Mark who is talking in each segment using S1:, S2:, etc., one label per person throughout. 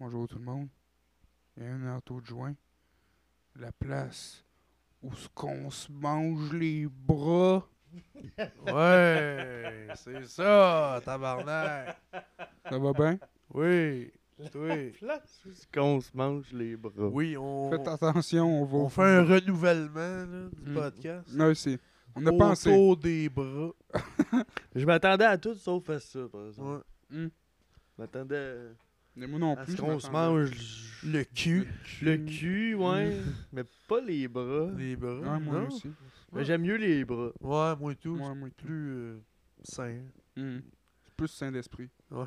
S1: Bonjour tout le monde. Il y a un auto de joint. La place où ce qu'on se mange les bras.
S2: Ouais, c'est ça, tabarnak.
S1: Ça va bien?
S2: Oui, oui.
S3: Place où est-ce qu'on se mange les bras.
S2: Oui, on,
S1: Faites attention, on va.
S2: on fait un renouvellement là, du
S1: Mm.
S2: podcast.
S1: Non, c'est- On a
S2: Autour
S1: pensé.
S2: des bras.
S3: Je m'attendais à tout sauf à ça, par exemple.
S2: Ouais.
S3: Je m'attendais
S1: Mais moi non
S3: à ce
S1: plus. je
S3: qu'on se
S1: m'attendais.
S3: mange
S2: Le cul.
S3: le cul, ouais. Mais pas les bras.
S2: Les bras.
S1: Ouais, moi
S2: non?
S1: aussi.
S3: Mais j'aime mieux les bras.
S2: Ouais, moi et tout.
S1: Moi, moi et
S2: c'est
S1: tout.
S2: Plus euh, sain.
S1: Hum. C'est plus sain d'esprit.
S2: Ouais.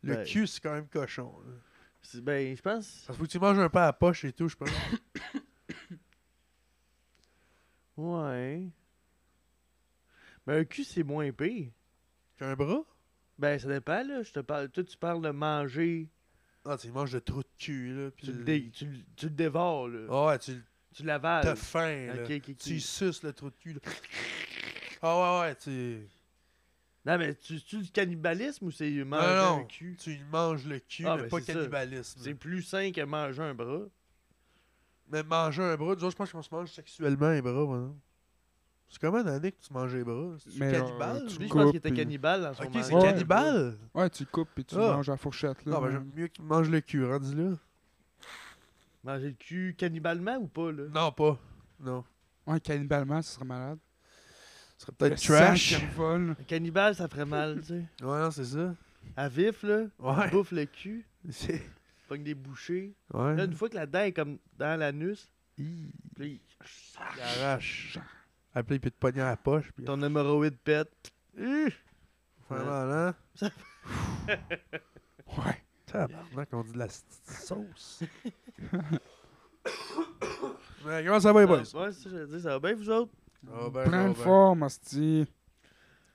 S2: Le
S3: Ben.
S2: cul, c'est quand même cochon. là.
S3: C'est- Ben, je pense.
S2: Parce que faut que tu manges un peu à la poche et tout, je pense.
S3: Ouais. Mais un cul, c'est moins pire.
S2: Qu'un bras?
S3: Ben, ça dépend, là. Je te parle. Toi, tu parles de manger.
S2: Ah, tu manges de trous de cul, là. Puis
S3: Tu le, dé- tu, le- tu le dévores, là.
S2: Ah ouais, tu le-
S3: Tu l'avales.
S2: t'as faim, là.
S3: Ah, Ok, ok, ok.
S2: Tu y suces le trou de cul, là. Ah ouais, ouais, tu...
S3: Non, mais tu, tu du cannibalisme ou c'est manger
S2: non.
S3: un cul?
S2: Tu y manges le cul,
S3: Ah,
S2: mais
S3: ben,
S2: pas
S3: c'est ça.
S2: cannibalisme.
S3: C'est plus sain que manger un bras.
S2: Mais manger un bras, nous autres, je pense qu'on se mange sexuellement un bras, moi, non? C'est comment, année que tu manges les bras? C'est
S1: Mais,
S2: cannibale?
S1: euh,
S2: ou-
S1: tu-
S3: Lui, je pense
S1: coupes,
S3: qu'il était
S1: puis-
S3: cannibale dans son
S2: Ok,
S3: mariage.
S2: c'est
S1: Ouais.
S2: cannibale?
S1: Ouais, tu coupes et tu
S2: Ah.
S1: manges à la fourchette. Là,
S2: Non, ben j'aime mieux qu'il mange le cul, rendu là.
S3: Manger le cul cannibalement ou pas, là?
S2: Non, pas. Non.
S1: Ouais, cannibalement, ce serait malade.
S2: Ce serait peut-être
S1: Le sang
S2: trash.
S1: qui vole.
S3: Un cannibale, ça ferait mal, tu sais.
S2: Ouais, non, c'est ça.
S3: À vif, là,
S2: Ouais.
S3: bouffe le cul,
S2: C'est-
S3: pogne des bouchées. Là,
S2: Ouais.
S3: une fois que la dent est comme dans l'anus,
S2: Il
S3: puis
S2: il arrache. Après, il peut te pogner à la poche. Puis...
S3: ton hémorroïde pète. Hum!
S2: Vraiment, là.
S1: Ouais.
S2: Tabarnak, on dit de la sti- sauce. Mais comment ça va, les boys?
S3: Ça- ouais, c'est ça, je dis, ça va bien, vous autres?
S2: Ah, ben,
S1: Prends
S2: ah,
S1: le
S2: ben.
S1: forme, hostie.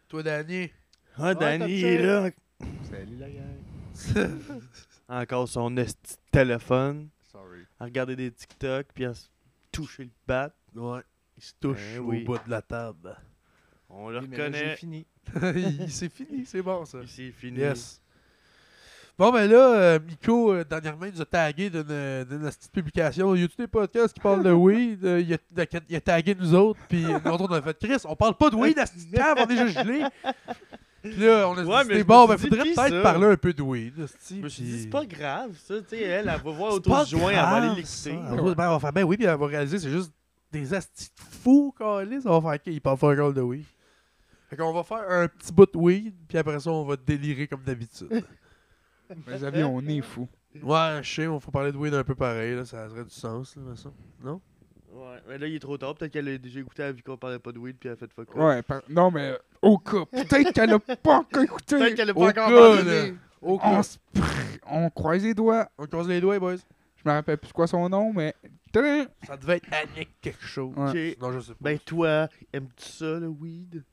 S2: Toi, Danny.
S3: Ah,
S2: Danny est
S3: là. Salut, la gang. Encore son esti de téléphone,
S2: Sorry.
S3: à regarder des TikTok, puis à se toucher le bat.
S2: Ouais. Il se touche
S3: Ben oui.
S2: au bas de la table.
S3: On le
S2: Oui, mais là,
S3: reconnaît.
S2: j'ai fini. Il- c'est fini, c'est bon, ça.
S3: Puis c'est fini.
S2: Yes. Bon, ben là, euh, Miko, euh, dernièrement, il nous a tagué d'une euh, d'une petite publication. Il y a tous des podcasts qui parlent de weed. euh, il, a, de- il a tagué nous autres. Puis euh, nous autres, on a fait Chris, on parle pas de weed à cette cave, on est juste gelés. Puis là, on a
S3: Ouais, mais
S2: dit,
S3: je
S2: c'est bon,
S3: me
S2: ben
S3: suis dit,
S2: faudrait
S3: pis ça?
S2: peut-être parler un peu de weed.
S3: Je me suis dit, c'est pas grave, ça. Tu sais, elle, elle va voir autour
S2: pas
S3: du joint, elle va
S2: grave,
S3: aller l'écouter.
S2: ça. Elle va- ben, elle va faire, ben oui, puis elle va réaliser, c'est juste des astis de fous, câlisse. On va faire, OK, ils parlent pas encore de weed. Fait qu'on va faire un petit bout de weed, puis après ça, on va délirer comme d'habitude.
S1: Mes amis, on est fous.
S2: Ouais, je sais, on faut parler de weed un peu pareil, là, ça aurait du sens, là, ça. Non?
S3: Ouais, mais là, il est trop tard. Peut-être qu'elle a déjà écouté, elle a vu qu'on parlait pas de weed, puis elle a fait fuck off.
S1: Ouais, par- non, mais euh, au cas. Peut-être qu'elle a pas encore écouté.
S3: Peut-être qu'elle a pas
S2: Au
S3: encore
S2: cas,
S3: parlé.
S2: là.
S3: mais-
S2: Au
S1: On,
S2: cas,
S1: se pr- on croise les doigts.
S2: on croise les doigts, boys.
S1: Je me rappelle plus c'est quoi son nom, mais. Tadam!
S2: Ça devait être Annick quelque chose.
S1: Ouais.
S3: Ok.
S2: Non, je sais pas.
S3: Ben, toi, aimes-tu ça, le weed?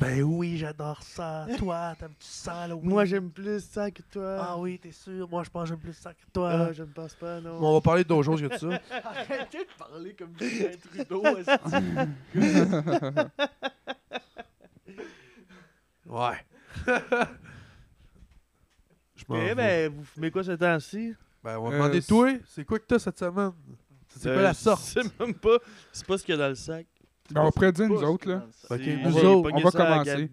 S2: Ben oui, j'adore ça. Toi, t'aimes-tu ça, là?
S3: Moi, j'aime plus ça que toi.
S2: oui, t'es sûr? Moi, je pense que j'aime plus ça que
S3: Ah, je ne pense pas, non.
S2: On va parler d'autres choses que de ça.
S3: Arrêtez de parler comme Justin Trudeau, esti.
S2: Ouais. je m'en
S3: Eh
S2: vais.
S3: ben, vous fumez quoi ce temps-ci?
S2: Ben, on va
S1: Euh,
S2: demander,
S1: c'est-
S2: toi, c'est quoi que t'as cette semaine? C'est
S3: Euh,
S2: quoi la
S3: je
S2: sorte?
S3: sais même pas. C'est pas ce qu'il y a dans le sac.
S1: Ben, on pourrait dire, nous autres, là.
S2: Ok,
S3: C'est-
S2: nous
S3: j'ai
S2: autres,
S3: pogné
S1: on va
S3: ça à la
S1: commencer.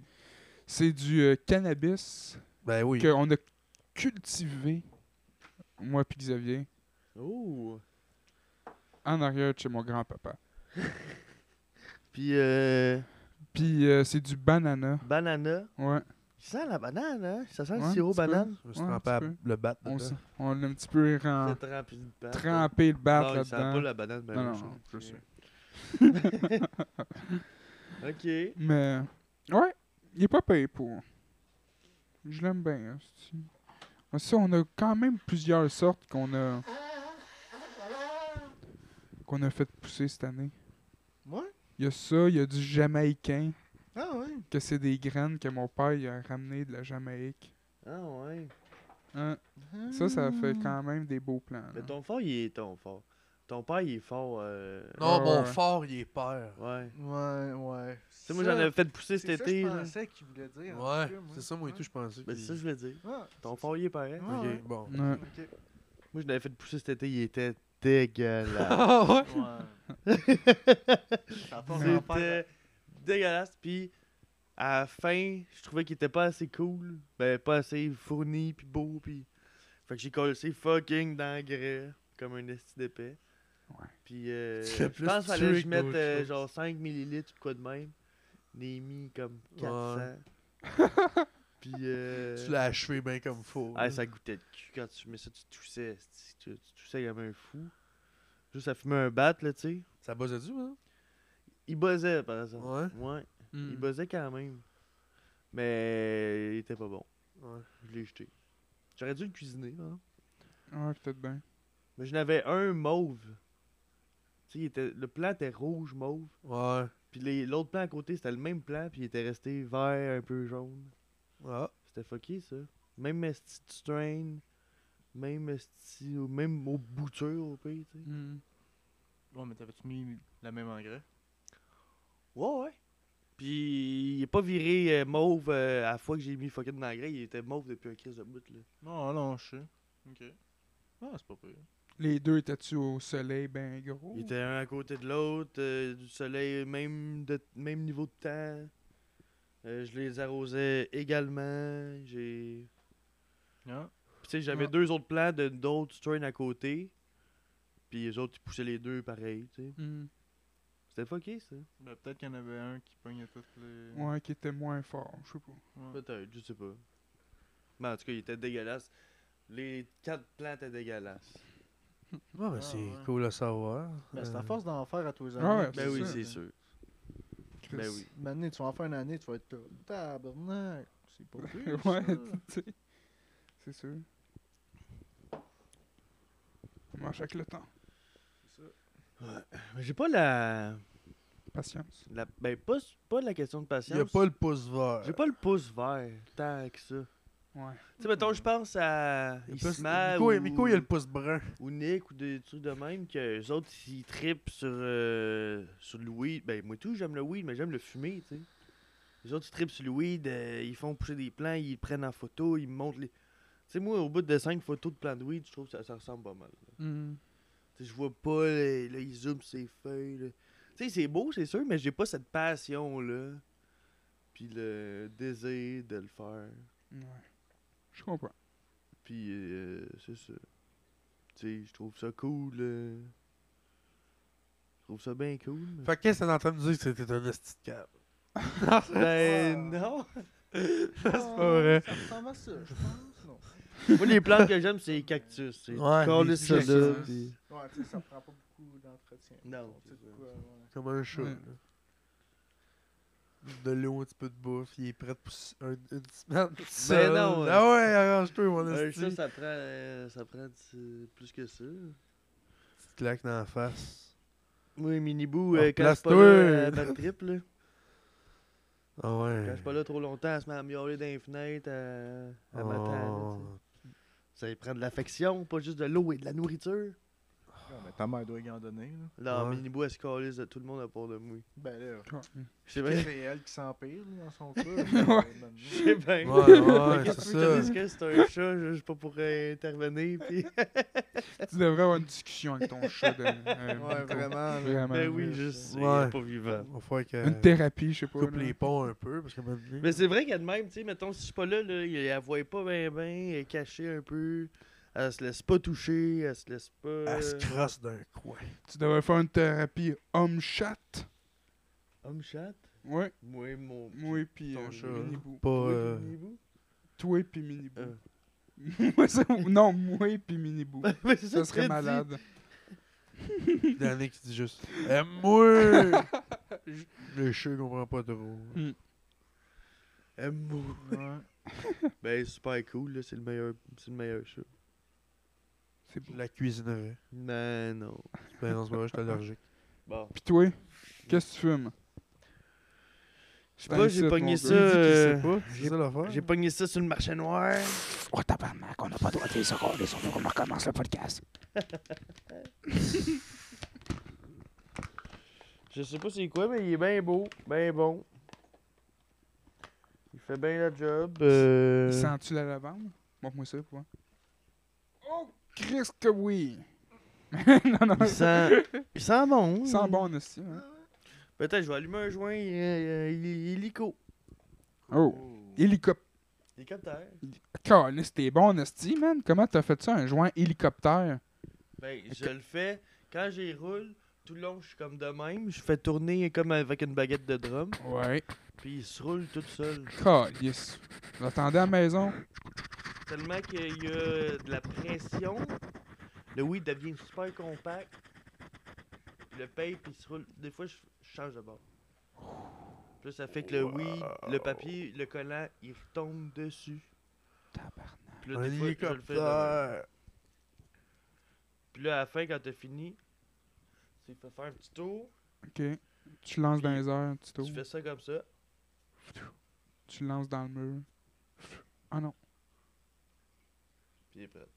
S1: C'est du euh, cannabis
S2: Ben oui.
S1: qu'on a cultivé, moi puis Xavier,
S3: gamme. Oh!
S1: en arrière de chez mon grand-papa.
S3: Puis, euh,
S1: Puis euh, c'est du banana.
S3: banana.
S1: Ouais,
S3: Ça sent la banane, hein? Ça sent
S1: Ouais,
S3: le sirop
S1: un petit peu.
S3: banane.
S2: Je me suis
S1: Ouais,
S2: trempé
S1: un
S2: à
S1: petit
S2: le battre.
S1: on,
S2: dedans.
S1: s- on l'a un petit peu ren-
S3: C'est trempé de pâte.
S1: Ah. trempé le
S3: Non,
S1: bat
S3: il sent pas
S1: là-dedans.
S3: la banane. ben
S1: Non,
S3: moi,
S1: non,
S3: je
S1: je sais.
S3: Ok.
S1: Mais, ouais, il est pas payé pour. Je l'aime bien. hein, c'ti. Ah, Ça, on a quand même plusieurs sortes qu'on a. qu'on a fait pousser cette année.
S3: Ouais?
S1: Il y a ça, il y a du jamaïcain,
S3: Ah ouais?
S1: que c'est des graines que mon père il a ramené de la Jamaïque.
S3: Ah ouais.
S1: Hein? Ça,
S3: Ah.
S1: ça fait quand même des beaux plans. là.
S3: Mais ton fort, il est ton fort. Ton père, il est fort. euh,
S2: Non,
S1: Ouais,
S2: mon
S1: ouais.
S2: fort, il est père.
S3: Ouais. Tu
S4: Ouais, ouais.
S3: sais, moi, j'en avais fait pousser
S4: C'est
S3: cet
S4: ça, je
S3: été. là.
S4: pensais qu'il voulait dire. en
S2: Ouais,
S4: tout cas, moi.
S2: c'est ça, moi et tout, je pensais.
S3: Ben,
S2: qu'il-
S3: c'est ça, que je voulais dire.
S4: Ah,
S3: Ton fort, il est pareil.
S4: Ouais.
S2: Ok, bon.
S1: Ouais.
S4: ok.
S3: Moi, je l'avais fait pousser cet été, il était dégueulasse.
S2: Ah ouais?
S3: C'était dégueulasse. Puis à la fin, je trouvais qu'il était pas assez cool. Ben, pas assez fourni, puis beau. Puis... Fait que j'ai collé fucking d'engrais comme un esti d'épais.
S1: Ouais.
S3: Puis euh,
S2: Tu
S3: je
S2: l'as plus
S3: pense qu'il fallait
S2: tué
S3: que
S2: que
S3: je mette
S2: d'autres
S3: euh,
S2: choses.
S3: genre 5 millilitres ou quoi de même. J'ai mis comme 400. puis. Euh...
S2: Tu l'as achevé bien comme faux.
S3: Ah, ça goûtait de cul quand tu mets ça, tu toussais. esti. Tu, tu toussais comme un fou. Juste à fumer un bat, là, tu sais.
S2: Ça bosse dessus, hein?
S3: Il buzzait, par exemple.
S2: Ouais.
S3: Ouais, il
S2: Hmm.
S1: Mm.
S3: buzzait quand même. Mais il était pas bon.
S2: Ouais.
S3: Je l'ai jeté. J'aurais dû le cuisiner, par exemple.
S1: Ouais, peut-être bien.
S3: Mais j'en avais un mauve. Tu sais, il était... le plant était rouge-mauve.
S2: Ouais.
S3: Puis les- l'autre plant à côté, c'était le même plant, puis il était resté vert, un peu jaune.
S2: Ah.
S3: C'était fucké, ça. Même esti de strain, même esti, ou même aux boutures, au pire, tu sais.
S1: Mm.
S4: Ouais, mais t'avais-tu mis la même engrais?
S3: Ouais, ouais. Puis il est pas viré euh, mauve euh, à la fois que j'ai mis fucking d'engrais, il était mauve depuis un crise de bout, là.
S4: Non, non, je sais. Ok. Ah, c'est pas pire.
S1: Les deux étaient-tu au soleil, ben gros?
S3: Il était un à côté de l'autre, euh, du soleil, même, de, même niveau de temps. Euh, je les arrosais également. J'ai.
S4: Non?
S3: Puis, Tu sais, j'avais
S1: Ouais.
S3: deux autres plants de d'autres strains à côté. Puis les autres, ils poussaient les deux pareil, tu sais.
S1: Mm.
S3: C'était fucké, ça.
S4: Ben, peut-être qu'il y en avait un qui pognait toutes les.
S1: Ouais, qui était moins fort, je sais pas.
S3: Ben
S4: Ouais.
S3: Peut-être, je sais pas. Mais en tout cas, il était dégueulasse. Les quatre plants étaient dégueulasses.
S2: Ouais, mais
S4: Ah,
S2: c'est
S4: ouais.
S2: cool à savoir.
S4: Ben, c'est
S2: Euh,
S4: à force d'en faire à tous les
S1: Ah
S4: années.
S1: ouais,
S3: Ben
S1: C'est
S3: oui,
S1: ça,
S4: hein.
S3: c'est sûr.
S1: Chris.
S3: Ben oui.
S4: Une année, tu vas en faire une année, tu vas être comme tabarnak. C'est pas pire.
S1: Ouais,
S4: ça.
S1: tu sais. C'est sûr. On marche avec le temps.
S3: Mais J'ai pas la.
S1: Patience.
S3: la ben, pas, pas la question de
S2: Il
S3: patience.
S2: n'y a pas le pouce vert.
S3: J'ai pas le pouce vert tant que ça.
S1: Ouais.
S3: Tu sais, mettons, je pense à
S2: Il y a plus-
S3: Isma
S2: Miko,
S3: ou...
S2: Miko, il a le pouce brun.
S3: ou Nick ou des trucs de même que les autres ils tripent sur euh, sur le weed. Ben moi tout j'aime le weed mais j'aime le fumer, tu sais. Les autres ils tripent sur le weed, euh, ils font pousser des plants, ils le prennent en photo, ils me montrent les. Tu sais moi au bout de 5 photos de plants de weed, je trouve que ça, ça ressemble pas mal.
S1: Mm.
S3: Tu sais, je vois pas les, là, ils zooment ses feuilles. là. Tu sais c'est beau c'est sûr mais j'ai pas cette passion là. Puis le désir de le faire.
S1: Ouais. Je comprends.
S3: Puis, euh, c'est ça. Tu sais, je trouve ça cool. euh. Je trouve ça bien cool. mais-
S2: Fait que qu'est-ce que t'es en train de dire que c'était un esti de cave?
S3: Ben non!
S4: c'est pas
S2: vrai.
S4: Ah, Ça ressemble à ça, je pense. Non.
S3: Moi, les plantes que j'aime, c'est les cactus. C'est
S2: Ouais,
S3: Calisse
S2: les
S3: ça là,
S2: cactus.
S3: puis-
S4: Ouais, tu sais, ça prend pas beaucoup d'entretien.
S3: Non,
S4: Tu sais
S3: c'est ça.
S4: quoi, ouais.
S2: Comme un chat.
S1: Ouais.
S2: là. De l'eau, un petit peu de bouffe. Il est prêt pour s- un- une semaine. tout
S3: Mais
S2: seul.
S3: non, ouais.
S2: Ah ouais, arrange-toi, mon
S3: Un
S2: esti.
S3: chat, ça prend, euh, ça prend du- plus que ça.
S2: Petite claque dans la face.
S3: Moi, Minibou,
S2: Ah,
S3: euh, quand je suis pas
S2: place-toi.
S3: là, à bad trip, là.
S2: Ah ouais.
S3: Quand je suis pas là trop longtemps, elle se met à miauler dans les fenêtres
S2: Ah.
S3: à, à
S2: Oh.
S3: ma table, là, tu sais. Ça lui prend de l'affection, pas juste de l'eau et de la nourriture.
S4: Ah, mais ta mère doit y en donner. Là.
S3: Non,
S2: Ouais.
S3: Minibou, elle se calisse de tout le monde à part de moi.
S4: Ben là,
S3: Je sais bien.
S4: c'est elle qui s'empire là, dans son cas. euh, ouais.
S3: Je sais bien.
S2: Ouais, ouais,
S3: Qu'est-ce ben, que tu veux que je te dise
S2: c'est
S3: que c'est un chat, je je sais pas pour euh, intervenir. Puis...
S1: Tu devrais avoir une discussion avec ton chat. De, euh,
S4: Ouais,
S1: Nico.
S4: vraiment, là.
S1: Vraiment.
S3: ben oui,
S4: oui,
S3: je
S4: je
S3: sais,
S2: sais.
S3: il est
S2: Ouais.
S3: pas
S2: ça.
S3: vivant.
S2: On va falloir
S1: Une
S2: que
S1: thérapie, je sais pas.
S2: coupe
S1: là.
S2: les ponts un peu parce que maintenant.
S3: Mais c'est vrai qu'elle de même, tu sais, mettons, si je suis pas là, là il- elle voit pas bien, bien, elle est cachée un peu. Elle se laisse pas toucher, elle se laisse pas. euh,
S2: Elle se crosse d'un coin.
S1: Tu devrais faire une thérapie homme-chat.
S3: Homme chat
S1: Ouais.
S3: Moi, mon.
S1: Moi puis
S3: Ton
S1: euh,
S3: chat,
S1: Minibou.
S2: Pas.
S3: Moi,
S2: euh,
S3: Minibou.
S1: Toi puis Minibou.
S3: Euh.
S1: Moi, c'est- non, moi puis Minibou.
S3: Ben, Mais c'est
S1: Ça
S3: que j'ai
S1: serait
S3: dit.
S1: malade.
S2: Danick qui dit juste Eh, Moi je- Le chat comprend pas trop.
S3: Eh, mou. Ben, super cool, là, c'est le meilleur, c'est le meilleur chat.
S1: C'est
S2: Je
S1: beau.
S2: la cuisinerais.
S3: Non, non.
S2: Ben non, c'est pas vrai, je suis allergique.
S3: Bon.
S1: Puis toi, qu'est-ce que tu fumes?
S3: Je sais pas, j'ai pogné ça. euh,
S2: Pas, c'est ça l'affaire.
S3: J'ai pogné ça sur le marché noir.
S1: Oh tabarnak, on n'a pas droit de dire ça, on on recommence le podcast.
S3: Je sais pas c'est quoi, mais il est bien beau, bien bon. Il fait bien la job. Euh,
S1: Euh. Sens-tu la lavande? Montre-moi ça, pour voir. Oh, Chris, Chris que oui. non, non.
S3: Il sent, il sent bon.
S1: Sans
S3: hein.
S1: bon aussi. hein.
S3: Peut-être je vais allumer un joint euh, euh, hé- hélico.
S1: Oh. Hélicoptère.
S3: Hélicoptère.
S1: Caliste, t'es bon, Nasty, man. Comment t'as fait ça, un joint hélicoptère?
S3: Ben, je le fais. Quand j'y roule, tout le long, je suis comme de même. Je fais tourner comme avec une baguette de drum.
S1: Ouais.
S3: Puis il se roule tout seul.
S1: Caliste. J'attendais à la maison.
S3: Tellement qu'il y a de la pression, le weed devient super compact. Le pape, il se roule. Des fois, je je change de bord. Puis là, ça fait que le weed, le papier, le collant, il retombe dessus. Puis là,
S2: Un
S3: des fois, je le fais de même.
S2: hélicoptère.
S3: Puis là, à la fin, quand t'as fini, tu fais faire un petit tour.
S1: Ok. Tu lances dans les airs, tu
S3: Tu
S1: t'ouvres.
S3: fais ça comme ça.
S1: Tu lances dans le mur. Ah non.
S3: Puis il est prêt.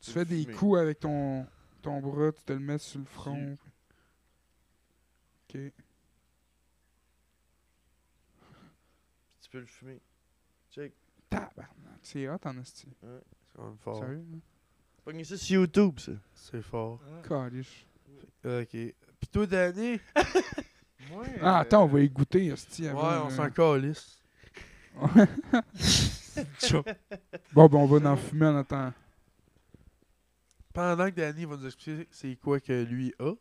S1: Tu fais des
S3: fumé.
S1: coups avec ton, ton bras, tu te le mets sur le front. Ok.
S3: Puis tu peux le fumer. Check.
S1: Tabarnak. C'est hot en esti.
S2: C'est quand même fort.
S1: Sérieux?
S3: Pognez ça sur YouTube, ça.
S2: C'est fort.
S1: Caliche.
S2: Ok. Puis toi, Danny?
S4: Moi,
S1: Ah,
S4: euh,
S1: attends, on va y goûter, esti.
S2: Eh, Ouais,
S1: avant,
S2: on
S1: euh.
S2: s'en calisse.
S1: Bon, ben, on va en fumer en attendant.
S2: Pendant que Danny va nous expliquer c'est quoi que lui a,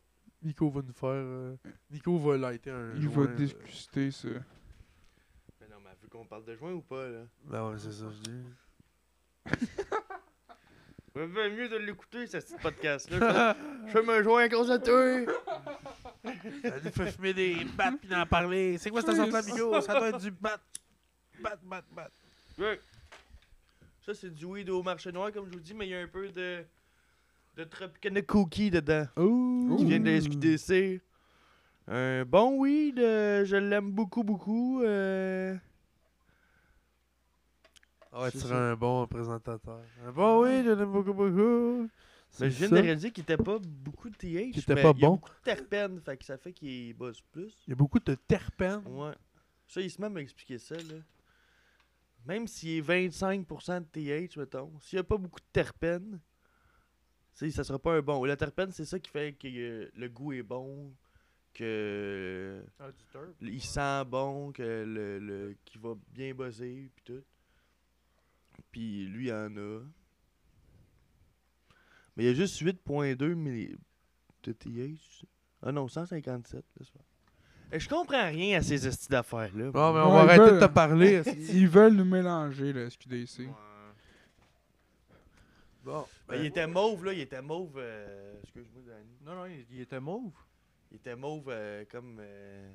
S2: Nico va nous faire. euh, Nico va lighter un.
S1: Il
S2: joint,
S1: va
S2: euh,
S1: discuter ça.
S3: Mais non, mais vu qu'on parle de joint ou pas, là.
S2: Ben ouais, c'est ça, je dis.
S3: Ouais, ben, mieux de l'écouter, ce petit podcast-là. Je vais me joindre à cause de toi.
S2: Danny fait fumer Euh, des battes pis d'en parler. C'est quoi cette sorte-là, Nico? Ça doit être du bat. Bat, bat, bat.
S3: Ouais. Ça, c'est du weed au marché noir, comme je vous dis, mais il y a un peu de. de Tropicana Cookie dedans.
S2: Ouh!
S3: Qui vient de la
S1: Ouh.
S3: SQDC. Un bon weed, euh, je l'aime beaucoup, beaucoup. euh.
S2: Ah ouais,
S3: C'est
S2: tu
S3: ça.
S2: seras un bon présentateur. Un bon, oui, je l'aime beaucoup, beaucoup.
S3: Mais je viens
S2: ça.
S3: de réaliser qu'il était pas beaucoup de TH.
S2: Qu'il était
S3: mais
S2: pas
S3: il y a
S2: bon.
S3: beaucoup de terpènes, fait que ça fait qu'il bosse plus.
S2: Il y a beaucoup de terpènes.
S3: Ouais. Ça, il se met à m'expliquer ça, là. Même s'il est 25% de TH, mettons, s'il n'y a pas beaucoup de terpènes, tu sais, ça sera pas un bon. La terpène, c'est ça qui fait que euh, le goût est bon, que
S4: Ah, du turp.
S3: l- il sent bon, que le, le qu'il va bien bosser, puis tout. Puis lui, il en a. Mais il y a juste 8.2 milli... de TH. Ah non, 157, là, c'est pas. Eh, Je comprends rien à ces estis d'affaires-là.
S2: Bon, mais
S1: Ouais,
S2: on va
S1: ils
S3: ben.
S2: arrêter
S1: veulent-
S2: de te parler.
S1: Ils veulent nous mélanger, le SQDC.
S2: bon.
S3: Ben, il était mauve, là. Il était mauve. euh, Excuse-moi, Danny.
S4: Non, non, il, il était mauve.
S3: Il était mauve euh, comme. euh,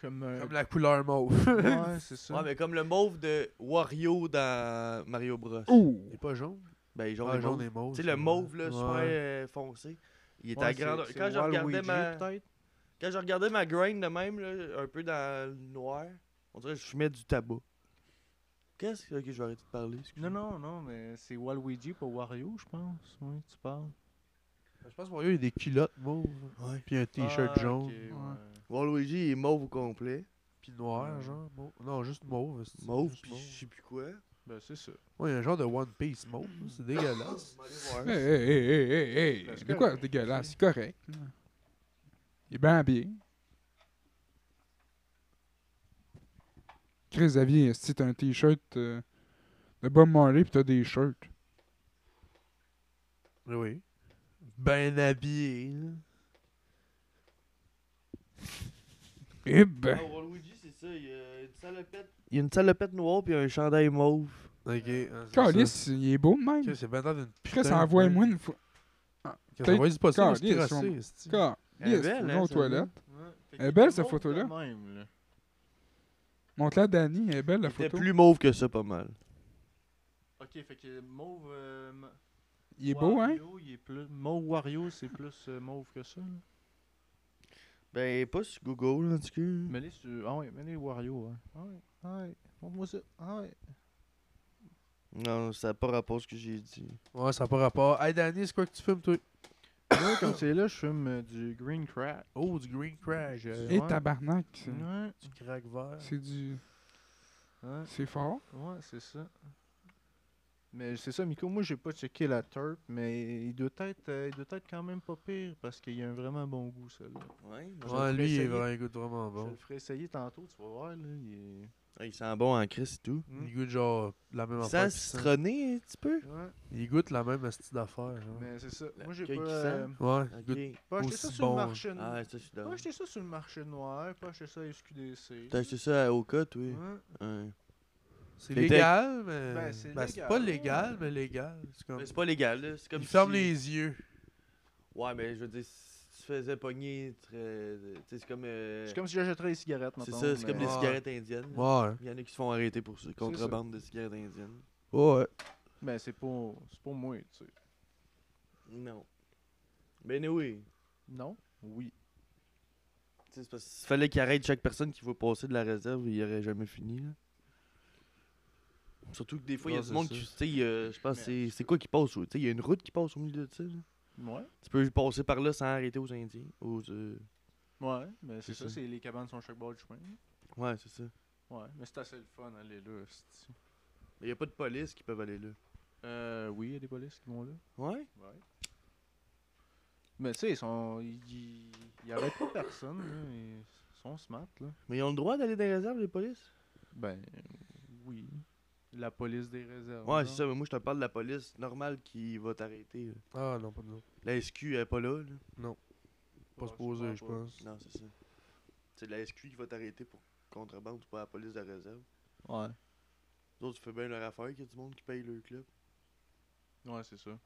S4: Comme. euh,
S2: Comme la couleur mauve.
S4: ouais, c'est ça.
S3: Ouais, mais comme le mauve de Wario dans Mario Bros.
S1: Ouh!
S2: Il est pas jaune.
S3: Ben,
S2: Ah,
S3: jaune et
S2: jaune
S3: mauve.
S2: et mauve.
S3: Tu sais, le
S2: c'est
S3: mauve,
S2: vrai.
S3: là, super
S2: Ouais.
S3: euh, foncé. Il était
S4: ouais,
S3: à
S4: c'est-
S3: grandeur.
S4: c'est
S3: Quand je, regardais
S4: Waluigi,
S3: ma...
S4: peut-être.
S3: Quand je regardais ma grain de même, là, un peu dans le noir, on dirait que je fumais du tabac. Qu'est-ce que. Ok, je vais arrêter de parler. excuse-moi.
S4: Non, non, non, mais c'est Waluigi pour Wario, je pense. Oui, tu parles.
S2: Je pense que Wario, il a des culottes mauves.
S3: Ouais.
S2: Puis un t-shirt
S4: Ah,
S2: jaune.
S4: ok,
S1: ouais.
S3: Waluigi il est mauve au complet.
S2: Puis noir, genre. Mauve. Non, juste mauve. c'est-
S3: Mauve,
S2: juste
S3: pis je sais plus quoi.
S4: Ben, c'est ça.
S2: Ouais, il y a un genre de One Piece mauve. C'est dégueulasse.
S1: Hey,
S4: Eh,
S1: hey, hey, hey, hey, hey.
S4: Ben, c'est
S1: eh, C'est quoi,
S4: correct.
S1: dégueulasse? C'est correct. là. Il est bien habillé. Chris Xavier, si t'as un t-shirt euh, de Bob Marley pis t'as des shirts.
S2: Mais oui. Ben habillé. là.
S1: Eh ben!
S3: Ah, Waluigi, c'est ça, il y a une salopette. Il y a une salopette noire pis un chandail mauve.
S2: Ok. hein, c'est ça.
S1: Calice, il est beau de même.
S2: Ok, C'est maintenant d'une putain.
S1: Chris,
S2: de-
S1: envoie-moi une fois.
S2: Qu'est-ce qu'on va dire, c'est pas ça,
S1: Calice,
S2: c'est crassé,
S1: on-
S2: c'est-tu.
S1: Calice,
S3: Elle est belle,
S1: faut
S3: hein,
S1: aller aux
S3: celle-là.
S1: toilettes.
S4: Elle
S1: est belle, cette photo-là.
S4: Même, là.
S1: Montre-la à Danny, elle est belle la
S3: Il était
S1: photo.
S3: plus mauve que ça, pas mal.
S4: Ok, fait que mauve. euh, ma-
S1: Il est beau, hein?
S4: Wario, il est plus... Mauve Wario, c'est plus euh, mauve que ça. là.
S3: Ben, pas sur Google, en tout cas.
S4: Mais les sur. Ah ouais, mais les Wario, hein. Ah ouais, ah ouais. Montre-moi ça. Ah ouais.
S3: Non, ça n'a pas rapport à ce que j'ai dit.
S2: Ouais, ça n'a pas rapport. Hey, Danny, c'est quoi que tu fumes, toi?
S4: Moi, comme c'est là, je fume euh, du Green Crack.
S2: Oh, du Green Crash. euh,
S4: Ouais.
S1: Et Eh, tabarnak, c'est-
S4: Ouais.
S2: Du crack vert.
S1: c'est du.
S4: Ouais,
S1: C'est fort.
S4: ouais, c'est ça. Mais c'est ça, Miko, moi j'ai pas checké la turp, mais il doit être, euh, il doit être quand même pas pire parce qu'il a un vraiment bon goût, celui-là.
S3: Ouais, non.
S4: Je
S2: Ouais, lui, il
S4: le ferai
S2: est
S4: essayer.
S2: vraiment, il goûte vraiment
S4: Je
S2: bon.
S4: le ferai essayer tantôt, tu vas voir, là. Il est...
S3: Ah, il sent bon en crise et tout.
S4: Hmm.
S2: Mm. Il goûte genre la même affaire.
S3: Sans
S2: qu'il sent.
S3: citronner un petit peu.
S4: Ouais,
S2: Il goûte la même astuce d'affaires. genre.
S4: mais c'est ça.
S3: La
S4: Moi j'ai pas,
S3: queue qui
S4: euh,
S2: Ouais, il goûte.
S3: Ok.
S4: pas acheté ça
S2: Aussi
S4: sur
S2: bon.
S4: le marché noir.
S3: Ah, ça, je suis
S4: Pas
S3: d'accord.
S4: acheté ça sur le marché noir, pas acheté ça à SQDC.
S3: T'as acheté ça à Oka, toi
S4: Ouais.
S3: Ouais.
S2: C'est
S3: Mais
S2: légal, mais.
S4: Ben, c'est
S2: ben, c'est
S4: légal,
S2: pas
S4: ouais.
S2: légal, mais légal. C'est comme.
S3: Mais c'est pas légal, là. C'est comme
S2: il
S3: si-
S2: ferme les yeux.
S3: Ouais, mais je veux dire, si tu faisais pogner. très- Tu sais, c'est comme. euh,
S4: C'est comme si j'achèterais des cigarettes,
S3: C'est
S4: maintenant.
S3: ça, c'est comme des
S2: Ouais.
S3: cigarettes indiennes.
S2: Ouais.
S3: Il y en a qui se font arrêter pour ça. Contrebande de cigarettes indiennes.
S2: Ouais.
S4: Mais c'est pas, c'est pas moi, tu sais.
S3: Non. Ben oui.
S4: Non? Oui.
S3: T'sais, c'est parce qu'il fallait qu'il arrête chaque personne qui veut passer de la réserve, il aurait jamais fini. là. Surtout que des fois, il y a
S2: Non,
S3: du
S2: c'est
S3: monde
S2: ça.
S3: qui. Tu sais, euh, je pense,
S4: Mais-
S3: c'est c'est quoi qui passe au- Tu sais, il y a une route qui passe au milieu de ça. là.
S4: Ouais.
S3: Tu peux passer par là sans arrêter aux Indiens. Aux, euh,
S4: Ouais, mais c'est
S3: C'est
S4: ça,
S3: ça.
S4: c'est les cabanes sont à chaque bord du chemin.
S3: Ouais, c'est ça.
S4: Ouais, mais c'est assez le fun, aller là. c'est-
S3: Il n'y a pas de police qui peuvent aller là.
S4: Euh, oui, il y a des polices qui vont là.
S3: Ouais?
S4: Ouais. Mais tu sais, ils sont. Ils, ils, ils arrêtent pas personne, là. Ils sont smart, là.
S3: Mais ils ont le droit d'aller dans les réserves, les polices?
S4: Ben, oui. La police des réserves.
S3: Ah Ouais,
S4: là.
S3: c'est ça. Mais moi, je te parle de la police normale qui va t'arrêter. là.
S2: Ah non, pas de l'eau.
S3: La SQ, elle est pas là. là.
S2: Pas
S4: Ouais,
S2: se poser, je
S4: sûrement pas.
S2: pense.
S3: Non, c'est ça. C'est la SQ qui va t'arrêter pour contrebande ou pas la police de la réserve.
S4: Ouais.
S3: Les autres, tu fais bien leur affaire qu'il y a du monde qui paye le club.
S4: Ouais, c'est ça.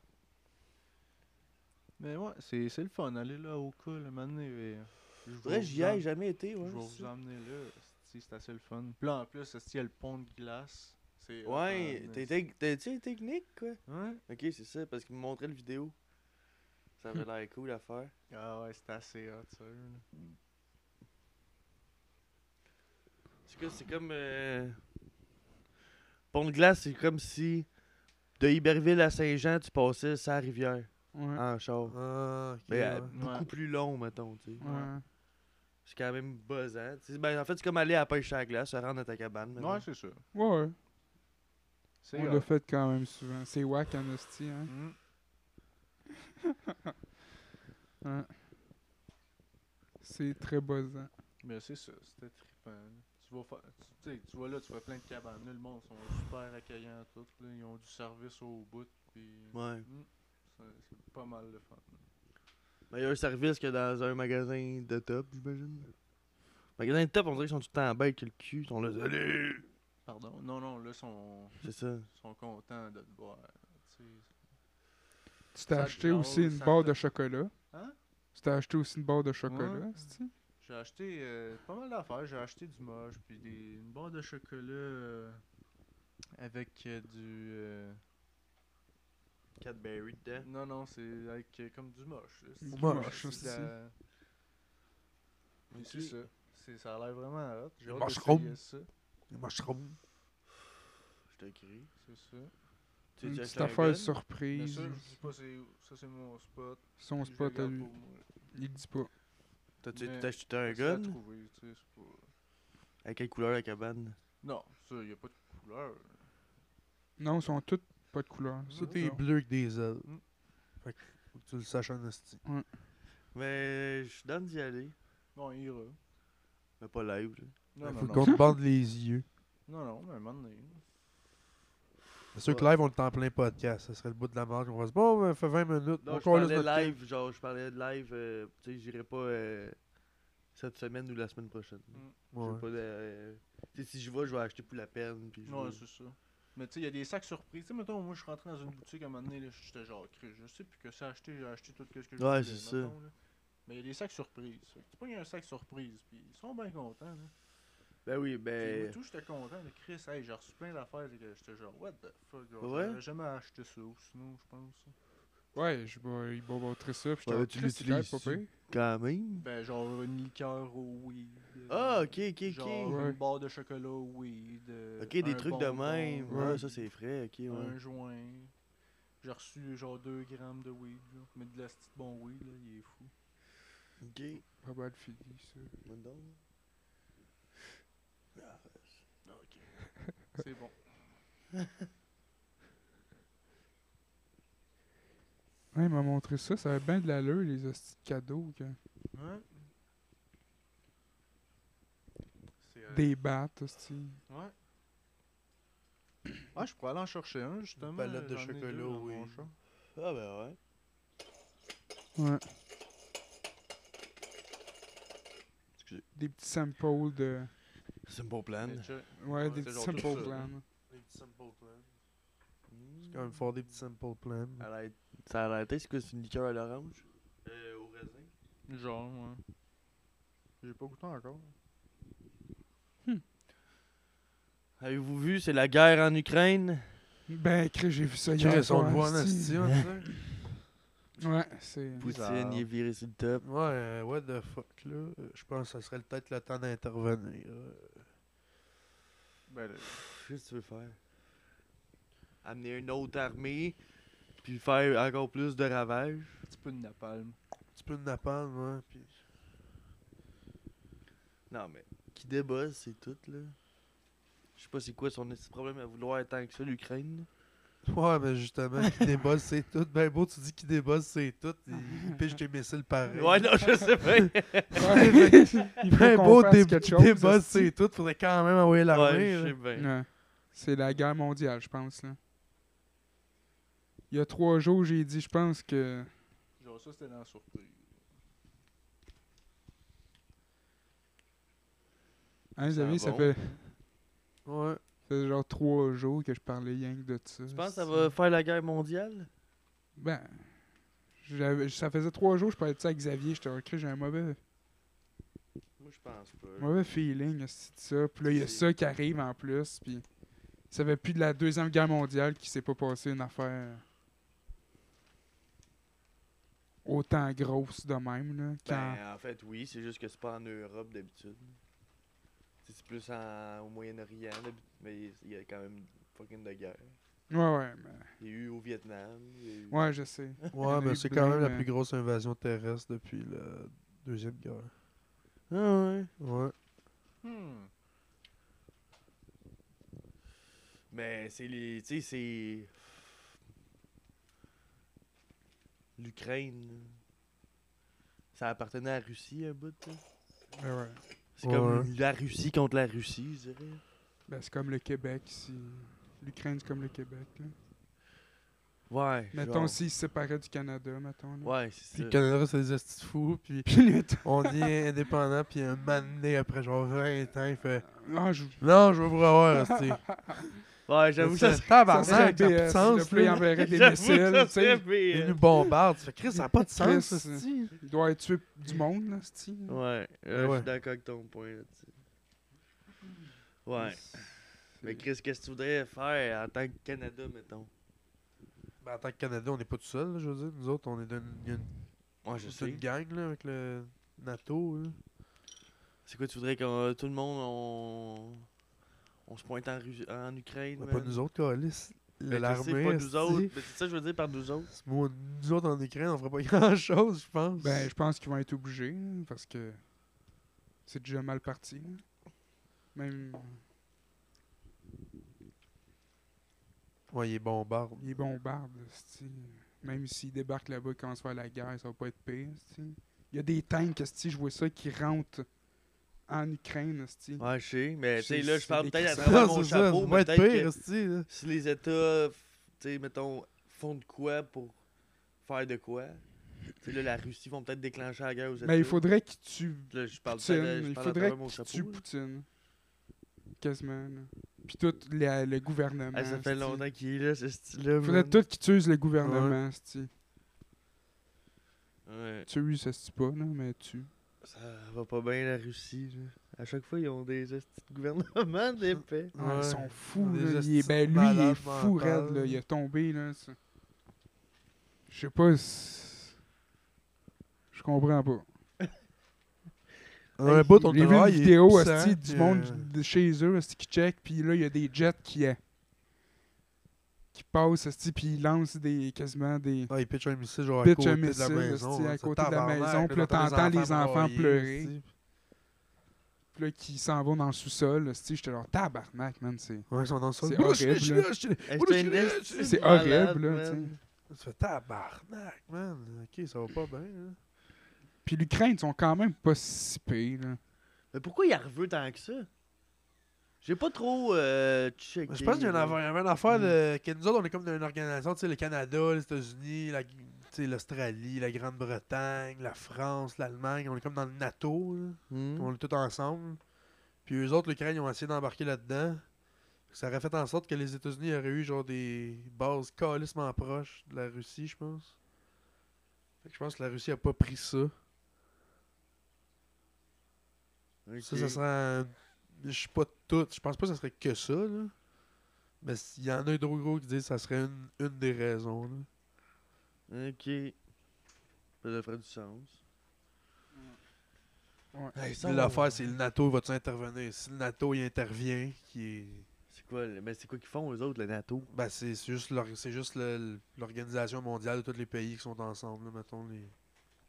S4: Mais ouais, c'est c'est le fun, aller là au cas, le moment donné, mais, euh, je vais
S3: Vrai,
S4: vous
S3: j'y
S4: en-
S3: ai jamais été,
S4: Je vais
S3: ouais. c'est
S4: vous
S3: ça.
S4: emmener là, c'est c'est assez le fun. Puis là, en plus, c'est il y a le pont de glace. c'est hot
S3: Ouais,
S4: en
S3: t'es-
S4: esti.
S3: t'es- t'as-tu été technique, quoi?
S4: Ouais.
S3: Ah, Ok, c'est ça, parce qu'ils me montraient le vidéo. Ça avait l'air cool à faire.
S4: Ah ouais, c'est assez hot, ça. eux, là.
S3: C'est quoi, c'est comme. euh, Pont de glace, c'est comme si de Iberville à Saint-Jean, tu passais sa rivière
S1: Ouais.
S3: en char.
S2: Ah, ok.
S3: Ben, euh,
S2: ouais.
S3: beaucoup
S4: Ouais.
S3: plus long, mettons, tu sais.
S1: ouais.
S3: C'est quand même buzzant. Tu sais, Ben, en fait, c'est comme aller à la pêche à la glace, se rendre à ta cabane. mettons.
S4: Ouais, c'est ça.
S1: Ouais, ouais.
S4: C'est
S1: On
S4: hot.
S1: l'a fait quand même souvent. C'est wack en hostie, hein.
S4: Mm.
S1: Ouais. C'est très buzzant.
S4: Mais c'est ça, c'était trippant. là. Tu vas, faire, tu, tu sais, tu vas là, tu vois plein de cabanes. là, le monde sont super accueillants, tout. là, ils ont du service au bout. Puis
S3: Ouais.
S4: c'est c'est pas mal le fun. là.
S3: Meilleur service que dans un magasin de top, j'imagine. Magasin de top, on dirait qu'ils sont tout le temps en bête que le cul. Ils sont là, salut!
S4: Pardon? Non, non, là, ils sont,
S3: C'est ça.
S4: sont contents de te voir. tu sais.
S1: Tu t'es
S4: Ça
S1: acheté
S4: te
S1: aussi
S4: jase,
S1: une
S4: ça
S1: barre
S4: te-
S1: de chocolat.
S4: Hein?
S1: Tu t'es acheté aussi une barre de chocolat,
S4: Ouais.
S1: c'est-tu?
S4: J'ai acheté euh, pas mal d'affaires. J'ai acheté du moche, puis des, une barre de chocolat euh, avec euh, du. euh,
S3: Cadbury dedans.
S4: Non, non, c'est avec euh, comme du moche. là, c'est-
S1: Du
S2: moche,
S4: c'est de
S1: c'est
S4: la-
S1: ça.
S4: Mais
S3: Ok.
S4: C'est ça. C'est- Ça a l'air vraiment hot. J'ai hâte
S2: mushrooms.
S4: d'essayer ça.
S2: Les mushrooms.
S3: Je t'écris.
S4: C'est ça.
S3: Tu sais,
S1: Une
S3: Jack
S1: petite
S3: Langan?
S1: affaire
S4: Mais
S1: surprise.
S4: ça, je sais pas, c'est- ça c'est mon spot.
S1: Son
S4: Je le
S1: spot à
S4: garde
S1: lui.
S4: pour moi.
S1: Il dit pas.
S3: T'as-tu
S4: Mais-
S3: t'as acheté un
S4: Facile à
S3: gun?
S4: trouver, tu sais, c'est pas-
S3: Avec quelle couleur la cabane?
S4: Non, ça, y a pas de couleur.
S1: Non, ils sont tous pas de couleur.
S4: Ah,
S2: Ça,
S1: Non.
S2: t'es bleu avec des ailes.
S4: Mm.
S2: Fait que faut que tu le saches en esti.
S3: Mais je suis dans d'y aller.
S4: Non, il ira.
S3: Mais pas live, là.
S4: Non, non,
S2: faut
S4: non.
S2: qu'on te bande les yeux.
S4: Non, non, mais à un moment donné.
S2: C'est sûr que live, on est en plein podcast. Ça serait le bout de la marge. On va se bon, ben, fait 20 minutes.
S3: Non,
S2: on
S3: je
S2: colle
S3: parlais
S2: notre temps.
S3: live, genre, je parlais de live, euh, tu sais, j'irai pas euh, cette semaine ou la semaine prochaine.
S4: Mm.
S3: Je veux
S2: Ouais.
S3: pas de, euh, tu sais, si je vais, je vais acheter pour la peine, puis je
S4: Non,
S3: vais-
S4: c'est ça. Mais tu sais, il y a des sacs surprises. Tu sais, mettons, moi, je suis rentré dans une boutique à un moment donné, là, j'étais genre cru. Je sais plus que ça acheté, j'ai acheté tout ce que je
S3: Ouais,
S4: voulais,
S3: c'est ça.
S4: mettons, là. Mais il y a des sacs surprises. Fait que Tu pognes un sac surprise, puis ils sont bien contents. Là.
S3: Ben oui,
S4: Puis
S3: ben...
S4: moi, tout, j'étais content de Chris. Hey, j'ai reçu plein d'affaires. là, que J'étais genre, what the fuck. genre,
S3: Ouais?
S4: J'aurais jamais acheté ça, ou sinon, je pense.
S1: Ouais, je vais, il va montrer ça. Puis je
S3: Ouais,
S1: t'en
S3: tu
S1: Christ, c'est
S3: l'utilises,
S1: quand même pas
S3: Quand même.
S4: Ben, genre, une liqueur au weed.
S3: Ah,
S4: euh,
S3: ok, ok, ok.
S4: Genre,
S1: Ouais.
S4: une barre de chocolat au weed. euh,
S3: ok, des
S4: un
S3: trucs de
S4: bonbon,
S3: même.
S1: ouais.
S3: Ah, ça, c'est frais, ok, ouais.
S4: un joint. J'ai reçu genre 2 grammes de weed, là. mais de la petite bon weed, là, il est fou.
S3: Ok,
S1: pire. Pas mal fini, ça.
S3: bonne donne.
S4: C'est bon.
S1: Ouais, il m'a montré ça, ça avait bien de l'allure, les hosties de cadeaux. que-
S4: Euh. Ouais. C'est, euh,
S1: Des battes, hosties.
S4: Ouais. Ah, je pourrais aller en chercher un, justement.
S2: palette de
S4: J'en ai deux
S2: chocolat,
S4: dans mon
S2: oui.
S4: char.
S3: Ah ben ouais.
S1: Ouais.
S3: Excusez.
S1: Des petits samples de.
S3: C'est un beau plan.
S4: Mais check,
S1: Ouais,
S4: Ouais,
S1: des
S4: c'est
S1: petits
S4: genre
S1: samples
S4: tout ça.
S1: plans.
S4: les petits simple plans.
S2: C'est quand même fort des petits simple plans.
S3: Ça a l'air- Ça a l'air c'est quoi, c'est une liqueur à l'orange? Euh, au raisin.
S4: Genre, ouais. J'ai pas goûté encore.
S3: Avez-vous vu, c'est la guerre en Ukraine?
S1: Ben, Chris, j'ai vu ça hier.
S2: Chris, on le
S1: soir,
S2: voit en hein,
S1: hostie.
S2: asti, on dirait.
S1: Ouais, c'est.
S3: Poutine, il est viré sur le top.
S2: Ouais, euh, what the fuck, là. Euh, Je pense que ça serait peut-être le temps d'intervenir. euh.
S4: Ben, là,
S3: Qu'est-ce que tu veux faire? Amener une autre armée, puis faire encore plus de ravages.
S4: un petit peu de napalm.
S2: Un petit peu de napalm, ouais. Puis...
S3: Non, mais qui débosse, c'est tout, là. Je sais pas c'est quoi son esti de problème à vouloir tant que ça, l'Ukraine.
S2: Ouais, mais justement, qui débosse, c'est tout. Ben beau, tu dis qui débosse, c'est tout. Il, il piche tes missiles pareil.
S3: Ouais, non, je sais pas.
S1: Ouais, il
S2: Ben
S1: faut qu'on
S2: beau,
S1: fasse
S2: dé-
S1: quelque
S2: qui
S1: chose,
S2: débosse,
S1: hostie.
S2: c'est tout. Faudrait quand même envoyer l'armée.
S3: ouais, je
S2: là.
S3: sais bien.
S1: Ouais. C'est la guerre mondiale, je pense. Là. Il y a trois jours, j'ai dit, je pense que.
S4: Genre, ça, c'était dans la surprise.
S1: Hein, les
S3: Ça
S1: amis, ça
S3: va.
S1: fait,
S2: ouais.
S1: ça fait genre trois jours que je parlais rien que de ça.
S3: Tu penses que ça va faire la guerre mondiale?
S1: Ben. j'avais- Ça faisait trois jours que je parlais de ça à Xavier. J'étais recréé, j'ai un mauvais,
S3: Moi, je pense pas.
S1: mauvais feeling hostie, de ça. Puis là, il y a
S3: C'est-
S1: ça qui arrive en plus. Puis ça fait plus de la Deuxième Guerre mondiale qui s'est pas passé une affaire autant grosse de même. Là, quand...
S3: Ben, en fait, oui, c'est juste que c'est pas en Europe d'habitude. C'est c'est plus en, au Moyen-Orient, d'habi- mais il y a quand même fucking de guerre. Ben,
S1: Ouais, ouais, mais-
S3: Il y a eu au Vietnam. il y a eu-
S1: ouais, je sais.
S2: Ouais,
S1: Il y en a
S2: mais
S1: eu
S2: c'est
S1: plein,
S2: quand même la
S1: mais-
S2: plus grosse invasion terrestre depuis la Deuxième Guerre.
S3: Ah ouais.
S2: Ouais.
S4: Hmm.
S3: Mais c'est les. Tu sais, c'est. L'Ukraine. là. Ça appartenait à la Russie un bout. là.
S1: Ben ouais.
S3: C'est comme
S2: Ouais.
S3: la Russie contre la Russie, je dirais.
S1: Ben, c'est comme le Québec ici. L'Ukraine, c'est comme le Québec. Là.
S3: Ouais.
S1: Mettons
S3: genre.
S1: s'ils se séparaient du Canada, mettons. Là.
S3: Ouais, c'est
S2: Puis
S3: ça.
S2: le Canada, c'est des astis de fous. Puis
S1: Puis le temps-
S2: on dit indépendant. Puis un mané après genre 20 ans, il fait
S1: Ah, je-
S2: Non, je veux vous revoir, asti.
S3: Ouais, j'avoue, ça,
S2: ça
S3: ça,
S1: ça
S2: serait tabarnak, ça
S1: serait
S2: a plus de
S1: BS. là,
S2: sens.
S1: puis là, ils
S2: là.
S1: enverraient des
S3: j'avoue,
S1: missiles.
S3: ça
S1: tu sais.
S3: serait pire.
S2: Il nous bombarde. Tu fais, Chris, ça n'a pas de
S1: Chris,
S2: sens,
S1: euh,
S2: asti.
S1: Il doit être tué du monde, là, c'ti.
S3: Ouais,
S2: Ben
S3: euh, je
S2: ouais.
S3: suis d'accord avec ton point là-dessus. Ouais. Mais Chris, qu'est-ce que tu voudrais faire en tant que Canada, mettons?
S2: Ben, en tant que Canada, on n'est pas tout seul, là, je veux dire. Nous autres, on est d'une une,
S3: Moi, je
S2: toute
S3: sais.
S2: une gang là, avec le NATO. Là.
S3: C'est quoi, tu voudrais que euh, tout le monde, on, on se pointe en, Ru- en Ukraine?
S2: Ben, pas
S3: man?
S2: nous autres, Calis.
S3: Ben, je sais,
S2: L'armée.
S3: pas nous autres.
S2: asti.
S3: mais C'est ça que je veux dire par nous autres.
S2: Ce mot- Nous autres, en Ukraine, on ferait pas grand-chose, je pense.
S1: Ben, je pense qu'ils vont être obligés, là, parce que c'est déjà mal parti. là. Même,
S2: Ouais, il est bombarde.
S3: Ben
S1: ils bombardent, là, c'ti. Même s'ils débarquent là-bas et commencent à faire la guerre, ça va pas être pire, c'ti. Il y a des tanks, c'ti, je vois ça, qui rentrent en Ukraine, c'ti.
S3: Ouais, je sais, mais tu
S1: C'est-
S3: sais, là, je
S1: c'est
S3: parle
S1: des
S3: peut-être à
S1: crissades.
S3: travers
S2: Non,
S3: mon
S2: c'est ça,
S3: chapeau,
S2: ça va
S3: mais
S2: être
S3: peut-être
S2: pire,
S3: que
S2: esti, là.
S3: si les États, f- tu sais, mettons, font de quoi pour faire de quoi? Tu sais, là, la Russie vont peut-être déclencher la guerre aux États.
S1: Mais il faudrait qu'ils tuent
S3: Là, je parle
S1: Poutine,
S3: peut-être- je
S1: il
S3: parle à
S1: faudrait
S3: travers mon
S1: qu'il
S3: chapeau,
S1: tue
S3: là.
S1: Poutine. Quasiment. Là. Puis tout la- le gouvernement.
S3: Ah, ça fait
S1: c'ti.
S3: longtemps qu'il est là, ce style-là.
S1: Il faudrait
S3: man.
S1: tout qu'ils tuent le gouvernement. c'ti.
S3: Ouais.
S1: Tue, ça se tue pas, là, mais tue.
S3: Ça va pas bien, la Russie. Là. À chaque fois, ils ont des hosties de gouvernements d'épais.
S1: Ouais, Ah, Ils sont fous.
S2: Des
S1: Là. Il est-
S2: hosties
S1: ben,
S2: de
S1: lui, il est
S2: malades
S1: fou,
S2: mentales.
S1: raide. Là. Il est tombé. là. ça. Je sais pas. si- Je comprends pas.
S2: Un bout, on
S1: J'ai vu
S2: travaille,
S1: une
S2: il est
S1: vidéo
S2: puissant,
S1: asti,
S2: puis,
S1: du monde
S2: euh,
S1: de chez eux asti, qui check, puis là, il y a des jets qui, euh, qui passent, asti, puis ils lancent des, quasiment des
S2: Ah, il pitch un missile genre
S1: Pitch
S2: à côté
S1: un
S2: de
S1: missile,
S2: la maison.
S1: hostie, à
S2: là, c'est
S1: côté de la
S2: tabarnak,
S1: maison, puis là, t'entends les enfants
S2: brailler,
S1: pleurer.
S2: hostie.
S1: puis là, qui s'en vont dans le sous-sol. asti. J'étais genre, tabarnak, man, c'est...
S2: Ouais, ils sont dans le sol.
S1: C'est
S2: Moi, je suis
S1: horrible,
S2: là, je suis là, je suis là.
S3: Hey,
S2: Moi, je suis là, je suis là.
S3: esti de
S1: C'est
S3: malade,
S1: horrible, là,
S3: man.
S1: tu sais.
S2: Tu fais tabarnak, man. Ok, ça va pas bien. là.
S1: Puis l'Ukraine, ils sont quand même pas si pires. là.
S3: Mais pourquoi il en veut tant que ça? J'ai pas trop euh,
S2: Mais
S3: checké.
S2: Je pense qu'il y a une
S3: là.
S2: affaire, il y avait une affaire de- que nous autres, on est comme dans une organisation, tu sais, le Canada, les États-Unis, la- tu sais, l'Australie, la Grande-Bretagne, la France, l'Allemagne, on est comme dans le NATO, là.
S3: Hmm.
S2: on est tous ensemble. Puis eux autres, l'Ukraine, ils ont essayé d'embarquer là-dedans. Ça aurait fait en sorte que les États-Unis auraient eu genre des bases calissement proches de la Russie, je pense. Fait que je pense que la Russie a pas pris ça. Ça, ça
S3: Ok.
S2: serait. un- Je suis pas tout. Je pense pas que ça serait que ça, là. Mais il y en a un gros gros qui disent que ça serait une, une des raisons, là.
S3: Ok. Ça ça ferait du sens.
S1: Ouais.
S2: Mais L'affaire, c'est le NATO va-tu intervenir? Si le NATO y intervient, qui est.
S3: C'est quoi, le- mais c'est quoi qu'ils font, eux autres, le NATO?
S2: Ben, c'est c'est juste l'or- c'est juste le- l'organisation mondiale de tous les pays qui sont ensemble, là, mettons, les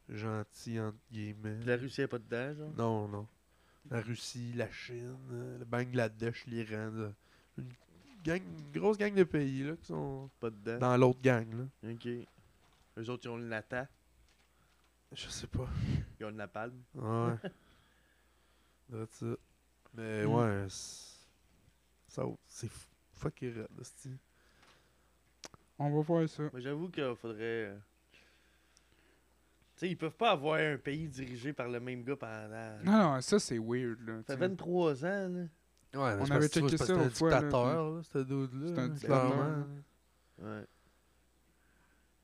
S2: gentils, entre guillemets.
S3: Puis la Russie n'est pas dedans, genre?
S2: Non, non. La Russie, la Chine, euh, le Bangladesh, l'Iran, là. une, gang, une grosse gang de pays, là, qui sont
S3: Pas dedans.
S2: dans l'autre gang, là.
S3: Ok. Eux autres, ils ont le NATA,
S2: Je sais pas.
S3: ils ont le napalm.
S2: Ouais. That's ça. Mais
S1: Mm.
S2: ouais, c'est- ça, c'est f- fuck it, là, c'ti.
S1: On va voir ça.
S3: Mais j'avoue qu'il faudrait. euh, Tu sais, ils peuvent pas avoir un pays dirigé par le même gars pendant.
S1: Non, non, ça c'est weird. Là,
S3: Ça fait
S1: t'sais.
S3: 23 ans,
S2: Ouais,
S3: là.
S2: mais
S1: On
S2: c'est
S1: avait
S2: parce que tu
S1: checké
S2: vois, c'est parce
S1: ça
S2: que
S1: une fois, là,
S2: C'est un dictateur, là, ce dude-là.
S1: C'est un
S2: là,
S1: dictateur.
S2: clairement, là.
S3: Ouais.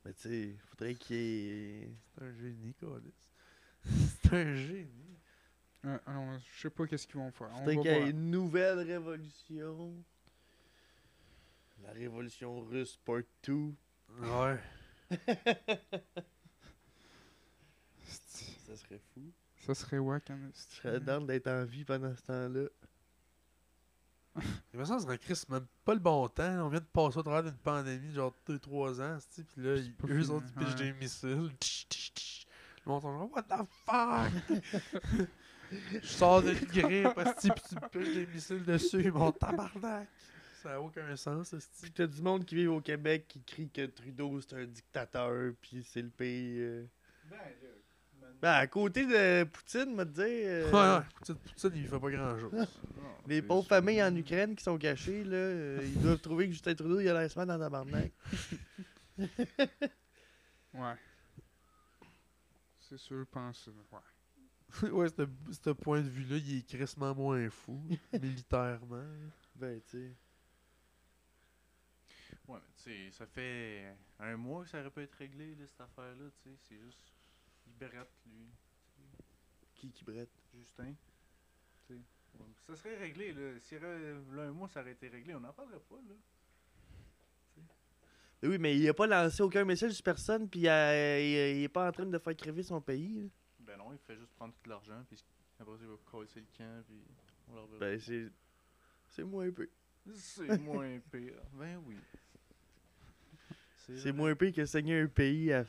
S3: Mais tu sais, faudrait qu'il y ait.
S2: C'est un génie, câlisse. C'est un génie.
S1: Ouais, alors, je sais pas qu'est-ce qu'ils vont faire. On va
S3: Faudrait qu'il y ait
S1: voir.
S3: une nouvelle révolution. La révolution russe part 2.
S2: Ouais.
S1: Sti-
S3: Ça serait fou.
S1: Ça serait wack. Hein,
S3: Je
S1: sti.
S3: serais down d'être en vie pendant ce temps-là.
S2: Il me semble que Chris, c'est même pas le bon temps. On vient de passer au travers d'une pandémie, genre 2-3 ans, c'ti, pis là,
S1: C'est
S2: ils-
S1: pas
S2: eux
S1: fini,
S2: autres, ils
S1: ouais.
S2: pitchent des missiles. Tch, tch, tch. Le monde sont genre, what the fuck? Je sors de grippe, esti, pis tu me pitches des missiles dessus, mon tabarnak. Ça n'a aucun sens, esti.
S3: Puis t'as du monde qui vit au Québec qui crie que Trudeau c'est un dictateur, puis c'est le pays. euh.
S4: Ben, là, man-
S3: Ben, à côté de Poutine, me dire.
S2: Ouais,
S3: euh,
S2: ouais, Poutine, Poutine, il fait pas grand chose.
S1: Non,
S3: Les
S1: c'est
S3: pauvres
S1: sûr.
S3: familles en Ukraine qui sont cachées, là, euh, ils doivent trouver que Justin Trudeau, il a l'air smart dans la barnaque.
S1: Ouais. C'est sûr, je pense. Ouais.
S2: ouais, ce- ce point de vue-là, il est crissement moins fou, militairement.
S3: Ben, tu sais.
S4: Ouais, mais tu sais, ça fait un mois que ça aurait pu être réglé, là, cette affaire-là, tu sais. C'est juste. Il berate, lui,
S3: Qui qui brette
S4: Justin. Tu sais. Ouais, mais Ça serait réglé, là. Si là, un mois, ça aurait été réglé, on n'en parlerait pas, là.
S3: Ben Oui, mais il a pas lancé aucun message sur personne, puis euh, il, il est pas en train de faire crever son pays. là.
S4: Ben non, il fait juste prendre tout l'argent, puis après, ça, il va coller le camp, puis on leur verra.
S3: Ben, c'est. C'est moins peu.
S4: C'est moins pire. Ben oui.
S3: C'est
S4: vrai.
S3: moins pire que saigner un pays à,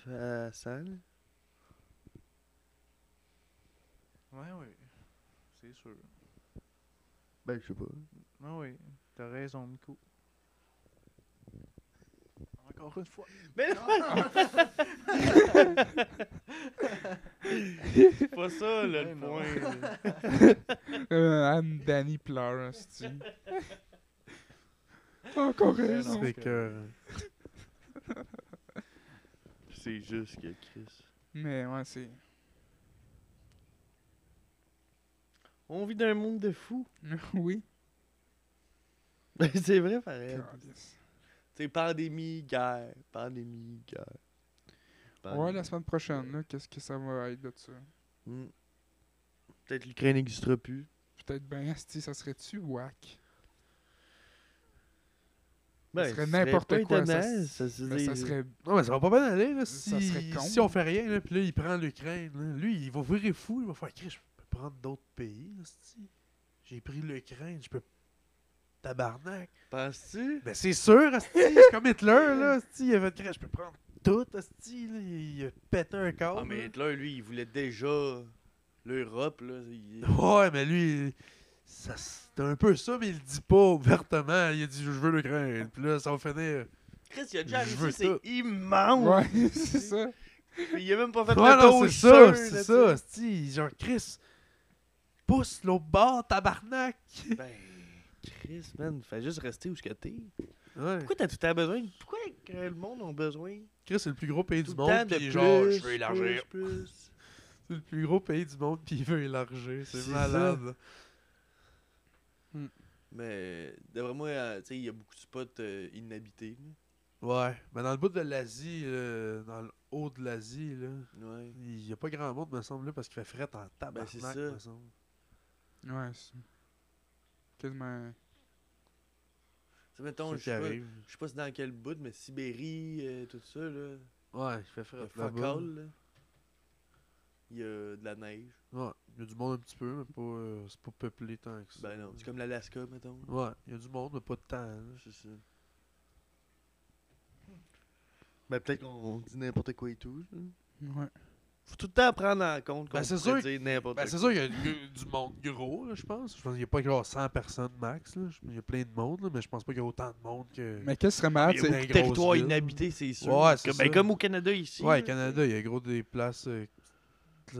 S3: à 100. là.
S4: Ben oui. C'est sûr.
S3: Ben, je sais pas.
S4: Ben oui. T'as raison, Miko. Encore une fois.
S3: Mais non! c'est pas ça, là,
S4: Ben
S3: le
S4: non.
S3: point. là.
S1: Euh, Anne Danny pleure, sti. Encore
S4: Ben
S1: raison.
S4: non.
S2: C'est que.
S3: C'est juste que Chris.
S1: Mais ouais, c'est.
S3: On vit dans un monde de fous.
S1: oui.
S3: Ben, c'est vrai, pareil.
S1: Calisse.
S3: C'est pandémie, guerre, pandémie, guerre.
S1: On va voir la semaine prochaine, là, qu'est-ce que ça va être de ça.
S3: Hmm. Peut-être l'Ukraine n'existera plus.
S1: Peut-être ben sti, ça serait-tu wack?
S3: Ben,
S1: serait
S3: ce
S1: n'importe
S3: pas
S1: quoi, ça
S3: étonnant,
S1: s-
S3: ça, se
S1: Mais Ben, ça
S3: dit-
S1: serait.
S2: Non, mais ça va pas bien aller, là. Si,
S1: Ça serait con.
S2: si on fait rien, là, puis là, il prend l'Ukraine. là. Lui, il va virer fou. Il va faire Chris, je peux prendre d'autres pays, là, c'ti. J'ai pris l'Ukraine, je peux. Tabarnak.
S3: Penses-tu?
S2: Ben, c'est sûr, asti, c'est comme Hitler, là, asti, Il avait Chris, je peux prendre tout, asti, là. Il a pété un corps.
S3: Ah, mais
S2: là.
S3: Hitler, lui, il voulait déjà l'Europe, là. Il...
S2: Ouais, mais lui, ça, c'est un peu ça, mais il le dit pas ouvertement. Il a dit, je veux l'Ukraine. Puis là, ça va finir.
S3: Chris, il a déjà
S2: Je
S3: réussi,
S2: veux
S3: c'est
S2: tout.
S3: immense.
S1: Ouais, c'est ça.
S3: Puis Il a même pas fait
S2: Ouais,
S3: le
S2: non,
S3: tour
S2: c'est
S3: seul,
S2: ça,
S3: là, tu
S2: c'est
S3: sais.
S2: ça. Sti, genre, Chris, pousse l'autre bord, tabarnak.
S3: Ben, Chris, man, fais juste rester où ce que t'es.
S2: Ouais.
S3: Pourquoi t'as tout le temps besoin? Pourquoi euh, le monde a besoin
S2: Chris, c'est le plus gros pays
S3: tout
S2: du
S3: le
S2: monde,
S3: temps
S2: puis
S3: de
S2: il est
S3: plus,
S2: genre, je veux
S3: plus,
S2: élargir.
S3: plus?
S2: C'est le plus gros pays du monde, puis il veut élargir. C'est
S3: C'est
S2: malade.
S3: Mais d'après moi, euh, tu sais, il y a beaucoup de spots euh, inhabités.
S2: Ouais, mais dans le bout de l'Asie, euh, dans le haut de l'Asie, là,
S3: là. Ouais.
S2: il n'y a pas grand monde, me semble, là, parce qu'il fait fret en tabarnak,
S3: Ben, c'est ça.
S2: me semble.
S1: Ouais, c'est quasiment.
S3: Tu sais, mettons,
S2: C'est
S3: je
S2: ce qui
S3: sais pas-
S2: arrive.
S3: je sais pas c'est dans quel bout, mais Sibérie, euh, tout ça, là.
S2: Ouais, il fait
S3: Il
S2: fret
S3: y a fuck
S2: là-bas.
S3: all, là. Il y a de la neige.
S2: Ouais, il y a du monde un petit peu, mais pas, euh, c'est pas peuplé tant que ça.
S3: Ben non, c'est comme l'Alaska, mettons.
S2: Ouais, il y a du monde, mais pas de temps. là.
S3: C'est ça. Hmm. Ben peut-être qu'on dit n'importe quoi et tout. là.
S1: Ouais.
S3: Faut tout le temps prendre en compte qu'on
S2: Ben, c'est
S3: pourrait
S2: sûr
S3: dire n'importe
S2: Ben,
S3: quoi.
S2: c'est sûr, il y a du du monde gros, là, je pense. Je pense qu'il n'y a pas genre 100 personnes max. Là. Il y a plein de monde, là, mais je pense pas qu'il y a autant de monde que.
S1: Mais qu'est-ce qui serait malade,
S3: Il y a
S1: c'est.
S2: des
S3: beaucoup de
S2: grosses
S3: territoires
S2: villes.
S3: inhabités, c'est sûr.
S2: Ouais, c'est
S3: Comme- ben,
S2: ça.
S3: comme au Canada ici.
S2: Ouais,
S3: là.
S2: le Canada, il y a gros des places euh, de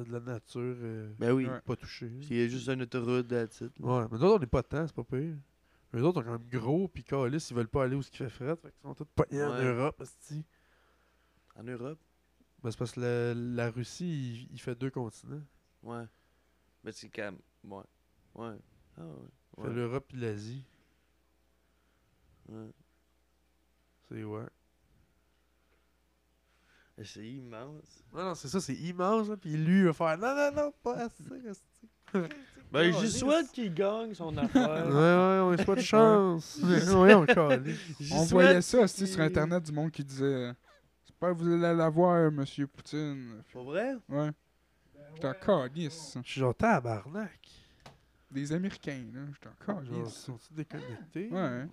S2: de la nature euh,
S3: Ben oui.
S1: Ouais.
S2: pas touchées. là.
S3: Il y a juste une autoroute à titre.
S2: Ouais, mais nous autres, on n'est pas tant, c'est pas pire. Eux autres sont quand même gros, puis Calis, ils veulent pas aller où ce qui fait fret. Fait qu'ils sont tous pognés en
S3: Ouais.
S2: Europe, esti.
S3: En Europe.
S2: Ben, c'est parce que la, la Russie, il, il fait deux continents.
S3: Ouais. Mais c'est quand même. Ouais. Ouais. Ah ouais.
S2: Il
S3: Ouais.
S2: fait l'Europe et l'Asie.
S3: Ouais.
S2: C'est ouais.
S3: Mais C'est immense.
S2: Non, non, c'est ça, c'est immense, là, puis lui, il va faire non, non, non, pas assez, esti.
S3: Ben,
S2: Calis.
S3: je souhaite qu'il gagne son
S2: Ouais,
S3: affaire.
S2: ouais, on est pas de chance. ouais, on Calis.
S3: J'y
S1: On
S3: souhaite
S1: voyait ça aussi
S3: qu'il-
S1: sur Internet du monde qui disait euh, J'espère que vous allez la voir, monsieur Poutine.
S3: Pour vrai?
S1: Ouais. J'étais en calisse.
S2: Je suis genre tabarnak.
S1: Des Américains, là. J'étais en
S2: Genre, ils
S1: calisse.
S2: sont-ils déconnectés?
S1: Ouais.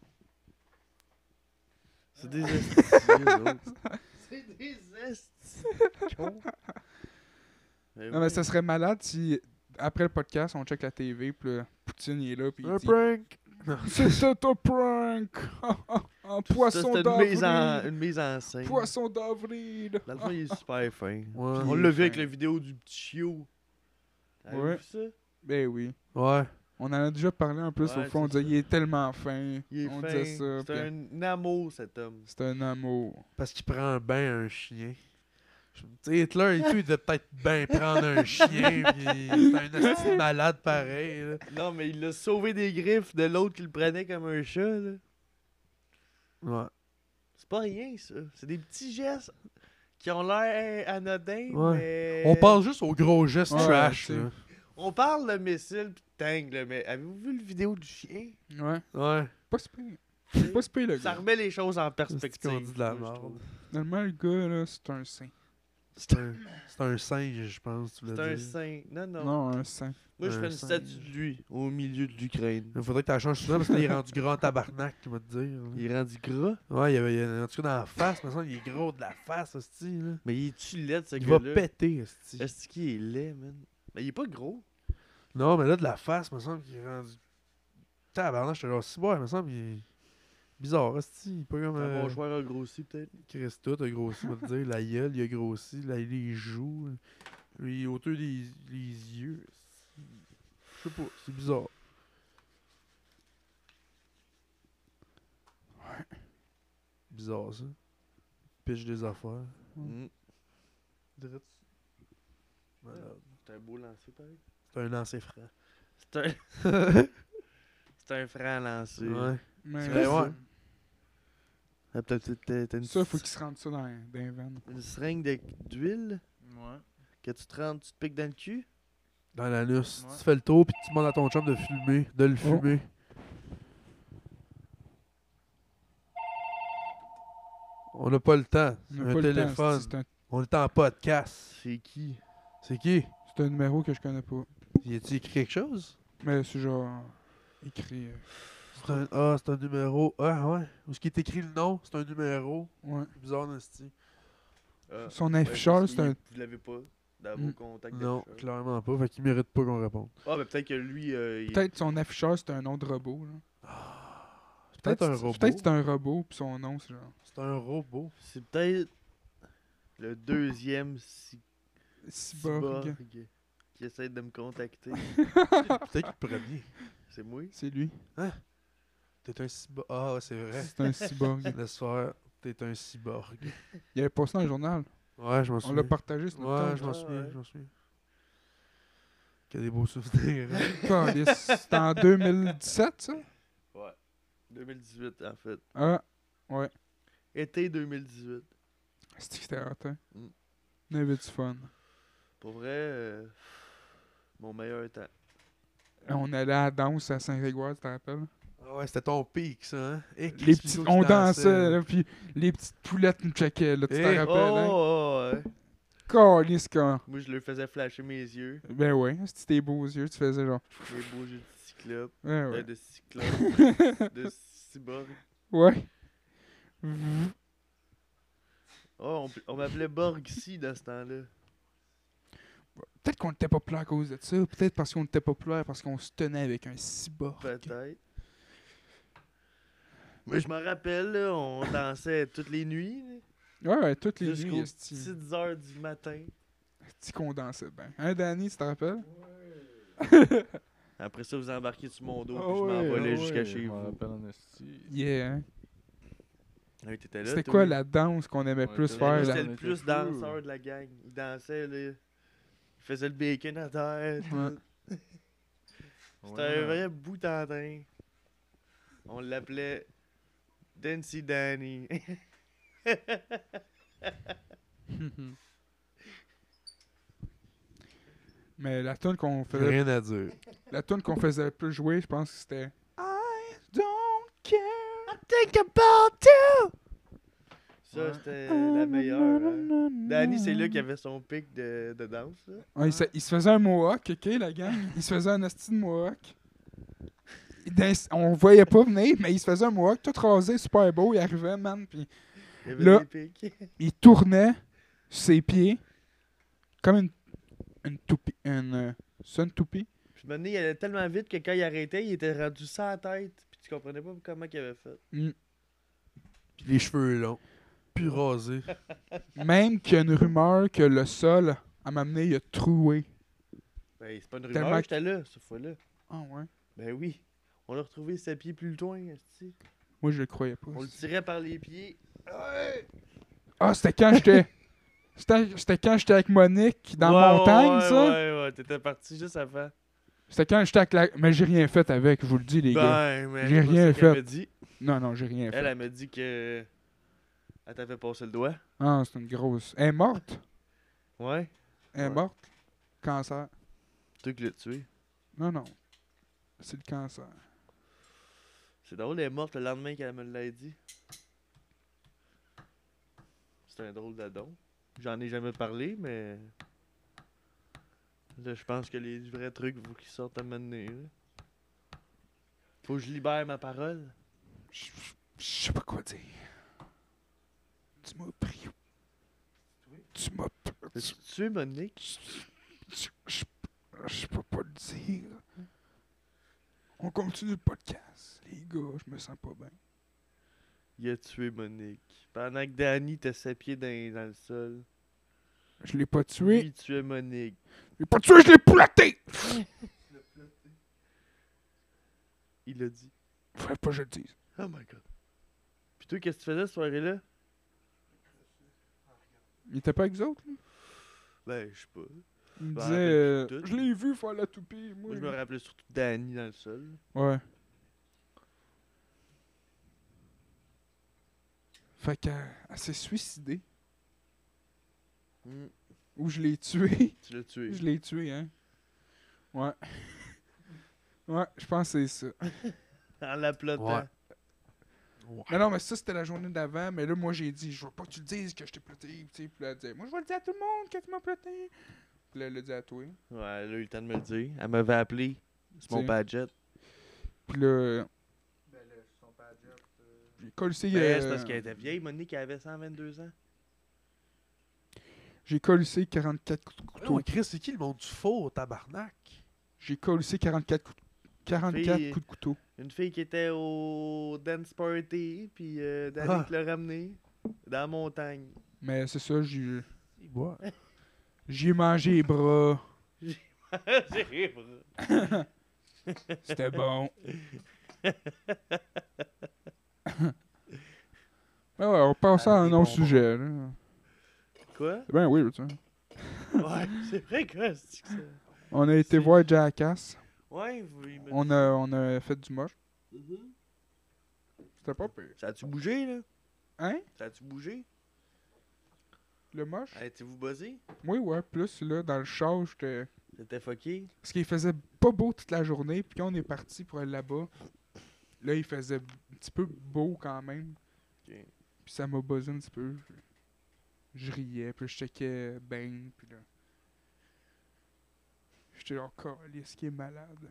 S3: C'est des estis. C'est des estis. Ben
S1: Non, mais ça serait malade si, après le podcast, on check la TV, puis là, Poutine il est là, puis il
S2: Un
S1: dit
S2: prank!
S1: C'est ça ton prank Un poisson
S3: C'était une mise en,
S1: d'avril
S3: une mise en scène.
S1: Poisson d'avril
S3: Dans le fond, il est super fin.
S1: Puis
S3: On
S2: Ouais.
S1: il
S3: l'a
S1: est
S3: vu avec
S1: fin.
S3: la vidéo du petit chiot. T'as
S1: Ouais.
S3: vu ça?
S1: Ben oui.
S2: Ouais.
S1: On en a déjà parlé en plus, au
S3: Ouais,
S1: fond, on
S3: c'est
S1: disait Il est tellement fin.
S3: Il est
S1: on
S3: fin.
S1: disait ça.
S3: C'est
S1: puis-
S3: un amour, cet homme.
S1: C'est un amour.
S2: Parce qu'il prend un bain à un chien. Je- Tu sais, Hitler et tout, il devait peut-être bien prendre un chien, puis c'est un esti de malade pareil. là.
S3: Non, mais il l'a sauvé des griffes de l'autre qui le prenait comme un chat. là.
S2: Ouais.
S3: C'est pas rien, ça. C'est des petits gestes qui ont l'air anodins,
S2: Ouais.
S3: mais...
S2: On parle juste aux gros gestes
S1: Ouais,
S2: trash.
S1: tu sais.
S2: Là.
S3: On parle de missile pis de tank, là, mais avez-vous vu la vidéo du chien?
S1: Ouais.
S2: Ouais.
S1: Pas si pire. Pas si pire, le
S3: Ça
S1: gars.
S3: remet les choses en
S2: C'est
S3: perspective.
S2: qu'on dit de la
S3: moi, je
S2: merde.
S3: trouve.
S1: Normalement, le gars, là, c'est un saint.
S2: C'est un, c'est un singe, je pense, tu
S3: C'est
S2: voulais
S3: un
S2: dire.
S3: saint. Non, non.
S1: Non, un saint.
S3: Moi, je
S2: un
S3: fais une
S2: saint.
S3: statue de lui au milieu de l'Ukraine.
S2: Il faudrait que tu changes souvent parce qu'il est rendu gras en tabarnak, tu vas te dire. là.
S3: Il est rendu gras,
S2: Ouais, il y avait, il y a- en tout cas dans la face, mais ça, il est gros de la face, hostie. Là.
S3: mais il est-tu laid, ce
S2: Il va
S3: gars-là?
S2: péter, hostie.
S3: Est-ce qu'il est laid, man? Mais il est pas gros.
S2: Non, mais là, de la face, me semble qu'il est rendu. Tabarnak, je te genre, si boire, me semble qu'il est. Bizarre, hostie. Il est pas comme.
S3: Mon
S2: euh,
S3: joueur a grossi, peut-être.
S2: Chris, tout a grossi, on va te dire. La gueule, il a grossi. La, les joues. Lui, autour des les yeux. Je sais pas, c'est bizarre.
S1: Ouais.
S2: Bizarre, ça. Pitch des affaires.
S3: Mm.
S2: Drette. Malade.
S3: C'est un beau lancer, pareil.
S2: C'est un lancer franc.
S3: C'est un... C'est un franc lancé.
S2: Ouais.
S1: Mais
S2: C'est vrai,
S3: Ah, peut-être que t'as- t'as une,
S1: Ça, faut qu'il se rende ça dans, dans les veines.
S3: une seringue de- d'huile
S4: Ouais.
S3: que tu te rends, tu te piques dans le cul.
S2: Dans l'anus.
S4: Ouais.
S2: Tu fais le tour, puis tu demandes à ton chum de fumer. De le
S1: Oh.
S2: fumer. On n'a pas le temps.
S1: On
S2: C'est
S1: a
S2: un
S1: pas le temps,
S2: téléphone.
S1: c'est- C'est un,
S2: On est en podcast.
S3: C'est qui?
S2: C'est qui?
S1: c'est un numéro que je connais pas.
S2: Y a-t-il écrit quelque chose?
S1: Mais c'est genre écrit. euh,
S2: C'est un... Ah, c'est un numéro. Ah, ouais. Où est-ce qu'il est écrit le nom? C'est un numéro.
S1: ouais.
S2: Bizarre, Nasty.
S3: Ah,
S2: Euh,
S1: Son
S3: ouais,
S1: afficheur,
S3: parce
S1: c'est
S3: qu'il-
S1: un.
S3: Vous l'avez pas dans
S1: Mm.
S3: vos contacts
S2: Non,
S3: d'afficheur.
S2: clairement pas. Fait qu'il mérite pas qu'on réponde.
S3: Ah, mais peut-être que lui, euh, il...
S1: Peut-être son afficheur, c'est un nom de robot. Là. Peut-être
S2: C'est Peut-être un
S1: c'est-
S2: robot.
S1: Peut-être c'est un robot, puis son nom, c'est genre.
S2: C'est un robot.
S3: C'est peut-être le deuxième cy-
S1: Cyborg.
S3: cyborg qui essaie de me contacter.
S2: Peut-être qu'il premier.
S3: C'est moi?
S1: C'est lui.
S2: T'es un cyborg. Ah, c'est vrai.
S1: C'est un cyborg.
S2: Le soir, t'es un cyborg.
S1: Il avait posté dans le journal.
S2: Ouais, je m'en
S1: On
S2: souviens.
S1: l'a partagé sur
S2: Ouais,
S1: notre
S2: je m'en
S3: ouais,
S2: souviens,
S3: ouais.
S2: je m'en souviens. Qu'il y a des beaux souvenirs. hein.
S1: page. C'était en 2017, ça?
S3: Ouais. 2018, en fait.
S1: Ah,
S3: Été 2018.
S1: c'était que c'était hot, hein?
S3: Mm.
S1: On avait du fun.
S3: Pour vrai, euh, mon meilleur temps.
S1: On allait à la danse à Saint-Grégoire, tu te rappelles?
S2: Ah ouais, c'était ton pic, ça, hein? Et
S1: Les petites, on dansait, là, puis les petites poulettes nous checkaient, là, tu
S2: Eh,
S1: te
S3: Oh,
S1: rappelles, hein?
S3: oh, ouais.
S1: Calisse, quand.
S3: Moi, je leur faisais flasher mes yeux,
S1: Ben ouais, si tes beaux yeux, tu faisais genre.
S3: mes beaux yeux de cyclope,
S1: Ouais,
S3: euh,
S1: ouais.
S3: de cyclope, de cyborg.
S1: Ouais. Mm.
S3: Oh, on, on m'appelait Borg ici dans ce temps-là.
S1: Peut-être qu'on était pas populaire à cause de ça, peut-être parce qu'on était populaire parce qu'on se tenait avec un cyborg.
S3: Peut-être. Mais je me rappelle, là, on dansait toutes les nuits, là,
S1: Ouais, ouais, toutes les nuits,
S3: jusqu'aux
S1: esti.
S3: petites heures du matin.
S1: Esti qu'on dansait bien. Hein, Danny, tu te rappelles?
S3: Après ça, vous embarquez sur mon dos,
S4: Ah
S3: Oh, puis je m'envolais
S4: ouais, ah
S3: jusqu'à
S4: ouais,
S3: chez
S4: je m'en
S3: vous.
S4: rappelle en esti.
S1: Yeah. hein.
S3: Ouais, t'étais là,
S1: C'était
S3: toi.
S1: quoi la danse qu'on aimait
S4: Ouais,
S1: plus
S4: t'as
S1: faire?
S4: raison,
S1: la-
S3: C'était
S4: On
S3: le
S4: était
S3: plus
S4: fous.
S3: danseur de la gang. Il dansait, là. Il faisait le bacon à terre. tout.
S1: Ouais.
S3: C'était
S4: Ouais,
S3: un vrai boutantin. On l'appelait Dancy Danny.
S1: Mais la tune qu'on faisait,
S2: Rien à dire.
S1: la tune qu'on faisait le plus jouer, je pense que c'était I don't care.
S3: Ça,
S4: Ouais.
S3: c'était Euh, la meilleure. hein. Danny, c'est là qu'il avait son pic de, de danse. là.
S1: Ouais, il, se, il se faisait un mohawk, ok, la gang. Il se faisait un asti de mohawk. Il dans- on voyait pas venir, mais il se faisait un mohawk tout rasé, super beau. Il arrivait, man, puis
S3: Il avait
S1: Là.
S3: des pics.
S1: il tournait sur ses pieds comme une, une toupie. Une, euh, c'est une toupie?
S3: Puis maintenant, il allait tellement vite que quand il arrêtait, il était rendu sans tête. Puis tu comprenais pas comment il avait fait.
S2: Puis les cheveux longs. Puis rasés.
S1: Même qu'il y a une rumeur que le sol, à m'amener, il a troué.
S3: Ben, c'est pas une
S1: Tellement
S3: rumeur,
S1: que-
S3: j'étais là, cette fois-là.
S1: Ah ouais?
S3: Ben oui. On l'a retrouvé ses pieds plus loin, esti.
S1: Moi, je le croyais pas.
S3: On le tirait par les pieds. Ouais!
S1: Ah, c'était quand j'étais. c'était c'était quand j'étais avec Monique dans la
S3: Ouais,
S1: montagne,
S3: ouais,
S1: ça?
S3: Ouais, ouais, t'étais parti juste avant.
S1: C'était quand j'étais avec la. Mais j'ai rien fait avec, je vous le dis, les gars.
S3: Ben, mais
S1: J'ai
S3: c'est pas
S1: rien
S3: ça qu'elle
S1: fait.
S3: m'a dit.
S1: Non, non, j'ai rien
S3: Elle,
S1: fait.
S3: elle m'a dit que. Elle t'avait passé le doigt.
S1: Ah, c'est une grosse. Elle est morte?
S3: Ouais.
S1: Elle est
S3: Ouais.
S1: morte? Cancer.
S3: Toi qui l'as tué.
S1: Non, non. C'est le cancer.
S3: C'est drôle, elle est morte le lendemain qu'elle me l'a dit. C'est un drôle d'adon. J'en ai jamais parlé, mais. Là, je pense que les vrais trucs, vous qui sortent à m'amener. Faut que je libère ma parole.
S1: Je je sais pas quoi dire. Tu m'as pris. Tu m'as.
S3: Tu tué Monique?
S1: Je je- je peux pas le dire. On continue le podcast. Les gars, je me sens pas bien.
S3: Il a tué Monique. Pendant que Danny était ses pieds dans, dans le sol.
S1: Je l'ai pas
S3: Lui,
S1: tué.
S3: il tuait Monique.
S1: Je l'ai pas tué, je l'ai platé!
S3: Il a dit.
S1: Faudrait pas que je le dise.
S3: Oh my god. Puis toi, qu'est-ce que tu faisais cette soirée-là?
S1: Il était pas avec les autres, lui?
S3: Ben, je sais pas.
S1: Il me
S3: Ben,
S1: disait.
S3: avec
S1: euh,
S3: tout.
S1: je l'ai vu faire la toupie, moi.
S3: Moi, je me rappelais surtout Danny dans le sol.
S1: Ouais. Fait qu'elle elle s'est suicidée.
S3: Hmm,
S1: Ou je l'ai tué.
S3: tu l'as tué.
S1: je l'ai tué, hein. Ouais. ouais, je pense que c'est ça.
S3: En l'applaudant.
S2: Ouais.
S1: Mais non, mais ça, c'était la journée d'avant. Mais là, moi, j'ai dit, je veux pas que tu le dises que je t'ai ploté. tu sais. Puis là, elle disait, moi, je vais le dire à tout le monde que tu m'as ploté. Puis là, elle l'a dit à toi.
S3: Ouais. elle a eu le temps de me le dire. Elle m'avait appelé. C'est mon
S1: Tiens.
S3: budget.
S1: Puis là,
S4: Ben là, son padjet, euh,
S1: j'ai collé.
S3: Ben, c'est
S1: euh,
S3: parce qu'elle était vieille, Monique, elle avait 122 ans.
S1: J'ai colissé 44 coups de
S2: Oh,
S1: couteau.
S2: Chris, c'est qui le monde du faux, tabarnak?
S1: J'ai colissé 44 coups, 44
S3: Fille-
S1: coups de couteau.
S3: Une fille qui était au dance party, puis euh, Danny
S2: Ah.
S3: qui l'a ramené dans la montagne.
S1: Mais c'est ça, j'ai-
S2: Il boit.
S1: j'ai mangé les bras.
S3: J'ai vrai.
S1: C'était bon. Ben ouais, on passe à
S2: Avec
S1: un
S2: Ah, des
S1: autre
S2: bonbons.
S1: sujet. là. Ben
S3: Quoi?
S1: C'est bien weird, ça.
S3: Ouais, c'est vrai que c'est que ça.
S1: On a été
S3: C'est-
S1: voir Jackass.
S3: Ouais, vous- il me-
S1: On a, on a fait du moche.
S3: Mm-hmm.
S1: C'était pas pire.
S3: Ça a-tu bougé, là?
S1: Hein?
S3: Ça a-tu bougé?
S1: Le moche?
S3: Avez-vous buzzé?
S1: Oui, ouais. Plus, là, dans le char, j'étais...
S3: T'étais fucké?
S1: Parce qu'il faisait pas beau toute la journée. Puis quand on est parti pour aller là-bas, là, il faisait un petit peu beau quand même.
S3: Ok.
S1: Puis ça m'a buzzé un petit peu. Je, je riais, puis je checkais Ben, puis là... J'étais genre, ce qui est malade.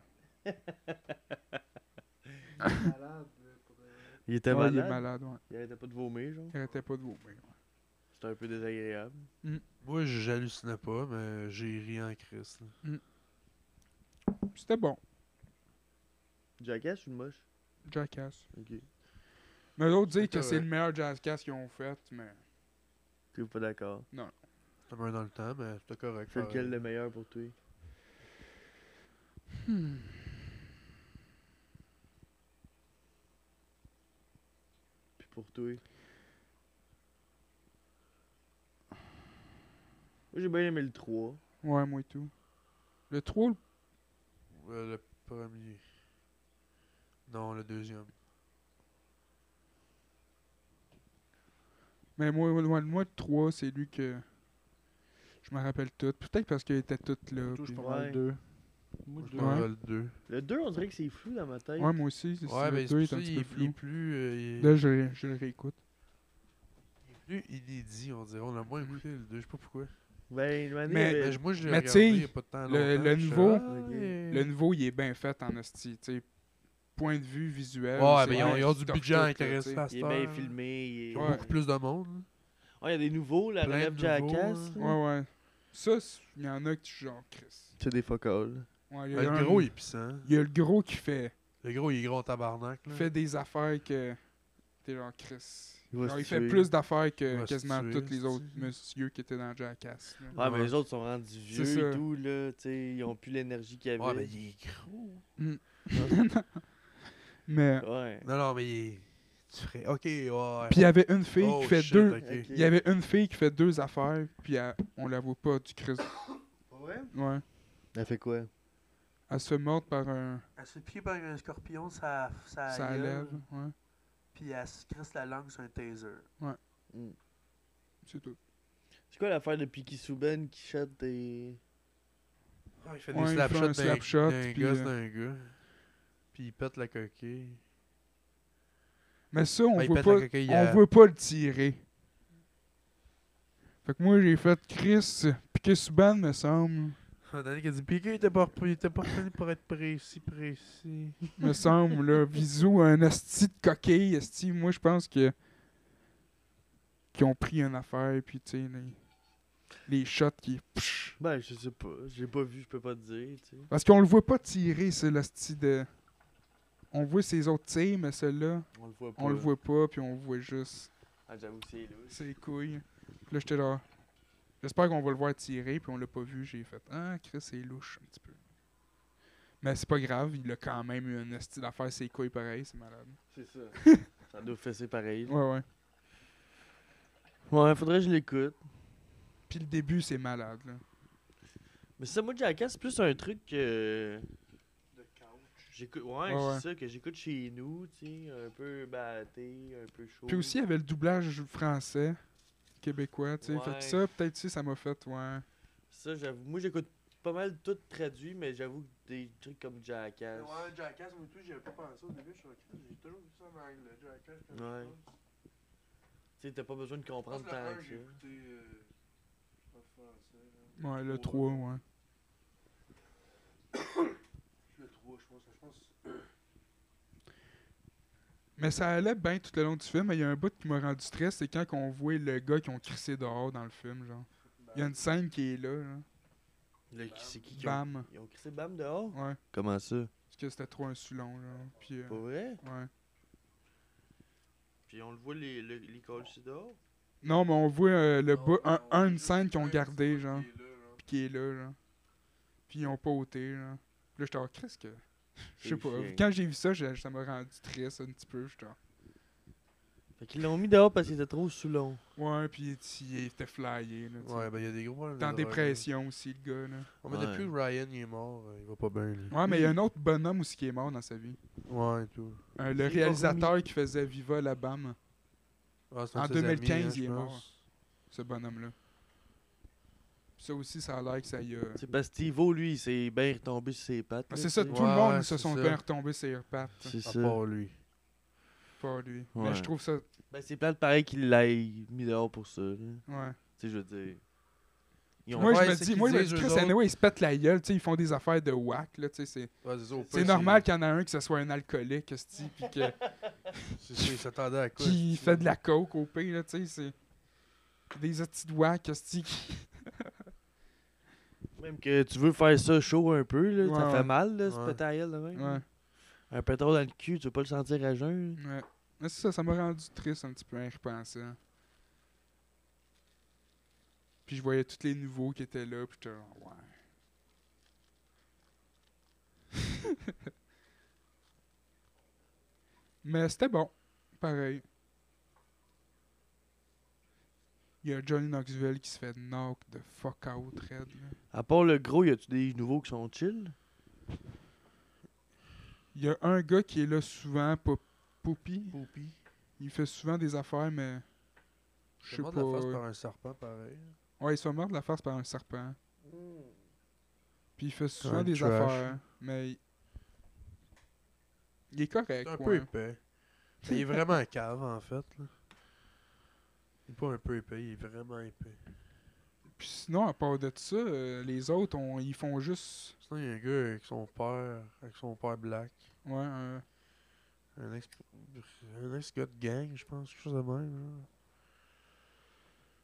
S3: Il était
S1: Ouais,
S3: malade?
S1: Il est malade, ouais.
S3: Il arrêtait pas de vomir, genre.
S1: Il arrêtait pas de vomir.
S3: C'était un peu désagréable.
S2: Moi, j'hallucinais pas, mais j'ai ri en Christ. là.
S1: C'était bon,
S3: Jackass ou le moche?
S1: Jackass.
S3: Ok.
S1: Mais l'autre dit
S2: C'est
S1: que c'est
S2: correct.
S1: le meilleur Jackass qu'ils ont fait, mais...
S3: T'es pas d'accord.
S2: C'était moins dans le temps, mais c'était correct.
S3: C'est lequel
S2: pareil.
S3: le meilleur pour toi? Hmm. Puis pour toi? Moi j'ai bien aimé le 3.
S1: Ouais, moi et tout. Le 3,
S2: Euh, le premier. Non, le deuxième.
S1: mais moi, moi, moi, moi, le 3, c'est lui que... Je me rappelle tout. Peut-être parce qu'il était tout là.
S4: Touche
S1: puis-
S4: pas
S3: Ouais.
S4: mal deux. Moi,
S2: Moi, je
S4: deux.
S2: prendrais le deux.
S3: Le 2, on dirait que c'est flou dans ma tête.
S1: Ouais, moi aussi. c'est-
S2: Ouais,
S1: le
S2: mais c'est
S1: 2
S2: pour
S1: est
S2: ça,
S1: un petit
S2: il
S1: peu
S2: est
S1: flou.
S2: plus. euh, il est
S1: Là, je, je le réécoute.
S2: plus inédit, on dirait. On l'a moins écouté, le deux, je sais pas pourquoi.
S3: Ben, une
S1: Mais-
S2: Mais je- moi, je l'ai
S1: Mais
S2: regardé
S1: t'sais,
S2: il y a pas de
S1: le-
S2: temps. longtemps,
S1: le
S2: puis j'étais
S1: nouveau-
S2: là,
S3: Ok.
S2: ah,
S1: Le
S2: ouais.
S1: nouveau, il est bien fait en esti. tu sais. Point de vue visuel.
S2: Ouais,
S1: c'est
S2: mais ils ont,
S1: bien
S2: ils ont du
S1: torché,
S2: budget
S1: là,
S2: intéressant
S1: tu sais.
S2: à cette
S3: il est
S2: heure,
S3: bien
S2: là.
S3: filmé. Il
S2: Ils
S3: est...
S2: ont
S1: Ouais.
S2: beaucoup plus de monde.
S3: Ouais, il y a des nouveaux, la
S2: Plein de
S3: relève Jackass.
S2: nouveaux,
S3: là.
S1: Ouais, ouais. Ça, c'est- il y en a que tu genre, Chris.
S3: C'est des focales.
S1: Ouais, il y a
S2: là.
S1: un-
S2: Ben, Le gros, il est puissant.
S1: il y a le gros qui fait,
S2: Le gros, il est gros en tabarnak. là.
S1: fait des affaires que. T'es genre, Chris.
S3: Il va
S1: Genre,
S3: se
S1: il fait
S3: tuer.
S1: plus d'affaires
S2: Il
S1: que
S2: va se
S1: quasiment
S2: tuer,
S1: tous les
S2: c'est-tu.
S1: autres messieurs qui étaient dans Jackass. là.
S3: Ouais, mais
S2: Ouais.
S3: les autres sont rendus
S1: ça. ben,
S3: vieux et tout, là. Tu sais, ils ont plus l'énergie qu'ils avaient.
S2: Ouais, mais il est gros.
S1: Mais.
S3: Ouais.
S2: Non, non, mais il est. Tu ferais. Ok, ouais.
S1: Puis il y avait une fille
S2: Oh,
S1: qui fait
S2: shit,
S1: deux.
S2: ok.
S3: Ok.
S1: Il y avait une fille qui fait deux affaires, puis elle- on la voit pas du Chris.
S3: Ouais?
S1: Ouais.
S3: Elle fait quoi?
S1: Elle se fait mordre par un.
S2: Elle se pied par un scorpion, ça. Ça,
S1: Ça lève. Ouais.
S2: Puis elle se crisse la langue sur un taser.
S1: C'est tout.
S3: C'est quoi l'affaire de Piki Souben qui chatte des.
S2: Ah, il fait
S1: Ouais, il fait
S2: des slapshots
S1: un
S2: d'un
S1: slapshot,
S2: d'un
S1: puis,
S2: gosse
S1: euh,
S2: d'un gars. Puis il pète la coquille.
S1: Mais ça, on
S2: Ah, il
S1: veut
S2: pète
S1: pas.
S2: la coquille
S1: On
S2: à-
S1: veut pas le tirer. Fait que moi, j'ai fait Chris, piqué Subban, me semble.
S2: Ah, Danny qui a dit Piqué, il était pas il était pas reconnu pour être précis, précis.
S1: Me semble, là. Bisous, un asti de coquille, asti. Moi, je pense que. qu'ils ont pris une affaire, puis tu sais, les... les shots qui. psh.
S3: Ben, je sais pas. J'ai pas vu, je peux pas te dire, tu sais.
S1: Parce qu'on le voit pas tirer, c'est l'asti de. On voit ses autres tirs, mais celui-là,
S3: On le voit pas.
S1: on le voit pas, puis on voit juste
S3: Ah, j'avoue, c'est louche.
S1: ses couilles. Puis là, j'étais là. J'espère qu'on va le voir tirer, puis on l'a pas vu. J'ai fait Ah, Chris, c'est louche un petit peu. Mais c'est pas grave, il a quand même eu un asti d'affaire, ses couilles pareil, c'est malade.
S3: C'est ça. ça doit fesser pareil. là.
S1: Ouais, ouais.
S3: Ouais, faudrait que je l'écoute.
S1: Puis le début, c'est malade, là.
S3: Mais ça, moi, Jackass, c'est plus un truc que. De couch. J'écoute... Ouais,
S1: Ouais, ouais.
S3: c'est ça, que j'écoute chez nous, tu sais. Un peu batté, un peu chaud.
S1: Puis aussi, il y avait le doublage français, québécois, tu sais. Fait
S3: Ouais.
S1: que ça, peut-être, tu sais, ça m'a fait, ouais.
S3: Ça, j'avoue. Moi, j'écoute pas mal tout traduit, mais j'avoue que des trucs comme Jackass.
S4: Jackass, moi, tout, j'y avais pas pensé au début. Je suis en crise, J'ai toujours vu ça en anglais. Jackass,
S3: comme Ouais. ça. Tu sais, t'as pas besoin de comprendre tant que ça.
S4: euh,
S1: Ouais, le 3, ouais.
S4: Le 3, je pense. Je pense.
S1: Mais ça allait bien tout le long du film. mais Il y a un bout qui m'a rendu stress, c'est quand on voit le gars qui ont crissé dehors dans le film, genre. Il y a
S4: bah,
S1: une scène qui est là, là.
S3: Là, qui- c'est qui qui ont-
S1: Bam.
S3: Ils ont crissé Bam dehors?
S1: Ouais.
S3: Comment ça?
S1: Parce que c'était trop insulant, là. Puis, euh,
S3: Pas vrai?
S1: ouais.
S3: Puis on le voit, les, les, les colisses dehors.
S1: Non, mais on voit euh,
S3: Oh,
S1: le bas, un,
S4: on
S1: un-
S4: voit
S1: une
S4: juste
S1: scène qu'ils
S4: un
S1: ont
S4: petit
S1: gardé,
S4: bout
S1: genre,
S4: qui
S1: puis qui est
S4: est là, genre.
S1: là, genre. Puis ils ont pas ôté, genre. Puis là, j'étais genre, qu'est-ce que. Je sais
S3: C'est
S1: pas.
S3: chiant.
S1: Quand j'ai vu ça, j'ai- ça m'a rendu triste un petit peu, j'étais genre.
S3: Fait qu'ils l'ont mis dehors parce qu'il était trop sous long.
S1: Ouais, puis il était flyé, là. tu sais.
S2: Ouais, ben il y a des gros problèmes.
S1: T'es en
S2: de drogue,
S1: dépression aussi, le gars, là.
S2: là. Ouais, mais
S3: Ouais.
S2: depuis que Ryan il est mort, euh, il va pas bien. là.
S1: Ouais, mais il y a un autre bonhomme aussi qui est mort dans sa vie.
S2: Ouais, et tout.
S1: Euh, le
S3: Il est pas
S1: réalisateur qui faisait Viva Alabama,
S2: Ah, c'est un
S1: En
S2: de ses
S1: 2015,
S2: amis, hein,
S1: il est
S2: je pense.
S1: mort. ce bonhomme-là. Ça aussi, ça a l'air que ça y a.
S3: C'est parce que Tivo, lui, il s'est bien retombé sur ses pattes.
S1: Ah,
S3: là,
S1: C'est ça,
S3: tu
S1: tout
S3: sais.
S2: Ouais,
S1: le monde
S2: ouais,
S1: se
S2: c'est
S1: sont
S2: ça.
S1: bien retombés sur les pattes.
S3: C'est
S2: À
S3: ça.
S2: part lui.
S1: Pas lui.
S3: Ouais.
S1: Mais je trouve ça.
S3: Ben, c'est plate pareil qu'il l'aille mis dehors pour ça. là. Tu
S1: Ouais.
S3: sais, je veux dire. Ils ont
S1: Moi,
S2: Ouais,
S1: je me
S2: c'est
S1: dis,
S2: qu'ils
S1: moi, je me
S2: disent,
S1: dis,
S2: eux
S1: Chris,
S2: autres.
S1: anyway, ils se pètent la gueule, tu sais, ils font des affaires de whack, là, tu sais. C'est,
S2: Ouais, c'est ça, au
S1: c'est
S2: pire,
S1: normal qu'il y en a un qui ce soit un alcoolique, esti, puis que-
S2: C'est ça, il s'attendait à quoi
S1: qui
S2: c'est-
S1: fait de la coke au pire, là, tu sais. C'est des petits de whack, esti, qui-
S3: Même que tu veux faire ça chaud un peu, là, ça
S1: Ouais,
S3: fait
S1: ouais.
S3: mal, là, ce
S2: Ouais.
S3: pétail de même.
S1: Ouais.
S3: Un pétard dans le cul, tu veux pas le sentir à jeun. là.
S1: Ouais. Mais c'est ça, ça m'a rendu triste un petit peu en y repensant. Puis je voyais tous les nouveaux qui étaient là, puis j'étais genre, ouais. Mais c'était bon, pareil. Il y a Johnny Knoxville qui se fait knock the fuck out, red. Là.
S3: À part le gros, y a-tu des nouveaux qui sont chill?
S1: Il y a un gars qui est là souvent, Pop- Poppy. Il fait souvent des affaires, mais. Je
S2: Je
S1: sais
S2: sais
S1: pas.
S2: la face
S1: ouais.
S2: par un serpent, pareil.
S1: Ouais, il se fait mordre la face par un serpent.
S2: Hmm.
S1: Puis il fait souvent
S2: un
S1: des
S2: trash.
S1: affaires, mais il... il est correct.
S2: C'est un peu
S1: ouais.
S2: épais. Mais il est vraiment un cave, en fait. Là. Il est pas un peu épais, il est vraiment épais.
S1: Puis sinon, à part de ça, euh, les autres, on- ils font juste.
S2: Sinon, il y a un gars avec son père, avec son père black.
S1: Ouais, euh,
S2: Un ex, un ex gars de gang, je pense, quelque chose de même. là.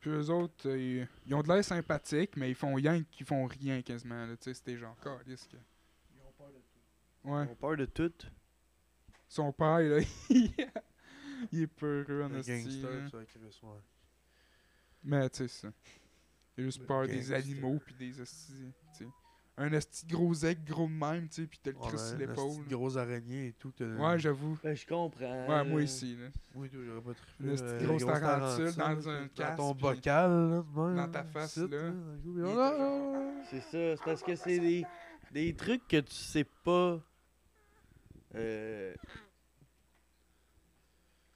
S1: Puis eux autres, euh, ils- ils ont de l'air sympathiques, mais ils font rien, ils font rien quasiment. là, Tu sais, c'était genre, calisse que. Ouais,
S3: Ils ont peur de tout.
S1: son père, là, il est peureux en
S2: Un
S1: esti, hein. là.
S2: gangster, ça, Chris, ouais.
S1: Mais tu sais, ça. Il a juste
S2: Le
S1: peur des
S2: gangster.
S1: animaux puis des estis. tu sais. Un esti de gros aigle gros de même, tu sais, puis t'as le
S2: Ouais,
S1: Chris sur
S2: un esti
S1: l'épaule.
S2: de gros araignées et tout. que t'as-
S1: Ouais, j'avoue.
S3: Ben, je comprends.
S1: Ouais, moi ici, là.
S2: euh, Oui, toi, j'aurais pas trippé.
S1: Une
S2: euh,
S1: petite
S2: une
S1: grosse
S2: grosse
S1: tarentule
S2: tarentule,
S1: dans
S2: là,
S1: un
S2: Dans ton
S1: casque, puis-
S2: bocal, là, de même,
S1: Dans ta
S2: là,
S1: face,
S2: ici,
S1: là.
S2: d'un coup, puis-
S1: était
S3: C'est ça, c'est parce que c'est des, des trucs que tu sais pas euh,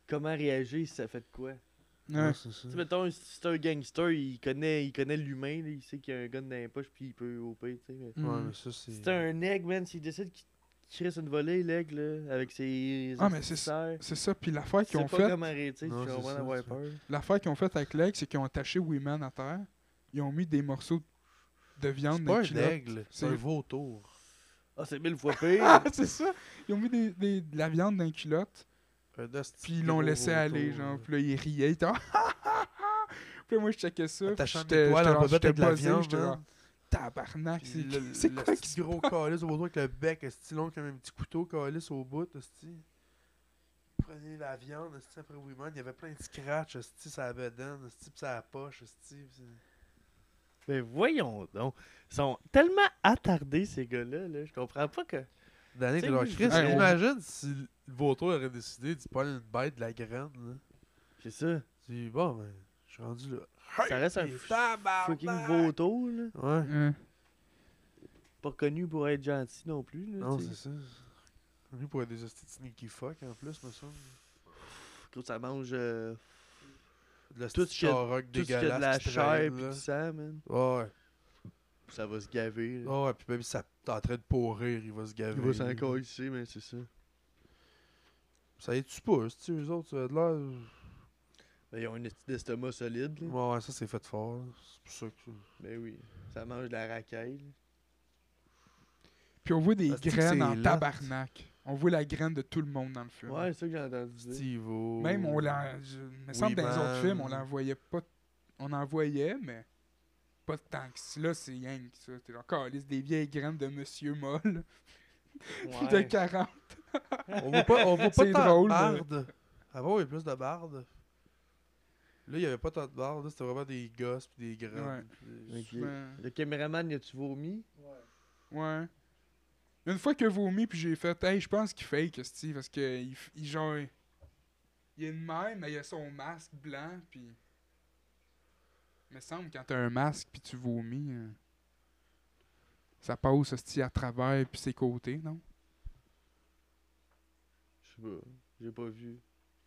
S3: comment réagir si ça fait de quoi.
S1: Ouais.
S2: Ouais, c'est ça.
S1: Hmm.
S3: Tu sais, mettons, si c'est un gangster, il connaît il connaît l'humain, là, il sait qu'il y a un gun dans les poches, puis il peut OP, tu sais. mais-
S2: Ouais,
S1: Mm.
S2: mais ça, c'est.
S3: Si c'est un aigle, man, s'il décide qu'il crisse une volée, l'aigle, là, avec ses.
S1: Ah, mais c'est C'est ça, puis l'affaire qu'ils ont
S3: pas
S1: fait,
S3: comment arrêter, tu
S2: Non,
S3: vas
S2: c'est
S3: vraiment
S2: ça,
S3: avoir
S2: c'est-
S3: peur.
S1: l'affaire qu'ils ont fait avec l'aigle, c'est qu'ils ont attaché Women à terre. Ils ont mis des morceaux de viande
S2: C'est
S1: dans
S2: pas
S1: les
S2: un
S1: culottes.
S2: aigle, c'est un
S1: C'est-
S2: vautour.
S3: Ah, c'est mille fois pire!
S1: Ah, c'est ça. Ils ont mis des, des- de la viande dans les culottes,
S2: Un esti
S1: puis ils
S2: de
S1: l'ont
S2: gros
S1: laissé aller,
S2: vautour,
S1: genre.
S2: là.
S1: Puis là, ils riaient, ils étaient ah, Puis là, moi, je checkais ça. puis
S2: Attachant une
S1: j'étais-
S2: étoile
S1: j'étais
S2: en
S1: genre-
S2: bobette avec de la
S1: buzzé,
S2: viande.
S1: j'étais genre,
S2: man.
S1: Tabarnak,
S2: Puis
S1: c'est
S2: le-
S1: c'est quoi
S2: l'esti
S1: qui
S2: de gros calice au vautour avec le bec, esti long comme un petit couteau calice au bout, esti. Prenez la viande, esti, après Women, il y avait plein de scratch, esti, sur la bedaine, esti, pis sur la poche, esti. puis c'est-
S3: Mais voyons donc. Ils sont tellement attardés, ces gars-là. Là. Je comprends pas que.
S2: Danny,
S3: Tu sais,
S2: t'es leur
S3: oui,
S2: Chris,
S1: je- Hey, on-
S2: imagine si le vautour aurait décidé de prendre une bête de la graine, là.
S3: C'est ça.
S2: Tu dis, bon, ben, je suis rendu là.
S3: Ça reste un
S2: Hey,
S3: f-
S2: tabarnak!
S3: fucking vautour, là.
S2: Ouais.
S1: Ouais.
S3: Pas connu pour être gentil non plus, là.
S2: Non,
S3: tu sais.
S2: c'est ça. Lui pourrait des hosties de sneaky fuck en plus, me semble.
S3: Gros, ça mange euh,
S2: De la
S3: Tout
S2: petite
S3: ce qu'il y a-
S2: charogne
S3: tout ce qu'il y a de la
S2: dégueulasse qui traîne,
S3: chair pis
S2: là.
S3: du sang, man.
S2: Ouais,
S3: Ça va se gaver, là.
S2: ouais, ouais, puis même si ça t'es en train de pourrir, il va se gaver.
S3: Il va s'en
S2: là.
S3: colisser, mais c'est ça.
S2: Ça y tu pas, si eux autres, ça a de l'air.
S3: Ben, ils ont une petite d'estomac solide, là.
S2: Ouais, ouais, ça c'est fait fort. là. C'est pour ça que.
S3: Ben oui. Ça mange de la racaille, là.
S1: Puis on voit des
S2: Parce que
S1: graines
S2: c'est
S1: en
S2: lent.
S1: tabarnak. On voit la graine de tout le monde dans le film.
S3: Ouais, c'est ça que j'ai entendu dire.
S2: Steve O.
S1: Même on l'en... je- il me
S2: Oui,
S1: semble dans les autres
S2: man.
S1: films, on l'envoyait pas... On en voyait, mais pas tant que ça. Là, c'est rien que ça. T'es genre, calisse des vieilles graines de Monsieur Moll. de
S3: Ouais.
S1: 40.
S2: On voit pas, on voit pas
S1: C'est
S2: tant
S1: drôle,
S2: de
S1: mais-
S2: bardes. Avant, il y avait plus de bardes. Là, il y avait pas tant de bardes. là, C'était vraiment des gosses puis des grands.
S1: Ouais.
S2: puis des-
S3: Ok.
S1: Souvent.
S3: Le caméraman, y a-tu vomi?
S1: Ouais. Une fois que vomi, puis j'ai fait, hey, je pense qu'il fake, esti, parce que il, f- il genre. Il est de même, mais il a son masque blanc, puis. Me semble quand t'as un masque, puis tu vomis, euh, ça passe, esti, à travers, puis ses côtés, non?
S3: Je sais pas. J'ai pas vu.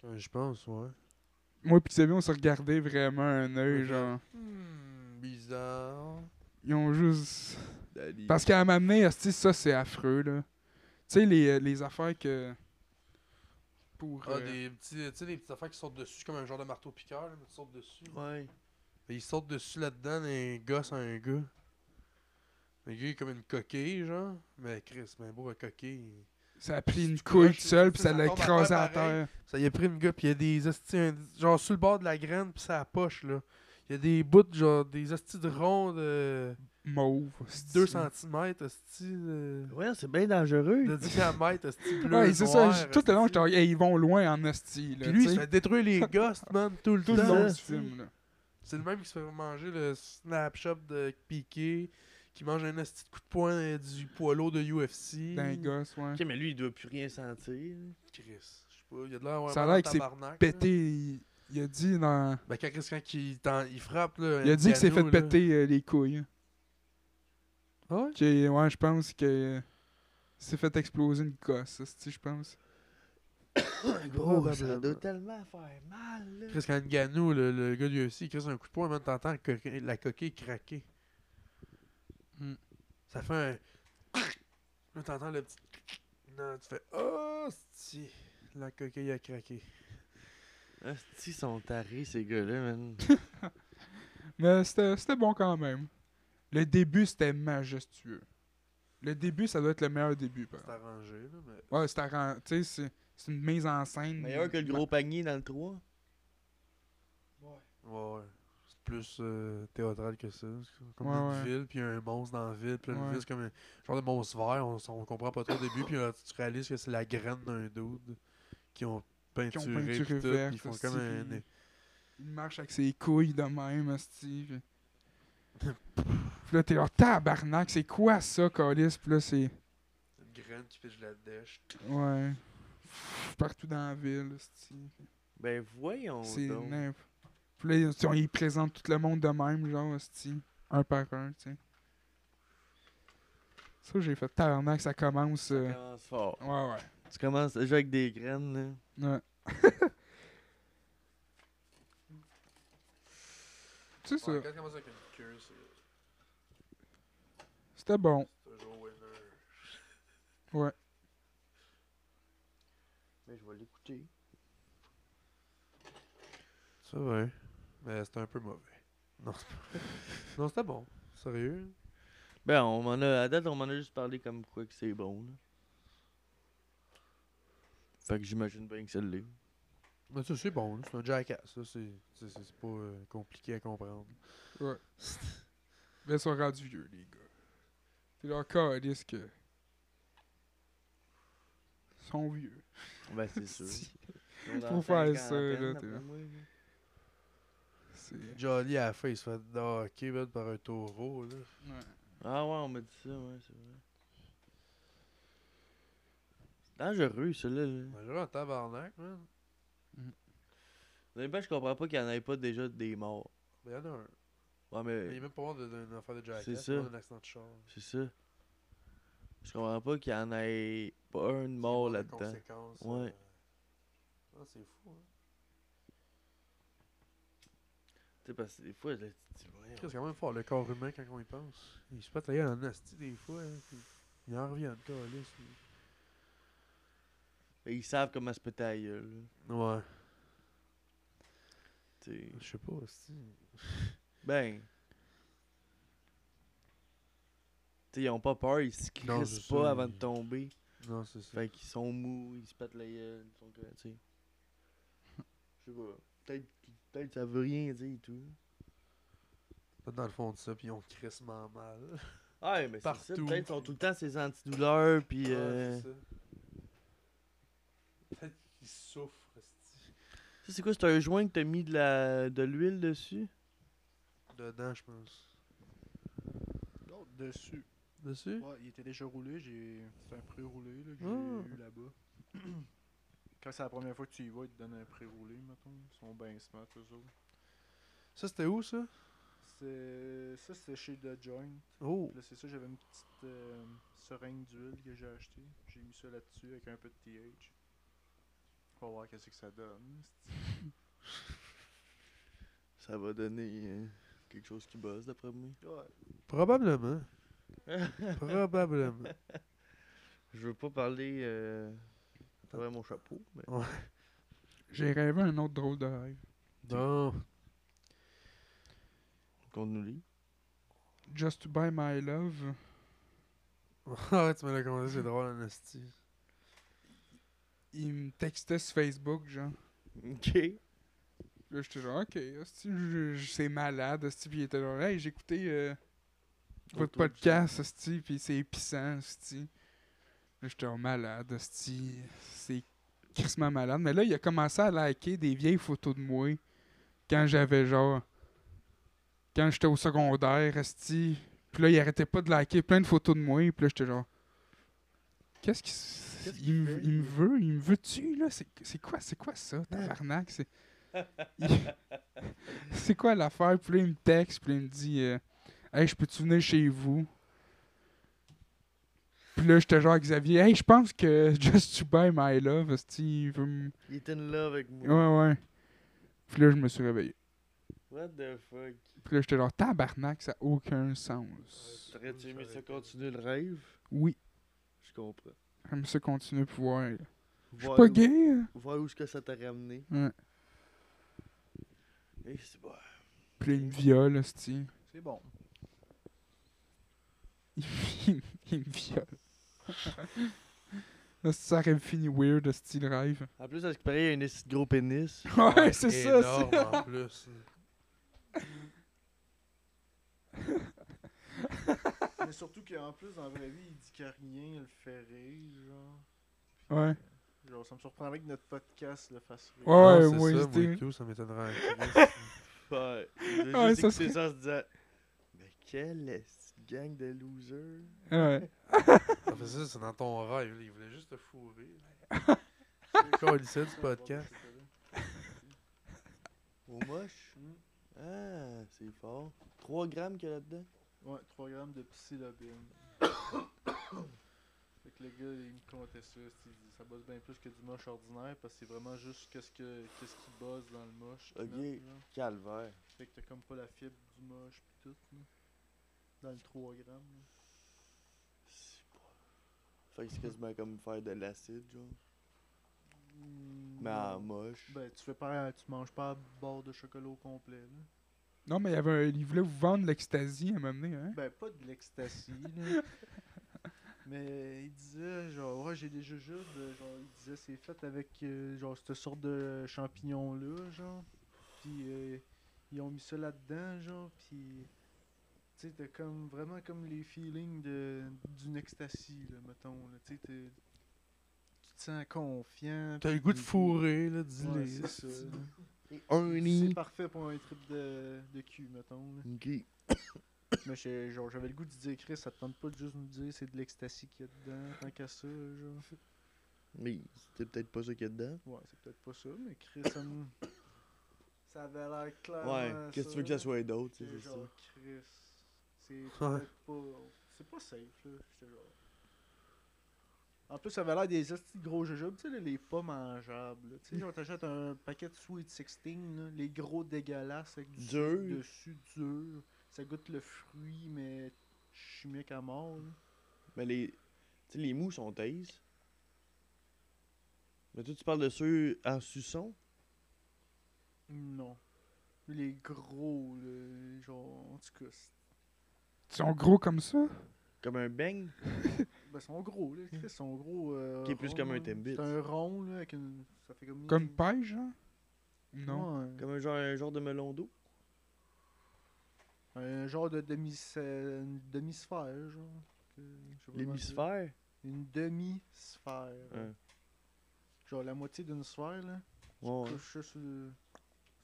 S2: Ouais, Je pense, ouais.
S1: Moi, puis Xavier, on se regardait vraiment un œil,
S2: Ok.
S1: genre.
S2: Hmm, bizarre.
S1: Ils ont juste. Parce qu'à m'amener, esti, ça, c'est affreux, là. Tu sais, les, euh, les affaires que. Pour.
S2: Ah,
S1: euh,
S2: des petits, tu sais, les petites affaires qui sortent dessus, comme un genre de marteau piqueur, là, mais tu sautes dessus.
S3: Ouais.
S2: Et ils sortent dessus là-dedans, un gosse à un gars. Le gars, il est comme une coquille, genre. Mais Chris, mais beau, la coquille.
S1: Ça a pris une
S2: Tu
S1: couille
S2: croches,
S1: toute seule,
S2: tu
S1: puis
S2: sais,
S1: ça
S2: ça
S1: l'a
S2: tombe à
S1: écrasé
S2: terre
S1: à
S2: pareil.
S1: terre.
S2: Ça y a pris une gars, pis il y a des hosties, un- genre sur le bord de la graine, pis ça poche, là. Il y a des bouts, genre des hosties de ronds de
S1: Mauve.
S2: 2 cm, hosties de,
S3: Ouais, c'est bien dangereux.
S2: euh, de diamètre, hosties bleues.
S1: Ouais, c'est ça.
S2: noires,
S1: j- Tout le long,
S2: hosties.
S1: j'étais genre, Hey, ils vont loin en hostie. Là,
S2: Puis lui,
S1: tu
S2: il
S1: sais.
S2: se fait détruire les gosses, man, tout le
S1: tout le
S2: temps.
S1: long du
S3: hostie.
S1: film. Là.
S2: C'est le même qui se fait manger le snap shop de Piqué, qui mange un petit coup de poing euh, du poids lourd de UFC.
S1: D'un gosse, ouais.
S3: Ok, mais lui, il doit plus rien sentir.
S2: Chris, je sais pas, il a de l'air
S1: Ça a
S2: vraiment
S1: l'air que c'est
S2: tabarnak,
S1: Pété,
S2: là.
S1: il, il a dit dans.
S2: Ben quand, Chris, quand il, t'en- il frappe là,
S1: Il a dit qu'il s'est fait
S2: Ngannou, Ben, là.
S1: péter euh, les couilles.
S2: Ah ouais?
S1: Que, ouais, je pense que. euh, il s'est fait exploser une gosse, hostie, je pense.
S3: Gros, Oh, ça
S2: Probablement.
S3: doit tellement faire mal, là.
S2: Chris, quand Ngannou, le, le gars du UFC, il crisse un coup de poing, même t'entends que- la coquille craquer.
S1: Hmm.
S2: Ça fait un... Là, t'entends le petit... Non, tu fais... Oh, si La coquille a craqué.
S3: Asti, ils sont tarés, ces gars-là, man.
S1: Mais c'était c'était bon quand même. Le début, c'était majestueux. Le début, ça doit être le meilleur début. par
S2: C'est arrangé, là, mais...
S1: Ouais, c'est arran- tu sais, c'est c'est une mise en scène.
S3: Meilleur que le gros panier dans le 3.
S2: Ouais, ouais. C'est plus euh, théâtral que ça. C'est Comme
S1: Ouais,
S2: une
S1: ouais.
S2: ville, puis il y a un monstre dans la ville, puis là,
S1: Ouais.
S2: le ville, c'est comme un genre de monstre vert, on, s- on comprend pas trop au début, puis là, tu réalises que c'est la graine d'un dude qui ont peinturé,
S1: peinturé
S2: puis tout,
S1: verte,
S2: puis ils font
S1: hostie,
S2: comme un...
S1: puis- Il marche avec ses couilles de même, Steve. Puis là, t'es là, tabarnak, c'est quoi ça, Calis? Puis là, c'est.
S2: Une graine qui pige la dèche.
S1: Ouais. Partout dans la ville, Steve.
S3: Ben voyons
S1: C'est
S3: donc.
S1: nimp. Puis là, ils- ils présentent tout le monde de même, genre, Steve. Un par un, tu sais. Ça, j'ai fait tabarnak, ça commence.
S3: Tu
S1: euh,
S3: commences fort.
S1: Ouais, ouais.
S3: Tu commences déjà avec des graines, là.
S1: Ouais. c'est ça.
S2: Ouais, quand il commence avec une queue, c'est
S1: C'était bon.
S2: c'est toujours winner.
S1: Ouais.
S3: Mais je vais l'écouter.
S2: Ça va. Mais c'était un peu mauvais. Non, c'est pas- non c'était bon. Sérieux?
S3: Ben, on m'en a, à date, on m'en a juste parlé comme quoi que c'est bon, là. Fait que j'imagine bien que c'est le
S2: Mais ça, c'est bon, là, c'est un jackass, là, c'est c'est- c'est- c'est pas euh, compliqué à comprendre.
S1: Ouais. Mais ils sont rendus vieux, les gars. C'est leur calice que. Ils sont vieux.
S3: Ben, c'est sûr. Ils ont dans
S1: Faut
S3: la
S1: faire ça, là,
S3: cinquantaine,
S1: t'es
S3: d'après
S1: là.
S3: moi, là.
S1: C'est.
S2: Jolly à la fin, il se fait docker man, par un taureau. Là.
S1: Ouais.
S3: Ah ouais, on m'a dit ça, ouais, c'est vrai. C'est dangereux, celui-là. là.
S2: On a joué en tabarnak, man.
S3: Dans les bas, je comprends pas qu'il n'y en avait pas déjà des morts.
S2: Mais il y en a un. Mais
S3: Ouais,
S2: il est
S3: mais
S2: même pas mort d'une affaire de jackass,
S3: C'est
S2: Euh, c'est
S3: ça.
S2: un accident de char.
S3: c'est ça. Je comprends pas qu'il y en ait pas un de mort
S2: C'est des
S3: là-dedans.
S2: conséquences,
S3: Ouais.
S2: euh, ah, c'est fou, hein.
S3: Tu sais, parce que des fois, là, tu te dis, voyons.
S2: Chris, C'est quand même fort, le corps humain, quand on y pense. Il se pète la gueule en asti des fois. Hein, puis il en revient de calice. lui.
S3: Mais ils savent comment se péter à la gueule, là.
S2: Ouais.
S3: Tu sais.
S2: Je sais pas, asti.
S3: Ben. Tu sais, ils ont pas peur, ils se
S2: Non,
S3: crissent
S2: c'est
S3: pas
S2: ça,
S3: avant de
S2: ils-
S3: tomber.
S2: Non, c'est ça.
S3: Fait qu'ils sont mous, ils se pètent la gueule, ils sont comme, tu sais. Je sais pas. Peut-être peut ça veut rien dire et tout.
S2: Dans le fond de ça, puis ils ont crissement mal.
S3: Ah, ouais, mais c'est ça.
S2: Partout.
S3: Peut-être ils ont tout le temps ces antidouleurs, puis.
S4: Ouais,
S3: euh,
S4: c'est ça. Peut-être qu'il souffre, esti.
S3: Ça, c'est quoi C'est un joint que t'as mis de la de l'huile dessus
S2: Dedans, je pense.
S4: L'autre dessus.
S2: Dessus?
S4: Ouais, il était déjà roulé, j'ai. C'est un pré-roulé là, que j'ai
S2: Ah.
S4: eu là-bas. Quand c'est la première fois que tu y vas, ils te donnent un pré-roulé, mettons. Ils sont bien smart, eux autres.
S2: Ça, c'était où, ça?
S4: C'est... Ça, c'était chez The Joint.
S2: Oh!
S4: Puis Là, c'est ça, j'avais une petite euh, seringue d'huile que j'ai achetée. J'ai mis ça là-dessus avec un peu de TH. On va voir qu'est-ce que ça donne.
S3: Ça va donner euh, quelque chose qui buzz, d'après moi.
S4: Ouais.
S2: Probablement. Probablement.
S3: Je veux pas parler euh, à travers mon chapeau, mais.
S1: J'ai rêvé un autre drôle de rêve.
S2: Non.
S3: Qu'on nous lit.
S1: Just to buy my love.
S2: Ah, tu me l'as commandé, c'est drôle, Anastie.
S1: Il me textait sur Facebook, genre.
S3: Ok.
S1: Là, j'étais genre, ok, hostie, je- je- c'est malade, hostie. Puis il était genre, hey, j'ai écouté euh, votre
S3: Autour du-
S1: podcast, hostie, puis c'est épissant, hostie. Là, j'étais genre, malade, hostie. C'est crissement malade. Mais là, il a commencé à liker des vieilles photos de moi quand j'avais genre. Quand j'étais au secondaire, hostie. Puis là, il arrêtait pas de liker plein de photos de moi, puis là, j'étais genre. Qu'est-ce qu'il s-
S3: Qu'est-ce
S1: il,
S3: qu'il
S1: me-
S3: fait?
S1: il me veut, il me veut-tu, là? C'est c'est quoi, c'est quoi ça, tabarnak? C'est c'est quoi l'affaire? Puis là, il me texte, puis là, il me dit euh, Hey, je peux-tu venir chez vous? Puis là, j'étais genre Xavier, Hey, je pense que Just to Buy My Love, hostie, il veut me.
S3: Il était in love avec
S1: Ouais,
S3: moi.
S1: ouais. Puis là, je me suis réveillé.
S3: What the fuck
S1: Puis là, j'étais genre Tabarnak, ça n'a aucun sens.
S3: T'aurais-tu aimé
S4: j'aurais
S3: ça
S4: été-
S3: continuer le rêve
S1: Oui,
S3: Je comprends.
S1: j'aime ça continuer à pouvoir. là. Je suis
S3: Voir
S1: pas
S3: où-
S1: gay, hein.
S3: Voir où est-ce que ça t'a ramené.
S1: Ouais.
S3: Eh, c'est bon.
S1: Puis là, il me viole, hostie.
S4: C'est bon.
S1: Il me- il me viole. Hostie, ça aurait fini weird, hostie, le rêve.
S3: En plus, à ce qui paraît, il y a un esti de gros pénis.
S1: Ouais, c'est ça, c'est-
S2: Ah, énorme, en plus.
S4: Mais surtout qu'en plus, dans la vraie vie, il dit qu'à rien, il le fait rire, genre.
S1: Ouais.
S4: Genre, ça me surprendrait que notre podcast le fasse rire.
S1: Ouais.
S2: Ah, c'est
S1: moi,
S2: ça,
S1: j'étais-
S2: moi, Q, ça m'étonnerait. en crise.
S3: Ouais. Je
S1: Ouais,
S3: juste
S1: ça
S3: écouté ça en se disant Mais quelle esti de gang de losers
S1: Ouais.
S2: Ah, mais ça, c'est dans ton rêve, là. Il voulait juste te fourrer. Encore du podcast.
S3: Au moche
S4: Hmm?
S3: Ah, c'est fort. 3 grammes qu'il y a là-dedans
S4: Ouais, 3 grammes de psilobine. fait que le gars, il me comptait ça. c'est- il dit, Ça bosse bien plus que du moche ordinaire parce que c'est vraiment juste qu'est-ce que qu'est-ce qui bosse dans le moche. qu'ils
S3: Ok.
S4: mettent, là.
S3: Calvaire.
S4: Fait que t'as comme pas la fibre du moche pis tout. là. Dans le 3 grammes. là.
S3: C'est pas- Fait que c'est quasiment comme faire de l'acide, genre.
S4: Mm,
S3: Mais en
S4: non.
S3: moche.
S4: Ben, tu fais pas, tu manges pas à barre de chocolat au complet. Là.
S1: Non, mais il, y avait un- il voulait vous vendre l'ecstasy à m'amener, hein?
S4: Ben, pas de l'ecstasy. là. Mais il disait, genre, ouais, j'ai des jujubes. euh, Genre, il disait, c'est fait avec, euh, genre, cette sorte de champignon-là, genre. Puis, euh, ils ont mis ça là-dedans, genre. Puis, tu sais, t'as comme, vraiment comme les feelings de, d'une ecstasy, là, mettons. Là. Tu sais, t'es- tu te sens confiant.
S2: T'as le
S4: puis-
S2: goût de fourrer, là,
S4: Ouais,
S2: dis-le.
S4: c'est ça. là.
S3: Horny.
S4: C'est parfait pour un trip de, de cul, mettons. là.
S3: Ok.
S4: Mais j'ai- genre, j'avais le goût de dire, Chris, ça te tente pas de juste nous dire c'est de l'ecstasy qu'il y a dedans, tant qu'à ça, genre.
S3: Mais c'était peut-être pas ça qu'il y a dedans.
S4: Ouais, c'est peut-être pas ça, mais Chris, ça me- Ça avait l'air clair.
S3: Ouais, qu'est-ce que tu veux que ça soit d'autre, c'est
S4: C'est
S3: ça.
S4: genre, Chris, c'est peut-être pas. C'est pas safe, là. J'étais genre. En plus, ça avait l'air des petits gros jujubes, tu sais, là, les pas mangeables. là. Tu sais, genre, t'achètes un paquet de Sweet 16, là, les gros dégueulasses avec du
S3: Dur.
S4: sucre dessus dur. Ça goûte le fruit, mais chimique à mort. là.
S3: Mais les. Tu sais, les mous sont taises. Mais toi, tu parles de ceux en suçon?
S4: Non. Les gros, là, genre, en tout cas, c'est-
S1: Ils sont gros comme ça?
S3: Comme un beigne?
S4: ben, sont gros, là. Chris, sont gros. euh,
S3: Qui est plus
S4: ronds,
S3: comme un
S4: là.
S3: Timbit.
S4: C'est un rond, là, avec une. Ça fait comme.
S1: Comme pêche, genre? Non.
S4: Mm. Ouais.
S3: Comme un genre, un genre de melon d'eau?
S4: Un genre de demi une demi-sphère, genre. que- je sais pas comment dire.
S3: L'hémisphère?
S4: Une demi-sphère.
S3: Hein.
S4: Genre la moitié d'une sphère, là.
S3: Ouais, ouais.
S4: couché sur, le-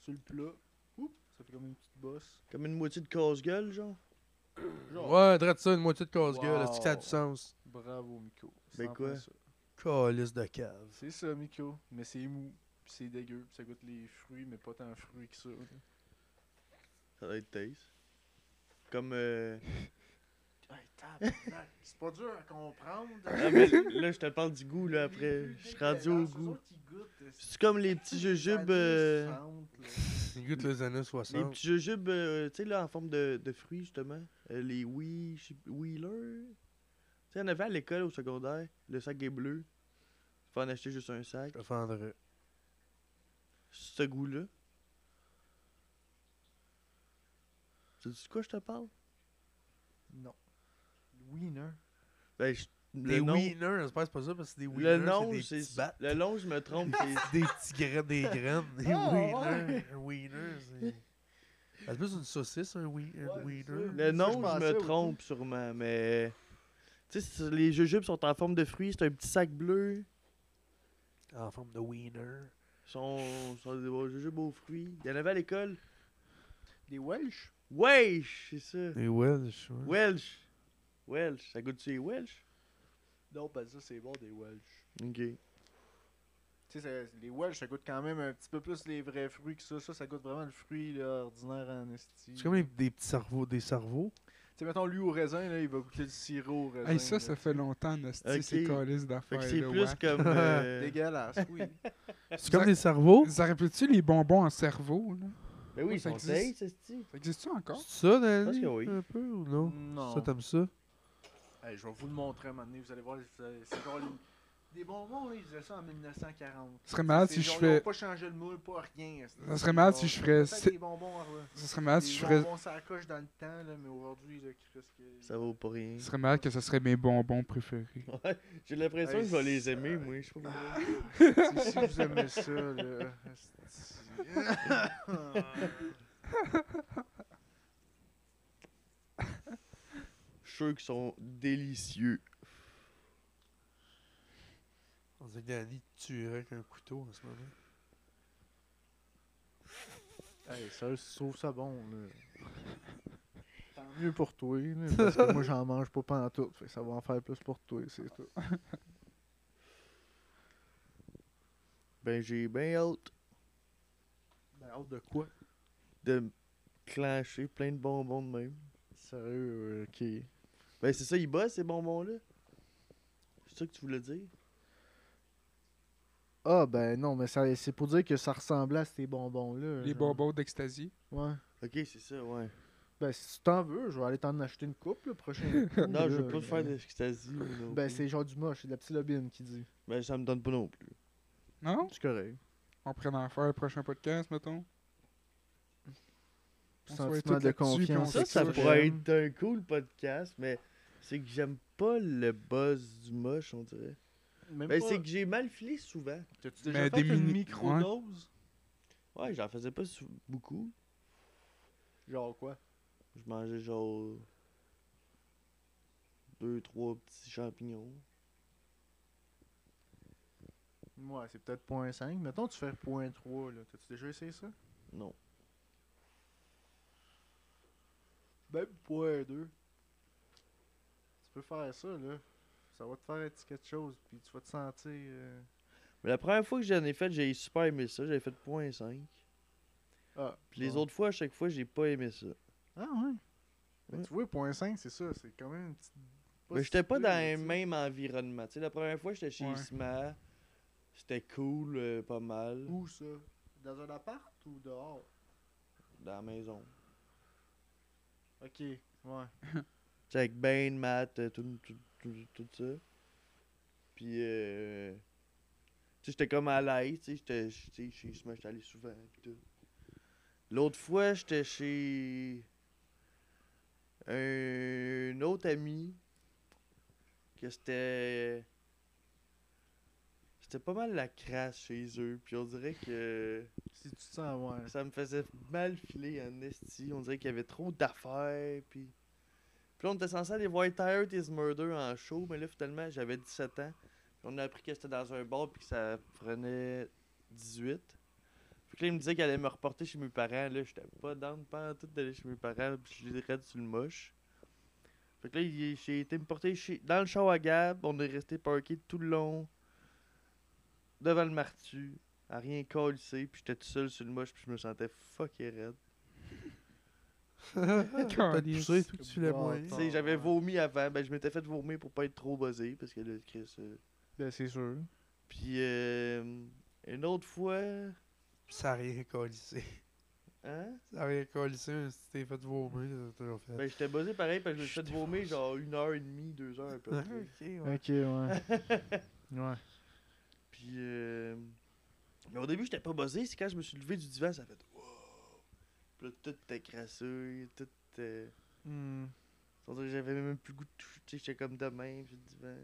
S4: sur le plat. Oups, ça fait comme une petite bosse.
S3: Comme une moitié de casse-gueule, genre?
S4: Genre,
S2: Ouais, drette ça, une moitié de casse-gueule.
S4: Wow.
S2: Est-ce que ça a du sens?
S4: bravo, Miko.
S3: Ben
S4: Sans
S3: quoi?
S4: prendre ça.
S2: Calice de cave.
S4: C'est ça, Miko. Mais c'est mou. pis C'est dégueu. pis Ça goûte les fruits, mais pas tant fruits que ça. là.
S3: Ça doit être taste. Comme. Euh...
S4: Hey, tabarnak, c'est pas dur à comprendre.
S3: ah, mais là, je te parle du goût, là, après. Je suis rendu au
S4: Dégueulasse, eux
S3: goût.
S4: autres, ils goûtent, euh,
S3: C'est comme les petits
S4: des
S3: jujubes.
S4: années
S3: euh,
S4: 60, là.
S2: Il goûte les années
S3: Les
S2: 60.
S3: petits jujubes, euh, tu sais, là, en forme de, de fruits, justement. Euh, les wee, je sais- Wheeler. Tu sais, on avait à l'école au secondaire, le sac est bleu. Faut en acheter juste un sac.
S2: Je te fendrais.
S3: Ce goût-là. Tu sais de quoi je te parle?
S4: Non. Wiener.
S3: Ben, je- le
S2: Des
S3: nom,
S2: wieners, j'espère que c'est pas ça parce que c'est des
S3: le
S2: wieners.
S3: nom,
S2: des
S3: c'est
S2: petits battes.
S3: le nom, je me trompe. c'est-
S2: Des petits graines, des graines. Des
S4: Ah,
S2: wieners. Un wiener, c'est. Ah, C'est plus une saucisse, un, wi- un
S4: Ouais,
S2: wiener.
S4: c'est
S3: le
S4: Ça,
S3: nom,
S4: je
S3: je
S4: pensais
S3: me
S4: au
S3: trompe sûrement, mais tu sais, c'est- les jujubes sont en forme de fruits, c'est un petit sac bleu.
S2: En forme de wiener.
S3: Sont, sont des beaux jujubes aux fruits. Il y en avait à l'école.
S4: Des Welsh.
S3: Welsh, c'est ça.
S2: Des Welsh, ouais.
S3: Welsh. Welsh. Ça goûte-tu les Welsh?
S4: Non, pas ça, c'est bon, des Welsh.
S3: Ok.
S4: Tu sais, ça- les Welsh, ça goûte quand même un petit peu plus les vrais fruits que ça. Ça, ça goûte vraiment le fruit là, ordinaire en esti.
S2: C'est comme les- des petits cerveaux. Des cerveaux.
S4: Tu sais, mettons, lui au raisin, là, il va goûter le sirop au raisin.
S1: Hey, ça,
S4: là.
S1: ça fait longtemps, Nasty,
S3: Ok.
S1: ces calices
S3: Fait que
S1: d'affaires.
S3: c'est
S1: là,
S3: plus
S1: ouais.
S3: comme. euh,
S4: Dégueulasse, oui.
S2: C'est comme des cerveaux.
S1: Ça rappelle-tu les bonbons en cerveau, là
S3: Ben oui, ils
S1: Ça
S3: sont
S1: existe.
S3: tastes, c'est-tu?
S1: Ça existe-tu encore
S2: C'est ça, Danny?
S3: Parce que oui.
S2: Un peu ou non?
S4: non.
S2: Oh, Ça, t'aimes ça?
S4: Hey, je vais vous le montrer un moment donné, vous allez voir. vous allez- C'est genre les- des bonbons, là, ils faisaient ça en 1940.
S1: Ça serait malade
S4: C'est
S1: si je
S4: genre, ils ont
S1: fais.
S4: pas changé le moule, pas rien. esti.
S1: Ça serait mal si
S4: Ils
S1: je
S4: ont-
S1: ferais
S4: ils ont fait
S1: c'est-
S4: des bonbons, là.
S1: Ça serait malade si
S4: des
S1: je ferais.
S4: bonbons, ça coche dans le temps, là, mais aujourd'hui, là, Chris, que-
S3: Ça vaut pas rien.
S1: Ça serait malade que ce serait mes bonbons préférés.
S3: Ouais, j'ai l'impression
S4: Hey,
S3: que je vais les
S4: c'est- Ah.
S3: aimer, moi. Je sais pas. pourquoi.
S4: Si si vous aimez ça, là. asti.
S3: Je suis sûr qu'ils sont délicieux.
S2: On dirait que Danny te tuerait avec un couteau en ce moment.
S4: Hey, sérieux, si tu trouves ça bon, là. Tant mieux pour toi, là, parce que moi j'en mange pas pantoute, fait que ça va en faire plus pour toi, c'est tout.
S3: Ben, j'ai bien hâte
S4: Ben, hâte de quoi?
S3: de me clencher plein de bonbons de même.
S4: Sérieux, euh, ok.
S3: Ben, c'est ça, ils bossent, ces bonbons-là. C'est ça que tu voulais dire?
S4: Ah, ben non, mais ça- c'est pour dire que ça ressemblait à ces bonbons-là.
S1: Les
S4: genre.
S1: bonbons d'ecstasy.
S4: Ouais.
S3: Ok, c'est ça, ouais.
S4: Ben, si tu t'en veux, je vais aller t'en acheter une coupe le prochain. coup,
S3: Non, je veux
S4: là,
S3: pas te faire
S4: mais-
S3: de d'ecstasy. moi, non
S4: Ben,
S3: plus.
S4: c'est genre du moche, c'est de la psilobine qui dit.
S3: Ben, ça me donne pas non plus.
S1: Non
S4: C'est correct.
S1: On pourrait en faire un prochain podcast, mettons. On se voit
S4: Sentiment
S1: tout
S4: de
S1: là-dessus, puis on
S4: confiance.
S1: sait
S3: Ça,
S1: que
S3: ça
S1: va-
S3: pourrait
S4: j'aime.
S3: être un cool podcast, mais c'est que j'aime pas le buzz du moche, on dirait.
S4: Même
S3: Ben,
S4: pas-
S3: c'est que j'ai mal filé souvent.
S4: T'as-tu
S1: Mais
S4: déjà fait
S1: des mini-
S4: une microdose?
S3: Ouais, j'en faisais pas sou- beaucoup.
S4: Genre quoi?
S3: Je mangeais genre. deux, trois petits champignons.
S4: Ouais, c'est peut-être 0.5. Mettons, tu fais 0.3, là. T'as-tu déjà essayé ça?
S3: Non.
S4: Ben, 0.2. Tu peux faire ça, là. Ça va te faire un petit quelque chose, puis tu vas te sentir... euh,
S3: Mais la première fois que j'en ai fait, j'ai super aimé ça. J'avais fait 0.5.
S4: Ah,
S3: Puis les
S4: bon.
S3: autres fois, à chaque fois, j'ai pas aimé ça.
S4: Ah, ouais. Ben,
S3: Ouais.
S4: tu vois, 0.5, c'est ça. C'est quand même une petite...
S3: Mais j'étais pas
S4: si
S3: dans
S4: pire,
S3: le
S4: tu sais.
S3: même environnement. Tu sais, la première fois, j'étais chez
S1: Ouais.
S3: Isma. C'était cool, euh, pas mal.
S4: Où, ça? Dans un appart ou dehors?
S3: Dans la maison.
S4: Ok, ouais.
S3: Tu sais, avec Ben, Matt, euh, tout, tout, tout, tout ça. Puis, euh, tu sais, j'étais comme à l'aise, tu sais, j'étais- tu sais, chez Smash, j'étais allé souvent, puis tout. L'autre fois, j'étais chez un autre ami, que c'était... C'était pas mal la crasse chez eux. Puis on dirait que
S4: Si tu te sens, ouais.
S3: ça me faisait mal filer en esti. On dirait qu'il y avait trop d'affaires. Puis... puis là, on était censé aller voir Tired is Murder en show. Mais là, finalement, j'avais 17 ans. Puis on a appris que c'était dans un bar. Puis que ça prenait 18. Puis que là, il me disait qu'il allait me reporter chez mes parents. Là, j'étais pas dans le tout d'aller chez mes parents. Puis je les raide sur le moche. Fait que là, il- j'ai été me porter chez... dans le show à Gab. On est resté parké tout le long. Devant le martu. À rien colisser. Puis j'étais tout seul sur le moche. Puis je me sentais fucking raide.
S2: T'as poussé, tout tu l'as
S4: Bon,
S2: moins.
S3: Tu sais, j'avais vomi avant. Ben, je m'étais fait vomir pour pas être trop buzzé. Parce que là, Chris. euh,
S4: Ben, c'est sûr.
S3: Puis euh, une autre fois.
S2: Ça a rien collissé.
S3: Hein?
S2: Ça a rien collissé, si t'es fait vomir, t'as toujours fait.
S3: Ben, j'étais buzzé pareil. Parce que je me suis fait
S2: J'étais
S3: vomir genre une heure et demie, deux heures à peu
S2: Ah,
S3: près.
S2: ok, ouais.
S4: Ok, ouais. ouais.
S3: Puis. euh, Mais au début, j'étais pas buzzé. C'est quand je me suis levé du divan, ça a fait. Wow! Puis là, tout était crasseux. Tout. euh,
S4: Hmm.
S3: on dirait que J'avais même plus le goût de toucher. tu sais, J'étais comme demain, puis le divan.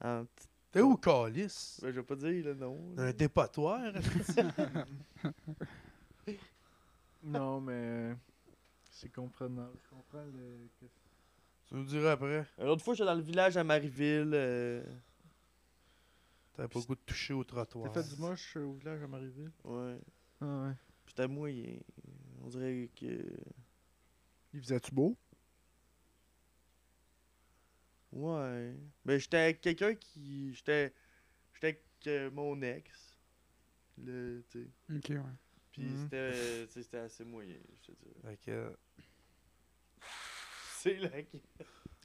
S3: Ah, petit-
S2: T'es où, calice?
S3: ben, je vais pas dire le nom.
S2: Dans
S3: là.
S2: Un dépotoir?
S4: Non, mais. euh, C'est comprenable. Je comprends le. que-
S2: tu nous diras après.
S3: Une autre fois, j'étais dans le village à Marieville. euh,
S2: T'as pas le goût de toucher au trottoir.
S4: T'as fait du moche euh, au village à Marieville?
S3: Ouais.
S4: Ah, ouais.
S3: J'étais mouillé. On dirait que.
S4: Il faisait-tu beau?
S3: Ouais. Ben, j'étais avec quelqu'un qui. J'étais. J'étais avec euh, mon ex. Le. Tu sais.
S1: Ok, ouais.
S3: Puis
S4: Mhm.
S3: c'était. euh, tu sais, c'était assez moyen, je te dirais.
S2: Fait que-
S3: C'est là qui.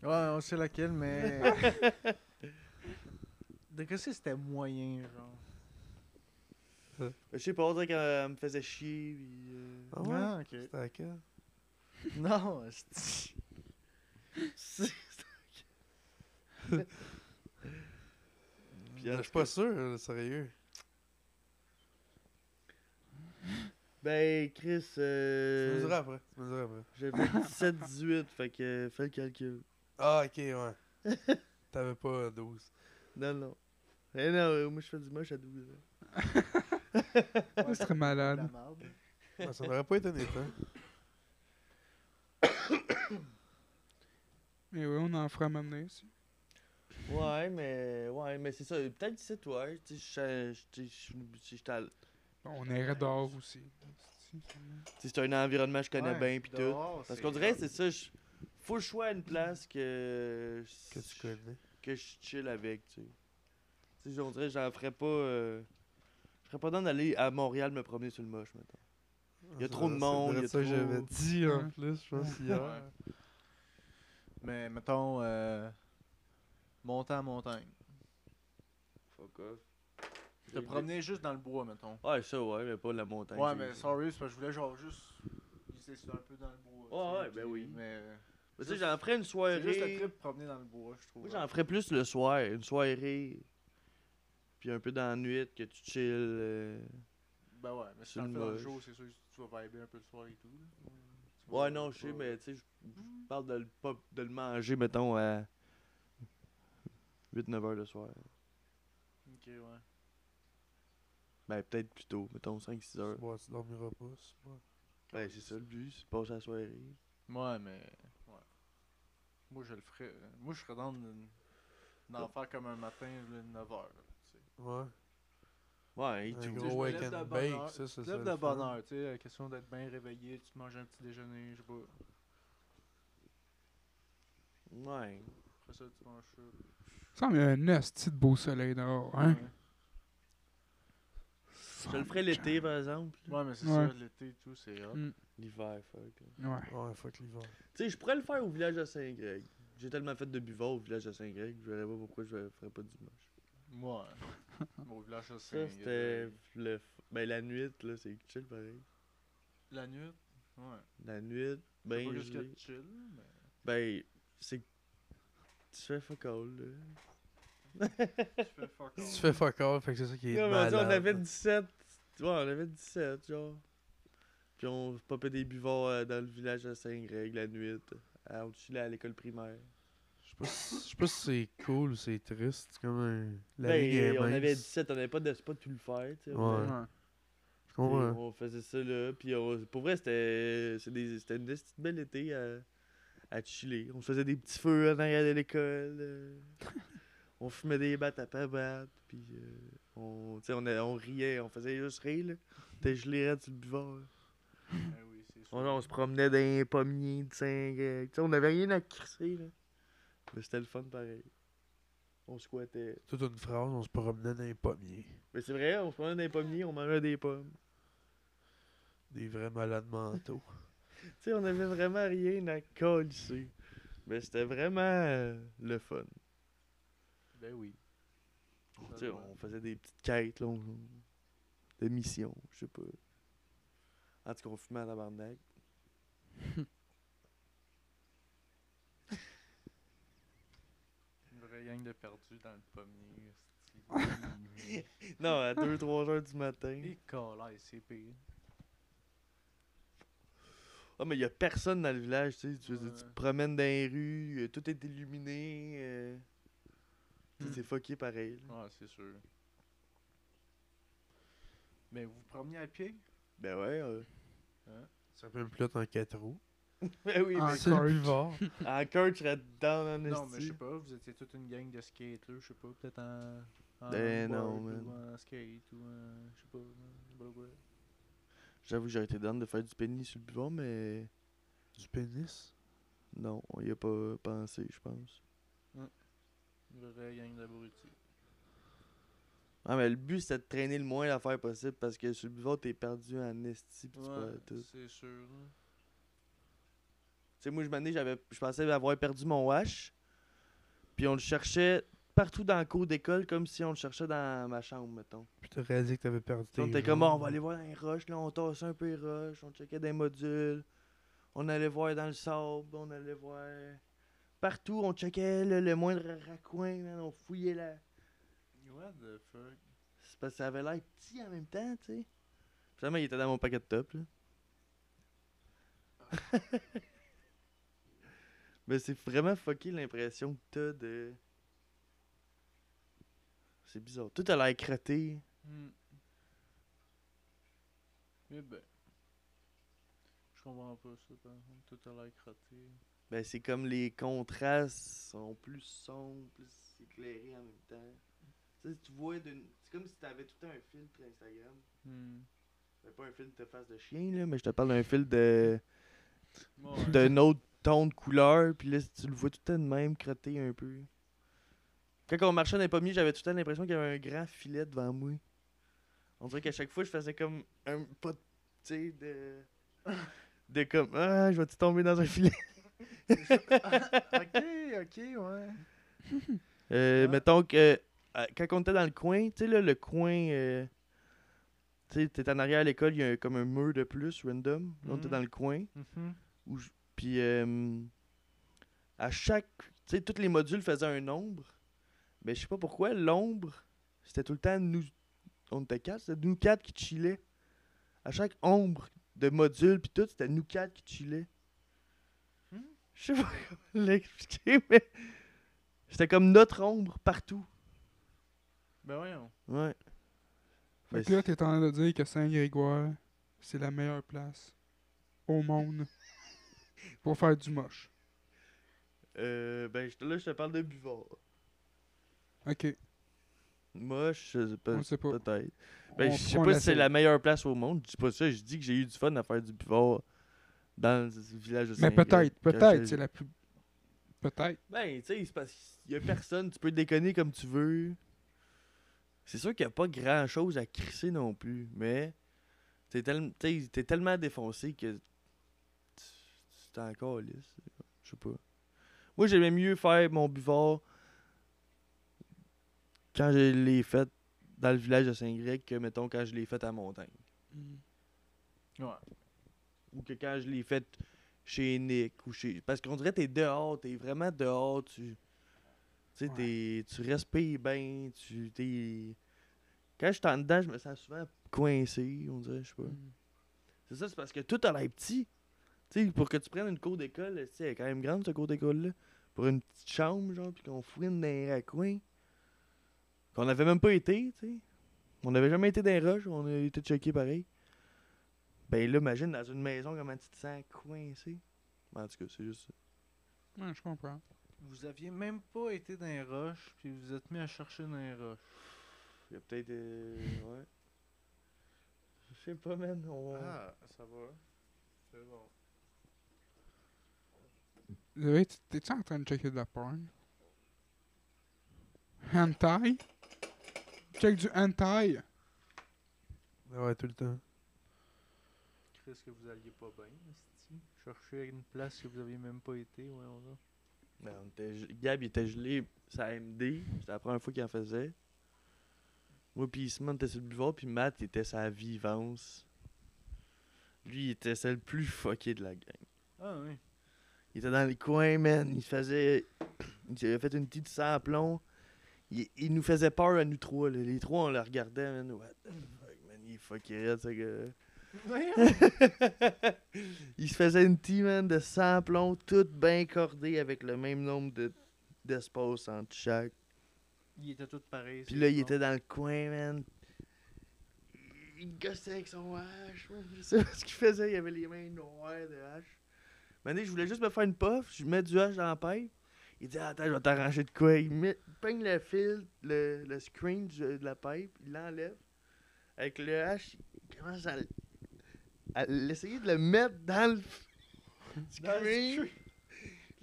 S4: Ouais, on sait laquelle, mais. De que c'est, c'était moyen, genre.
S3: Ben, je sais pas, on dirait qu'elle me faisait chier. Puis, euh,
S2: Ah ouais?
S4: Ah, ok.
S2: C'était à quel?
S4: Non, c'est.
S3: c'est- Puis, en
S2: Je suis
S3: tout cas-
S2: pas sûr, euh, sérieux.
S3: ben, Chris.
S2: Tu nous diras
S3: Euh,
S2: après. Tu nous diras après.
S3: J'avais 17-18, fait que. euh, Fais le calcul.
S2: Ah, ok, ouais. T'avais pas 12.
S3: Non, non. Eh non, euh, moi je fais du moche à 12 ans.
S1: Ça serait malade.
S4: La merde.
S2: Ah, ça m'aurait pas étonné, hein?
S1: Mais ouais, on en fera m'amener aussi.
S3: Ouais, mais, ouais, mais c'est ça. euh, Peut-être que c'est toi. Tu sais, je- je- tu sais, je- je- je t'al-
S1: Bon, on irait dehors aussi.
S3: tu sais, c'est un environnement que je connais
S4: Ouais,
S3: bien pis tout.
S4: dehors,
S3: Parce qu'on dirait, c'est ça. je- Faut que je sois à une place que. je-
S2: Que tu connais.
S3: Que je chill avec, tu sais. Tu sais, on dirait, j'en ferais pas. euh, Je ferais pas d'en d'aller à Montréal me promener sur le moche, maintenant. Y a trop de monde, y a
S2: C'est ça que
S3: trop-
S2: j'avais dit en
S1: Ouais.
S2: plus, je pense, hier.
S4: Mais mettons. Euh... Montant, montagne.
S3: Fuck off.
S4: Te promener juste dans le bois, mettons.
S3: Ouais, ça, ouais, mais pas la montagne.
S4: Ouais,
S3: c'est-
S4: mais sorry, c'est parce que je voulais genre juste glisser ça un peu dans le bois.
S3: Ouais, ouais, ben
S4: tu sais, puis-
S3: oui.
S4: Mais euh,
S3: Mais tu sais, j'en ferais une
S4: c'est juste le
S3: soirée.
S4: trip promener dans le bois, je trouve.
S3: Moi, j'en ferais plus le soir, une soirée. Puis un peu dans la nuit, que tu chill. euh.
S4: Ben ouais, mais si
S3: Sur
S4: t'en
S3: le
S4: fais dans le
S3: moche.
S4: jour, c'est sûr que tu vas viber un peu le soir et tout. là. Tu vas-
S3: Ouais, non, je sais,
S4: tu vas-
S3: mais tu sais, je je parle de le, pas- de le manger, mettons, à 8-9 heures le soir.
S4: Ok, ouais.
S3: Ben, peut-être plus tôt, mettons 5-6 heures.
S2: Bon, tu dormiras pas, c'est bon.
S3: Ben, c'est ça le but, c'est de passer la soirée.
S4: Ouais, mais. Ouais. Moi, je le ferais. euh, Moi, je serais dans de- d'en faire comme un matin, le 9h.
S2: Ouais.
S3: Ouais, et
S2: Un
S3: tu
S2: gros
S4: je me
S2: wake and
S4: lève de bonne
S2: bake,
S4: heure,
S2: ça, c'est
S4: Tu
S2: ça.
S4: lèves
S2: le
S4: de
S2: fun.
S4: bonne heure, tu sais, la question d'être bien réveillé, tu te manges un petit déjeuner, je sais pas.
S3: Ouais.
S4: Après ça, tu manges ça.
S1: Ça me un esti de beau soleil dehors, hein?
S4: Ouais.
S3: Je le ferais l'été, par exemple.
S4: Ouais, mais c'est
S1: Ouais.
S4: ça, l'été et tout, c'est hot.
S3: L'hiver, fuck.
S1: Ouais.
S2: Ouais, fuck l'hiver.
S3: Tu sais, je pourrais le faire au village de Saint-Greg. J'ai tellement fait de buvard au village de Saint-Greg, je verrais pas pourquoi je le ferais pas du dimanche.
S4: Ouais. euh, Mon village, ça,
S3: Ça,
S4: c'est-
S3: c'était le. f- Ben, la nuit, là, c'est chill pareil.
S4: La nuit, ouais.
S3: La nuit,
S4: Ben,
S3: ben,
S4: pas
S3: gelé.
S4: jusqu'à chill, mais.
S3: Ben, c'est. Tu fais fuck all, là.
S4: Tu fais fuck
S2: Tu
S4: all.
S2: fais fuck off, fait que c'est ça qui est
S3: Non, mais on dit,
S2: malade.
S3: on avait 17. Ouais, on avait 17, genre. Puis on popait des buvards euh, dans le village de Saint-Greg la nuit. euh, On chillait à l'école primaire.
S2: Je pas si- je sais pas si c'est cool ou c'est triste. C'est comme un... la
S3: Ben,
S2: ligne est
S3: on
S2: mince.
S3: avait 17, on n'avait pas de spot tout le faire. tu sais, on
S2: Ouais.
S3: avait-
S2: Je
S3: Puis
S2: comprends.
S3: On faisait ça là. Puis on- pour vrai, c'était c'est des- c'était une petite belle été à, à chiller. On se faisait des petits feux en arrière de l'école. euh, on fumait des battes à pabattes. Puis euh, on, tu sais, on, a- on riait. On faisait juste rire. Là. On était gelé raide sur le buvard.
S4: Ben oui, c'est sûr.
S3: On, Oh on se promenait dans les pommiers de saint euh, Tu sais, on n'avait rien à crisser. Là. Mais c'était le fun pareil. On squattait.
S2: Toute une phrase, on se promenait dans les pommiers.
S3: Mais c'est vrai, on se promenait dans les pommiers, on mangeait des pommes.
S2: Des vrais malades mentaux.
S3: Tu sais, on avait vraiment rien à coller. Mais c'était vraiment euh, le fun.
S4: Ben oui.
S3: Tu sais, on faisait des petites quêtes, là, on- des missions, je sais pas. En tout cas, on fumait à la barnaque.
S4: Une vraie gang de perdus dans le pommier.
S3: Non, à 2-3 heures du matin.
S4: Les colères, c'est pire.
S3: Ah, mais il y a personne dans le village, tu sais. Tu, tu
S4: Ouais.
S3: te promènes dans les rues, euh, tout est illuminé. euh, tu sais,
S1: Hmm.
S3: C'est fucké pareil. là.
S4: Ouais, c'est sûr. Mais vous vous promenez à pied? Hein?
S3: Ben ouais. euh.
S2: Ça peut me plate en quatre roues.
S3: Ben oui,
S1: Ah,
S3: mais
S2: C'est
S1: cart.
S2: le boulevard.
S3: encore, tu serais down en
S4: Non, mais je
S3: esti.
S4: sais pas, vous étiez toute une gang de skateurs, je sais pas, peut-être en. en
S3: Ben
S4: board
S3: non,
S4: ou en skate ou en. Je sais pas, en blablabla.
S3: J'avoue que j'aurais été down de faire du penny sur le buvard, mais...
S2: Du pénis.
S3: Non, on y a pas pensé, je pense.
S4: Une vraie gang d'abrutis.
S3: Ah, mais le but, c'était de traîner le moins d'affaires possible parce que sur le buvard, t'es perdu en esti pis tu
S4: Ouais,
S3: perds tout. Tu
S4: c'est sûr. là.
S3: sais, moi, je m'en ai, j'avais, je pensais avoir perdu mon hache. Puis on le cherchait partout dans le cours d'école comme si on le cherchait dans ma chambre, mettons.
S2: Puis t'as réalisé que t'avais perdu tes
S3: Puis on était comme,
S2: jambes.
S3: Ah, on va aller voir dans les roches, là, on tassait un peu les roches, on checkait des modules, on allait voir dans le sable, on allait voir partout, on checkait le, le moindre raccoin, man, on fouillait la,
S4: What the fuck?
S3: C'est parce que ça avait l'air petit en même temps, tu sais. Finalement, il était dans mon paquet de top, là. Mais c'est vraiment fucké l'impression que t'as de. C'est bizarre. Tout a l'air crotté.
S4: Hmm. Mais ben. Je comprends pas ça, par contre. Tout à l'air crotté.
S3: Ben, c'est comme les contrastes sont plus sombres, plus éclairés en même temps. Tu sais, tu vois, d'une- c'est comme si t'avais tout le temps un filtre Instagram.
S4: Hmm.
S3: Ben, pas un filtre de face de chien, là, mais je te parle d'un filtre de.
S4: Bon, ouais.
S3: d'un autre ton de couleur, puis là, tu le vois tout le temps de même, crotté un peu. Quand on marchait dans les pommiers, j'avais tout le temps l'impression qu'il y avait un grand filet devant moi. On dirait qu'à chaque fois, je faisais comme un pas de. Tu sais, de. De comme. Ah, je vais-tu tomber dans un filet?
S4: ok, ok, ouais.
S3: Euh,
S4: Ah.
S3: Mettons que. euh, Quand on était dans le coin, tu sais, là, le coin. euh, tu sais, t'es en arrière à l'école, il y a un- comme un mur de plus, random. Là, on était
S4: Mhm.
S3: dans le coin.
S4: Mhm.
S3: Où je- Puis euh, à chaque. Tu sais, tous les modules faisaient un nombre. Mais je sais pas pourquoi, l'ombre, c'était tout le temps nous. On était quatre, c'était nous quatre qui chillaient. À chaque ombre de module, puis tout, c'était nous quatre qui chillaient.
S4: Hmm?
S3: Je sais pas comment l'expliquer, mais. C'était comme notre ombre partout.
S4: Ben voyons.
S3: Ouais.
S1: Fait que là, t'es en train de dire que Saint-Grégoire, c'est la meilleure place au monde pour faire du moche.
S3: Euh, ben, je- là, je te parle de buvard.
S1: Ok,
S3: Moche, je sais pas-
S1: on le sait pas.
S3: peut-être. Ben,
S1: On-
S3: je sais
S1: on
S3: pas si c'est
S1: l'essaie.
S3: la meilleure place au monde. Je dis pas ça. Je dis que j'ai eu du fun à faire du buvard dans le village de
S1: Mais
S3: Saint-Grec.
S1: peut-être,
S3: Quand
S1: peut-être,
S3: je-
S1: c'est la plus. Peut-être.
S3: Ben, tu sais, c'est parce qu'il y a personne. Tu peux déconner comme tu veux. C'est sûr qu'il y a pas grand-chose à crisser non plus. Mais t'es, tel- t'sais, t'es tellement défoncé que tu tu t'en calisses. Je sais pas. Moi, j'aimais mieux faire mon buvard quand je l'ai fait dans le village de Saint-Grec que, mettons, quand je l'ai fait à Montagne.
S4: Ouais.
S3: ou que quand je l'ai fait chez Nick ou chez parce qu'on dirait que t'es dehors t'es vraiment dehors tu tu sais
S1: Ouais.
S3: t'es- tu respires bien tu t'es quand je suis en dedans je me sens souvent coincé on dirait je sais pas c'est ça c'est parce que tout a l'air petit tu sais pour que tu prennes une cour d'école tu sais, elle est quand même grande cette cour d'école là pour une petite chambre, genre, puis qu'on fouine dans les raccoins. Qu'on n'avait même pas été, tu sais. On n'avait jamais été dans les roches, on a été checké pareil. Ben là, imagine dans une maison comment tu te sens coincé. Ben, En tout cas, c'est juste ça.
S1: Ouais, je comprends.
S4: Vous aviez même pas été dans les roches, puis vous êtes mis à chercher dans les roches.
S3: Il y a peut-être. euh, ouais. Je sais pas, man. On...
S4: Ah, ça va. C'est bon.
S1: Louis, t- T'es-tu en train de checker de la porn? Hentai? Check du hentai?
S2: Ah Ouais, tout le temps.
S4: Qu'est-ce que vous alliez pas bien, esti? Chercher une place que vous aviez même pas été, ouais, on a.
S3: Ben, on était ge- Gab, il était gelé sa AMD. C'était la première fois qu'il en faisait. Moi, puis Isman, était sur le buvard, puis Matt, il était sa vivance. Lui, il était celle plus fucké de la gang.
S4: Ah oui.
S3: Il était dans le coin, man. Il faisait. Il avait fait une petite sans plomb. Il, il nous faisait peur à nous trois. là. Les trois, on le regardait, man. What the fuck, man. Il est fucké raide, ce gars. il se faisait une petite, man, de 100 plombs, toute bien cordée avec le même nombre de d'espace entre chaque.
S4: Ils étaient tous pareils.
S3: Puis
S4: c'est
S3: là, il
S4: bon.
S3: était dans le coin, man. Il gossait avec son hache, man. Je sais pas ce qu'il faisait, il avait les mains noires de hache. Mané, je voulais juste me faire une puff, je mets du hache dans la pipe. Il dit Attends, je vais t'arranger de quoi. Il met, il peigne le fil, le, le screen du- de la pipe, il l'enlève. Avec le hache, il commence à, l- à l'essayer de le mettre dans le
S4: Dans le
S3: screen. Là,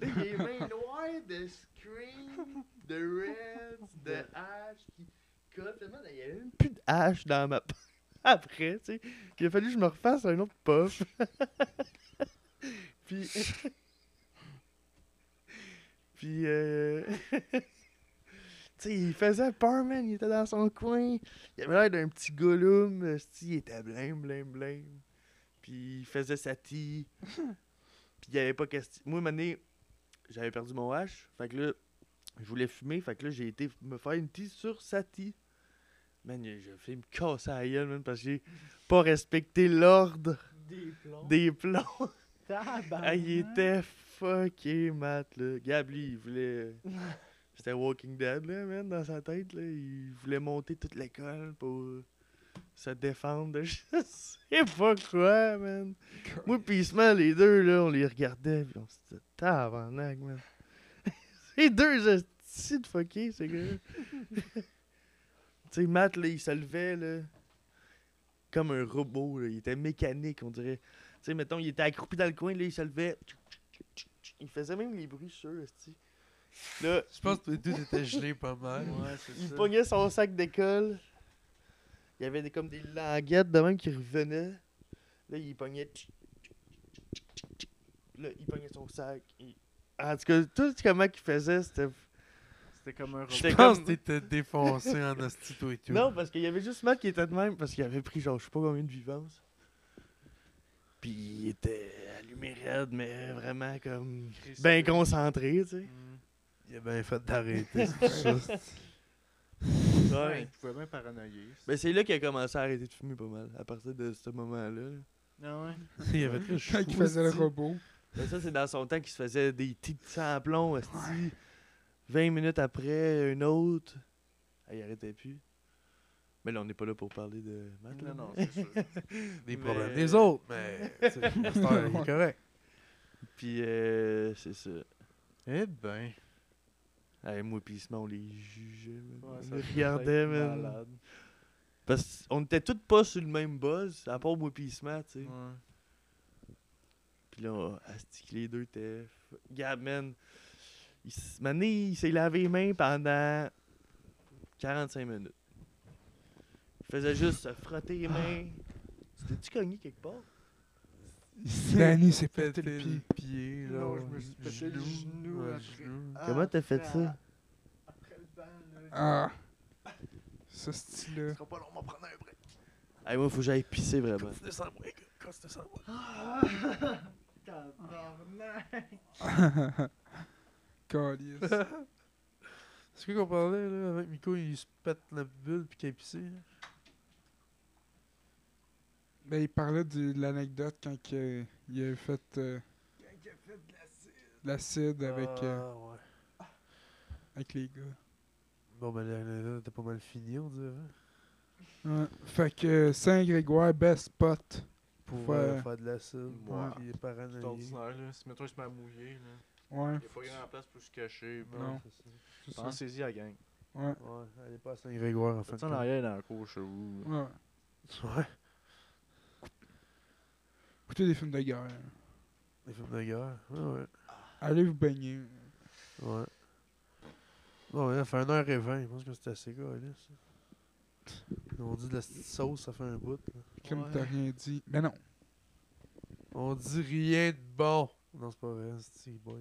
S3: il a les mains noires de screen, de reds, de hache. Qui... colle. Finalement, il y avait même plus de hache dans ma pipe après, tu sais. Il a fallu que je me refasse un autre puff. Puis. Puis. euh, tu sais, il faisait peur, man. Il était dans son coin. Il avait l'air d'un petit gollum. esti, Il était blême, blême, blême. Puis il faisait sa tille. Puis il n'y avait pas question. Moi, une année, j'avais perdu mon hache. Fait que là, je voulais fumer. Fait que là, j'ai été me faire une tille sur sa tille. Man, je fait me casser la gueule, man, parce que j'ai pas respecté l'ordre
S4: Des plombs.
S3: des plombs.
S4: Tabarnak.
S3: Ah, il était fucké, Matt, là. Gab, lui, il voulait... C'était Walking Dead, là, man, dans sa tête, là. Il voulait monter toute l'école pour se défendre de je sais pas quoi, man. Moi pis Ismaël, les deux, là, on les regardait, pis on se disait « Tabarnak, man. » Ces deux astis de fuckés, ces gars Tu sais, Matt, là, il se levait, là, comme un robot, là. Il était mécanique, on dirait. Tu sais, mettons, il était accroupi dans le coin, là, il se levait. Il faisait même les bruits sûrs, esti. Là,
S2: Je pense que tous les deux étaient gelés pas mal.
S4: Ouais, c'est
S3: il
S4: ça.
S3: pognait son sac d'école. Il y avait des, comme des languettes de même qui revenaient. Là, il pognait. Là, il pognait son sac. Il- En tout cas, tout comment qu'il faisait, c'était.
S4: C'était comme un robot.
S3: J'étais
S2: Je pense que t'étais défoncé en asti, toi et tout.
S3: Non, parce qu'il y avait juste Matt qui était de même, parce qu'il avait pris genre je sais pas combien de vivances. Puis il était allumé raide, mais vraiment comme.
S4: Christ.
S3: Ben concentré, tu sais.
S4: Mm.
S2: Il a bien fait d'arrêter, c'est ça.
S4: Ouais, il pouvait bien paranoïer.
S3: Ben c'est là qu'il a commencé à arrêter de fumer pas mal, à partir de ce moment-là. là.
S4: Ah ouais.
S2: Il avait très
S1: Quand il faisait le
S2: esti.
S1: robot.
S3: Ben ça, c'est dans son temps qu'il se faisait des petits de sang à plomb, esti. 20 minutes après, une autre. Ah, il arrêtait plus. Mais là, on n'est pas là pour parler de Matt. là.
S4: Non, non, c'est sûr.
S2: Des problèmes
S3: Mais-
S2: des autres, mais. tu sais, à cette heure, Il est correct.
S3: Puis, euh, c'est ça.
S4: eh ben.
S3: Hey, moi, pis Simon, on les jugeait, man.
S4: Ouais, ça
S3: on les
S4: devait
S3: regardait,
S4: être
S3: man.
S4: malade.
S3: Parce qu'on était tous pas sur le même buzz, à part moi, pis Simon, tu sais.
S4: Ouais.
S3: Puis là, on- asti que les deux étaient. f- Gab, man. Il, s- Mané, il s'est lavé les mains pendant 45 minutes. Il faisait juste se frotter les mains. C'était-tu cogné quelque part?
S1: Danny s'est
S2: Fait
S1: pété le pied.
S2: pied,
S4: Non,
S2: genre,
S4: je me suis pété le genou
S2: ouais,
S4: après.
S2: genou.
S3: Comment t'as fait
S4: après-
S3: ça?
S4: Ah, Après le ban, là.
S1: Ah. Ce style-là.
S4: sera pas long, on va prendre un break.
S3: Hey, moi, faut que j'aille pisser vraiment.
S2: Continue sans moi, gars, continue sans moi.
S4: Ah! Tabarnak.
S1: Calice.
S2: C'est quoi qu'on parlait, là, avec Miko, il se pète la bulle puis qu'il a pissé, là?
S1: Ben, il parlait du- de l'anecdote quand que il a fait. euh,
S4: Quand il a fait de l'acide.
S1: L'acide avec, euh,
S2: Ah, ouais.
S1: avec les gars.
S2: Bon, ben, l'anecdote était pas mal finie, on dirait.
S1: Ouais. Fait que euh, Saint-Grégoire, best spot.
S2: Pour
S1: Ouais.
S2: euh, faire de l'acide.
S1: Ouais.
S2: Puis les
S5: C'est
S2: paranoïaques.
S5: ordinaire, là. Si mettons, il se met à mouiller, là.
S1: Ouais.
S5: Il n'y a pas grand place pour se cacher.
S2: Ouais,
S1: Non.
S2: c'est ça.
S1: c'est ça.
S5: Pensez-y à la gang.
S1: Ouais.
S2: Ouais, allez pas à Saint-Grégoire en fait.
S5: Faites ça en arrière dans la cour chez vous.
S1: Ouais.
S2: Ouais,
S1: Écoutez des films de guerre.
S2: les films de guerre. Ouais, ouais.
S1: Allez vous baigner.
S2: Ouais. Bon, là, ça fait 1h20. Je pense que c'est assez, gars, là. On dit de la petite sauce, ça fait un bout. là.
S1: Comme
S4: Ouais.
S1: t'as rien dit. Mais non.
S2: On dit rien de bon. Non, c'est pas vrai, c'est les boys.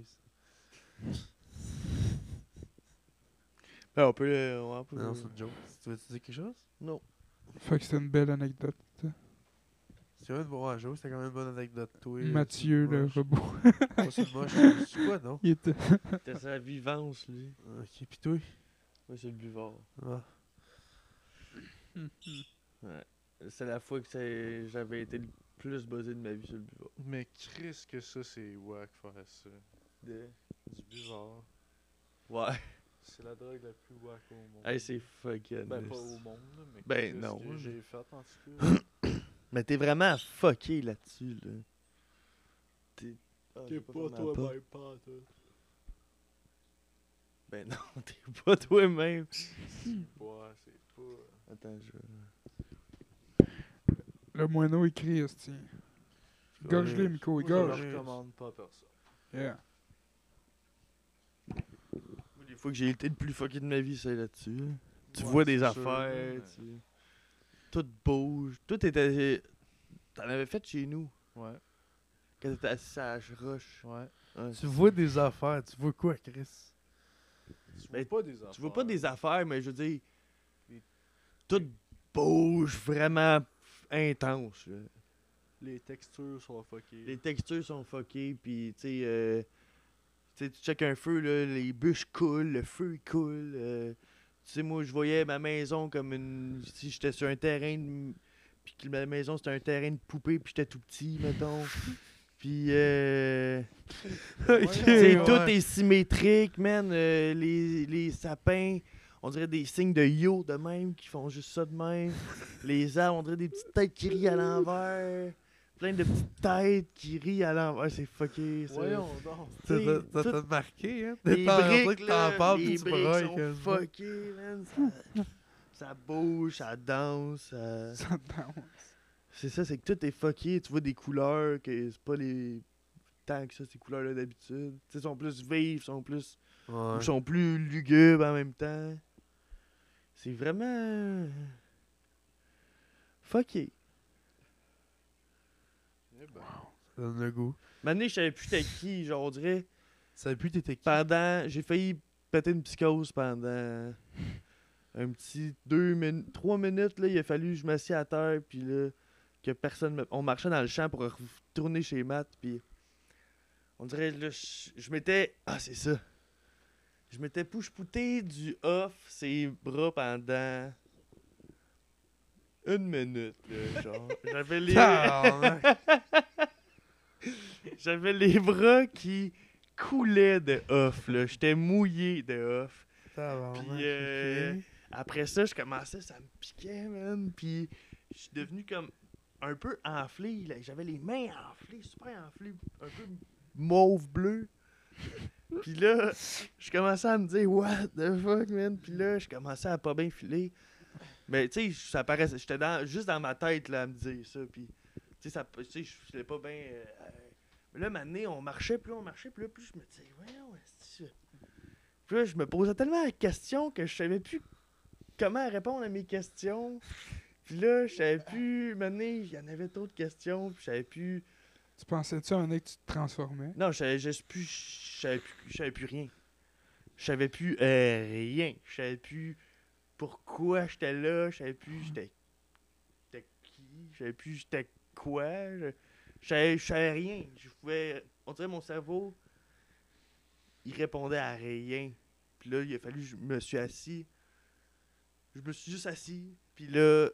S3: Ben, on peut le. ouais, on peut
S2: Non,
S3: le-
S2: c'est une joke. Tu veux-tu dire quelque chose?
S3: Non.
S1: Fait que c'est une belle anecdote.
S2: C'est quand même bon un joke, c'était quand même une bonne anecdote. Toi, là,
S1: Mathieu,
S2: c'est une
S1: le
S2: moche.
S1: robot.
S2: Pas c'est une moche, c'est quoi, non?
S1: Il était...
S3: T'as sa vivance, lui.
S2: Ok, pis toi?
S3: Moi, c'est le buvard.
S2: Ah.
S3: C'est la fois que c'est- j'avais été le plus buzzé de ma vie sur le buvard.
S5: Mais Chris, que ça, c'est wack faire ça.
S3: De-
S5: Du buvard.
S3: Ouais.
S5: C'est la drogue la plus wack au monde.
S3: Hey, c'est fucking.
S5: Ben, pas
S3: nice.
S5: au monde, là, mais.
S3: Ben,
S5: Chris,
S3: non,
S5: que
S3: mais-
S5: J'ai fait, en tout cas.
S3: Mais t'es vraiment fucké là-dessus, là. T'es. Ah, j'ai
S5: T'es pas
S3: fermé la porte.
S5: toi-même, pas toi.
S3: Ben non, t'es pas toi-même.
S5: Ouais, c'est pas.
S3: Attends, je.
S1: Le moineau écrit, esti. Gorge-les, Miko,
S5: Moi,
S1: gorge.
S5: je
S2: gorge.
S5: le recommande pas à personne.
S1: Yeah.
S3: Moi, les fois que j'ai été le plus fucké de ma vie, c'est là-dessus. là. Tu
S5: Ouais,
S3: vois des
S5: c'est sûr,
S3: affaires,
S5: ouais.
S3: tu... tout bouge. Tout était. T'en avais fait chez nous,
S5: Ouais,
S3: quand t'étais assis à la roche.
S5: ouais.
S3: Ouais.
S2: Tu vois des affaires, tu vois quoi, Chris?
S5: Tu
S3: Ben,
S5: vois pas des affaires.
S3: Tu vois pas des affaires, mais je veux dire,
S5: Les-
S3: tout bouge vraiment intense. là.
S5: Les textures sont fuckées.
S3: Les textures sont fuckées, puis tu sais, euh, tu sais, tu checkes un feu, là, les bûches coulent, le feu il coule. euh, tu sais, moi, je voyais ma maison comme une. Si j'étais sur un terrain, de- puis que ma maison c'était un terrain de poupée, puis j'étais tout petit, mettons. Puis, euh, tu sais,
S2: ouais.
S3: tout est symétrique, man. euh, les, les sapins, on dirait des signes de yo de même qui font juste ça de même. les arbres, on dirait des petites têtes qui rient à l'envers. Plein de petites têtes qui rient à l'envers. C'est fucké. ça.
S5: Voyons donc.
S2: Ça
S3: T'sais,
S2: t'a- ça
S3: tout-
S2: t'a marqué, hein?
S3: les
S2: T'as rendu
S3: briques,
S2: que
S3: là,
S2: t'en parles,
S3: les
S2: puis tu
S3: briques
S2: brailles.
S3: sont
S2: quasiment.
S3: fuckées, man. Ça, ça bouge, ça danse. ça-
S1: Ça danse.
S3: C'est ça, c'est que tout est fucké. Tu vois des couleurs que c'est pas les. Tant que ça, ces couleurs-là d'habitude. Tu sais, sont plus vives, sont plus.
S2: Ouais.
S3: Ils sont plus lugubres en même temps. C'est vraiment. Fucké.
S5: Eh ben,
S2: Ça donne le goût.
S3: Maintenant, je savais plus t'es qui, genre, on dirait.
S2: Ça a pu t'étais qui?
S3: Pendant. J'ai failli péter une psychose pendant. Un petit deux minutes, trois minutes, là, il a fallu que je m'assieds à terre, puis là, que personne me- On marchait dans le champ pour retourner chez Matt, puis. On dirait, là, je, je m'étais. Ah, c'est ça. Je m'étais pouche-pouté du off ses bras pendant. Une minute, là, genre. Ah! J'avais les.
S2: Tabarnak.
S3: J'avais les bras qui coulaient de off, là. J'étais mouillé de off.
S2: Tabarnak,
S3: Puis, euh,
S2: ok.
S3: Après ça, je commençais, ça me piquait, man. Puis, je suis devenu comme un peu enflé. là. J'avais les mains enflées, super enflées, un peu mauve-bleu. Puis là, je commençais à me dire, what the fuck, man. Puis là, je commençais à pas bien filer. Mais, tu sais, ça paraissait, j'étais dans, juste dans ma tête, là, à me dire ça. Puis, tu sais, ça- tu sais, je filais pas bien. euh, euh, mais là, maintenant, on marchait, plus on marchait, plus, plus je me disais, voyons, est-ce que- Puis là, je me posais tellement la question que je savais plus comment répondre à mes questions. Puis là, je savais plus. Maintenant, il y en avait d'autres questions. Puis je savais plus.
S1: Tu pensais-tu à un nez que tu te transformais?
S3: Non, je savais juste plus. Je savais plus, je savais plus rien. Je savais plus euh, rien. Je savais plus pourquoi j'étais là. Je savais plus j'étais. J'étais qui. Je savais plus j'étais quoi. Je, je savais, je savais rien. Je pouvais. On dirait mon cerveau. Il répondait à rien. Puis là, il a fallu. que Je me suis assis. Je me suis juste assis. Puis là.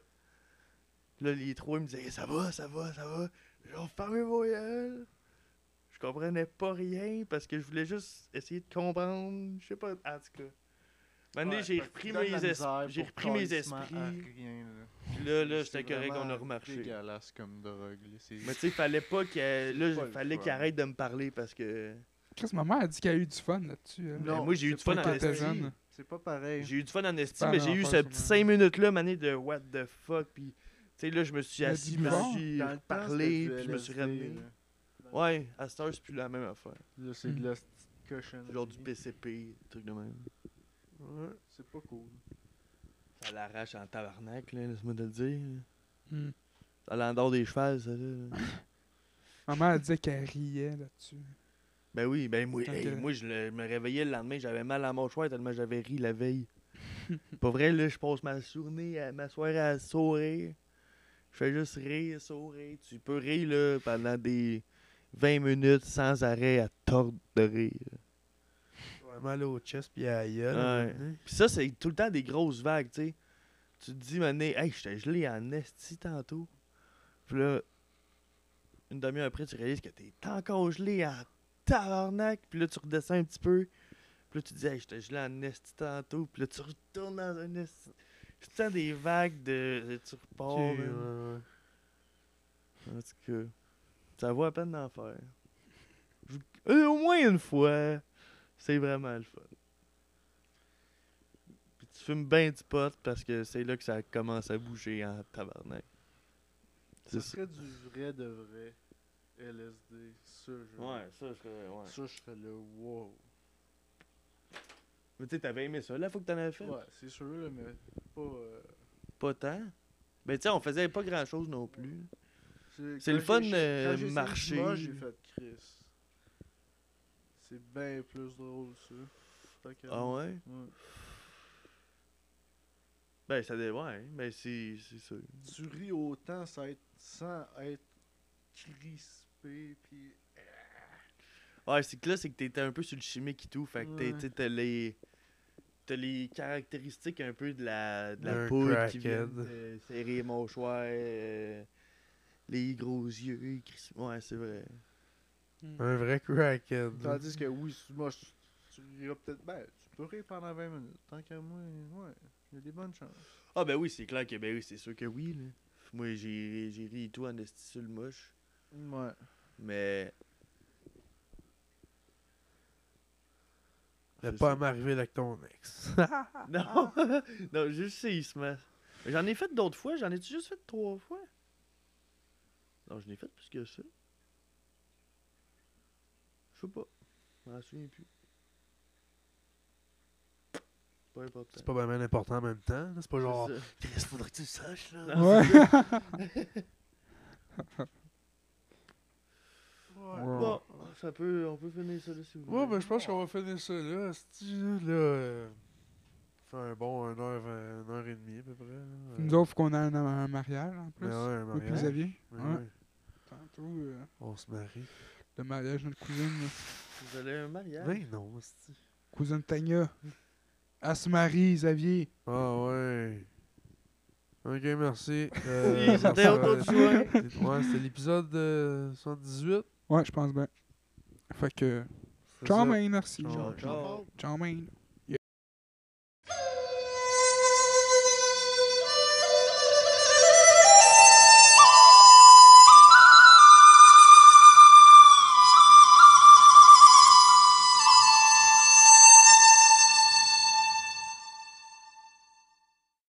S3: Là, les trois, ils me disaient Ça va, ça va, ça va. Genre, fermez vos gueules. Je comprenais pas rien parce que je voulais juste essayer de comprendre. Je sais pas, en tout cas. Maintenant,
S4: Ouais,
S3: j'ai
S4: fait que
S3: repris
S4: tu donnes
S3: mes,
S4: la
S3: es-
S4: misère
S3: j'ai
S4: pour
S3: repris mes
S4: calissement à
S3: esprits.
S4: rien, là.
S3: Puis Là, là,
S5: C'est
S3: j'étais correct, on a
S5: vraiment
S3: remarché.
S5: dégueulasse comme drogue. là, c'est-
S3: Mais tu sais, fallait pas qu'elle. Là,
S5: pas le
S3: fallait
S5: fun.
S3: qu'il arrête de me parler parce que.
S1: Chris, ma mère a dit qu'elle a eu du fun là-dessus. elle.
S3: Mais moi, j'ai eu
S4: c'est
S3: du fun
S4: pas
S3: en
S4: pareil.
S1: étant jeune.
S4: C'est pas pareil.
S3: J'ai eu du fun en
S1: pas
S3: estime,
S1: un
S3: mais j'ai eu
S1: enfer,
S3: ce petit
S1: sûrement.
S3: 5 minutes-là, mané de what the fuck. Puis, tu sais, là, je me suis
S1: Mais
S3: assis, je
S1: dis-le
S3: me
S1: donc.
S3: suis
S4: Dans le temps,
S3: parlé,
S4: c'était du
S3: puis je me suis
S4: LSD,
S3: ramené.
S4: là.
S3: Ouais, à cette heure, c'est plus la même affaire.
S4: Là, c'est de la petite cochonnerie.
S3: C'est Hmm. Genre du PCP, truc de même.
S4: Ouais, c'est pas cool.
S3: Ça l'arrache en tabarnak, là, laisse-moi te le dire.
S1: Hmm.
S3: Ça l'endort des chevals, ça, là.
S1: Ma mère a dit qu'elle riait là-dessus.
S3: ben oui, ben moi,
S1: Tant
S3: hey,
S1: que-
S3: moi je, le- je me réveillais le lendemain, j'avais mal à mon choix tellement j'avais ri la veille. Pas vrai, là, je passe ma journée à m'asseoir à sourire. Je fais juste rire, sourire. Tu peux rire, là, pendant des 20 minutes sans arrêt à tordre de rire.
S2: mal au chest puis à la gueule,
S3: Ouais.
S2: à un moment donné.
S3: Puis ça, c'est tout le temps des grosses vagues, tu sais. Tu te dis, mané, hey, j'étais gelé en esti tantôt. Puis là, une demi-heure après, tu réalises que t'es encore gelé en tabarnak. Puis là, tu redescends un petit peu. Puis là, tu te dis, hey, j'étais gelé en esti tantôt. Puis là, tu retournes dans un esti. Tu te sens des vagues de. de- Tu repars.
S2: Ok, ouais,
S3: là.
S2: Oh, ben, ouais.
S3: En tout cas, ça vaut à peine d'en faire. Je vous- euh, au moins une fois, c'est vraiment le fun. Puis tu fumes bien du pot parce que c'est là que ça commence à bouger en tabarnak.
S4: Ce
S3: C'est ça.
S4: serait du vrai de vrai LSD. Ça, je.
S3: ça, je serais. Ouais.
S4: Ça, je serais le wow.
S3: Mais tu sais, t'avais aimé ça la fois que t'en avais fait?
S4: Ouais, c'est sûr, là, mais pas. euh,
S3: Pas tant. Ben tu sais, on faisait pas grand chose non plus. C'est
S4: quand
S3: le fun,
S4: j'ai-
S3: euh,
S4: quand j'ai essayé le
S3: marcher.
S4: moche, j'ai fait Chris. C'est bien plus drôle, ça. Tant qu'à
S3: Ah
S4: moi.
S3: ouais?
S4: Ouais.
S3: Ben ça dé... Ouais, ben c'est c'est ça.
S4: Tu ris autant sans être, sans être crispé, puis.
S3: Ouais, c'est que là, c'est que t'étais un peu sur le chimique et tout. Fait que t'es-
S4: Ouais.
S3: t'sais, t'as les. T'as les caractéristiques un peu de la, de
S2: D'un
S3: la poudre qui vient
S2: crackhead.
S3: de serrer mon choix, euh, les gros yeux. crisp- Ouais, c'est vrai.
S1: Hmm.
S2: Un vrai crackhead.
S4: Tandis que oui, si- moi, je- tu riras peut-être. Ben, tu peux rire pendant 20 minutes. Tant qu'à moi, ouais. Il y a des bonnes chances.
S3: Ah, ben oui, c'est clair que, ben oui, c'est sûr que oui. Là. Moi, j'ai j'ai ri et tout en esti sur le moche.
S4: Ouais.
S3: Mais.
S2: Ne
S3: C'est
S2: pas
S3: ça.
S2: m'arriver avec ton ex.
S3: Non,
S2: Ah.
S3: non, juste séisme. J'en ai fait d'autres fois, j'en ai juste fait trois fois. Non, je n'ai fait plus que ça. Je sais pas. Je m'en souviens plus. C'est pas important.
S2: c'est pas vraiment important en même temps. là. C'est pas genre.
S3: C'est ça.
S2: Chris, faudrait que tu le saches, là.
S1: ouais.
S2: Ouais.
S3: Bon, ça peut, on peut finir ça là si vous
S2: Ouais,
S3: voulez.
S2: ben je pense qu'on va finir ça là. C'ti, là. euh, fait un bon 1 heure, vingt- une heure et demie à peu près. là. Euh,
S1: Nous autres, faut qu'on ait un, un mariage en plus.
S2: mais Ben ouais, un
S1: Moi et puis
S2: mariage.
S1: Xavier.
S2: Mais
S1: Ouais.
S2: ouais,
S1: Tantôt, euh,
S2: On se marie.
S1: le mariage de notre cousine. là.
S3: Vous allez à un mariage.
S2: Mais non, c'ti.
S1: Cousine Tania. Elle se marie, Xavier.
S2: Ah ouais. Ok, merci. euh,
S3: Oui, c'était autour du jouet.
S2: Ouais, c'était l'épisode euh, 78.
S1: Ouais, je pense bien. Fait que.
S2: C'est
S1: Ciao,
S2: ça.
S1: man, merci.
S2: Ciao.
S3: Ciao, ciao.
S1: Ciao, man.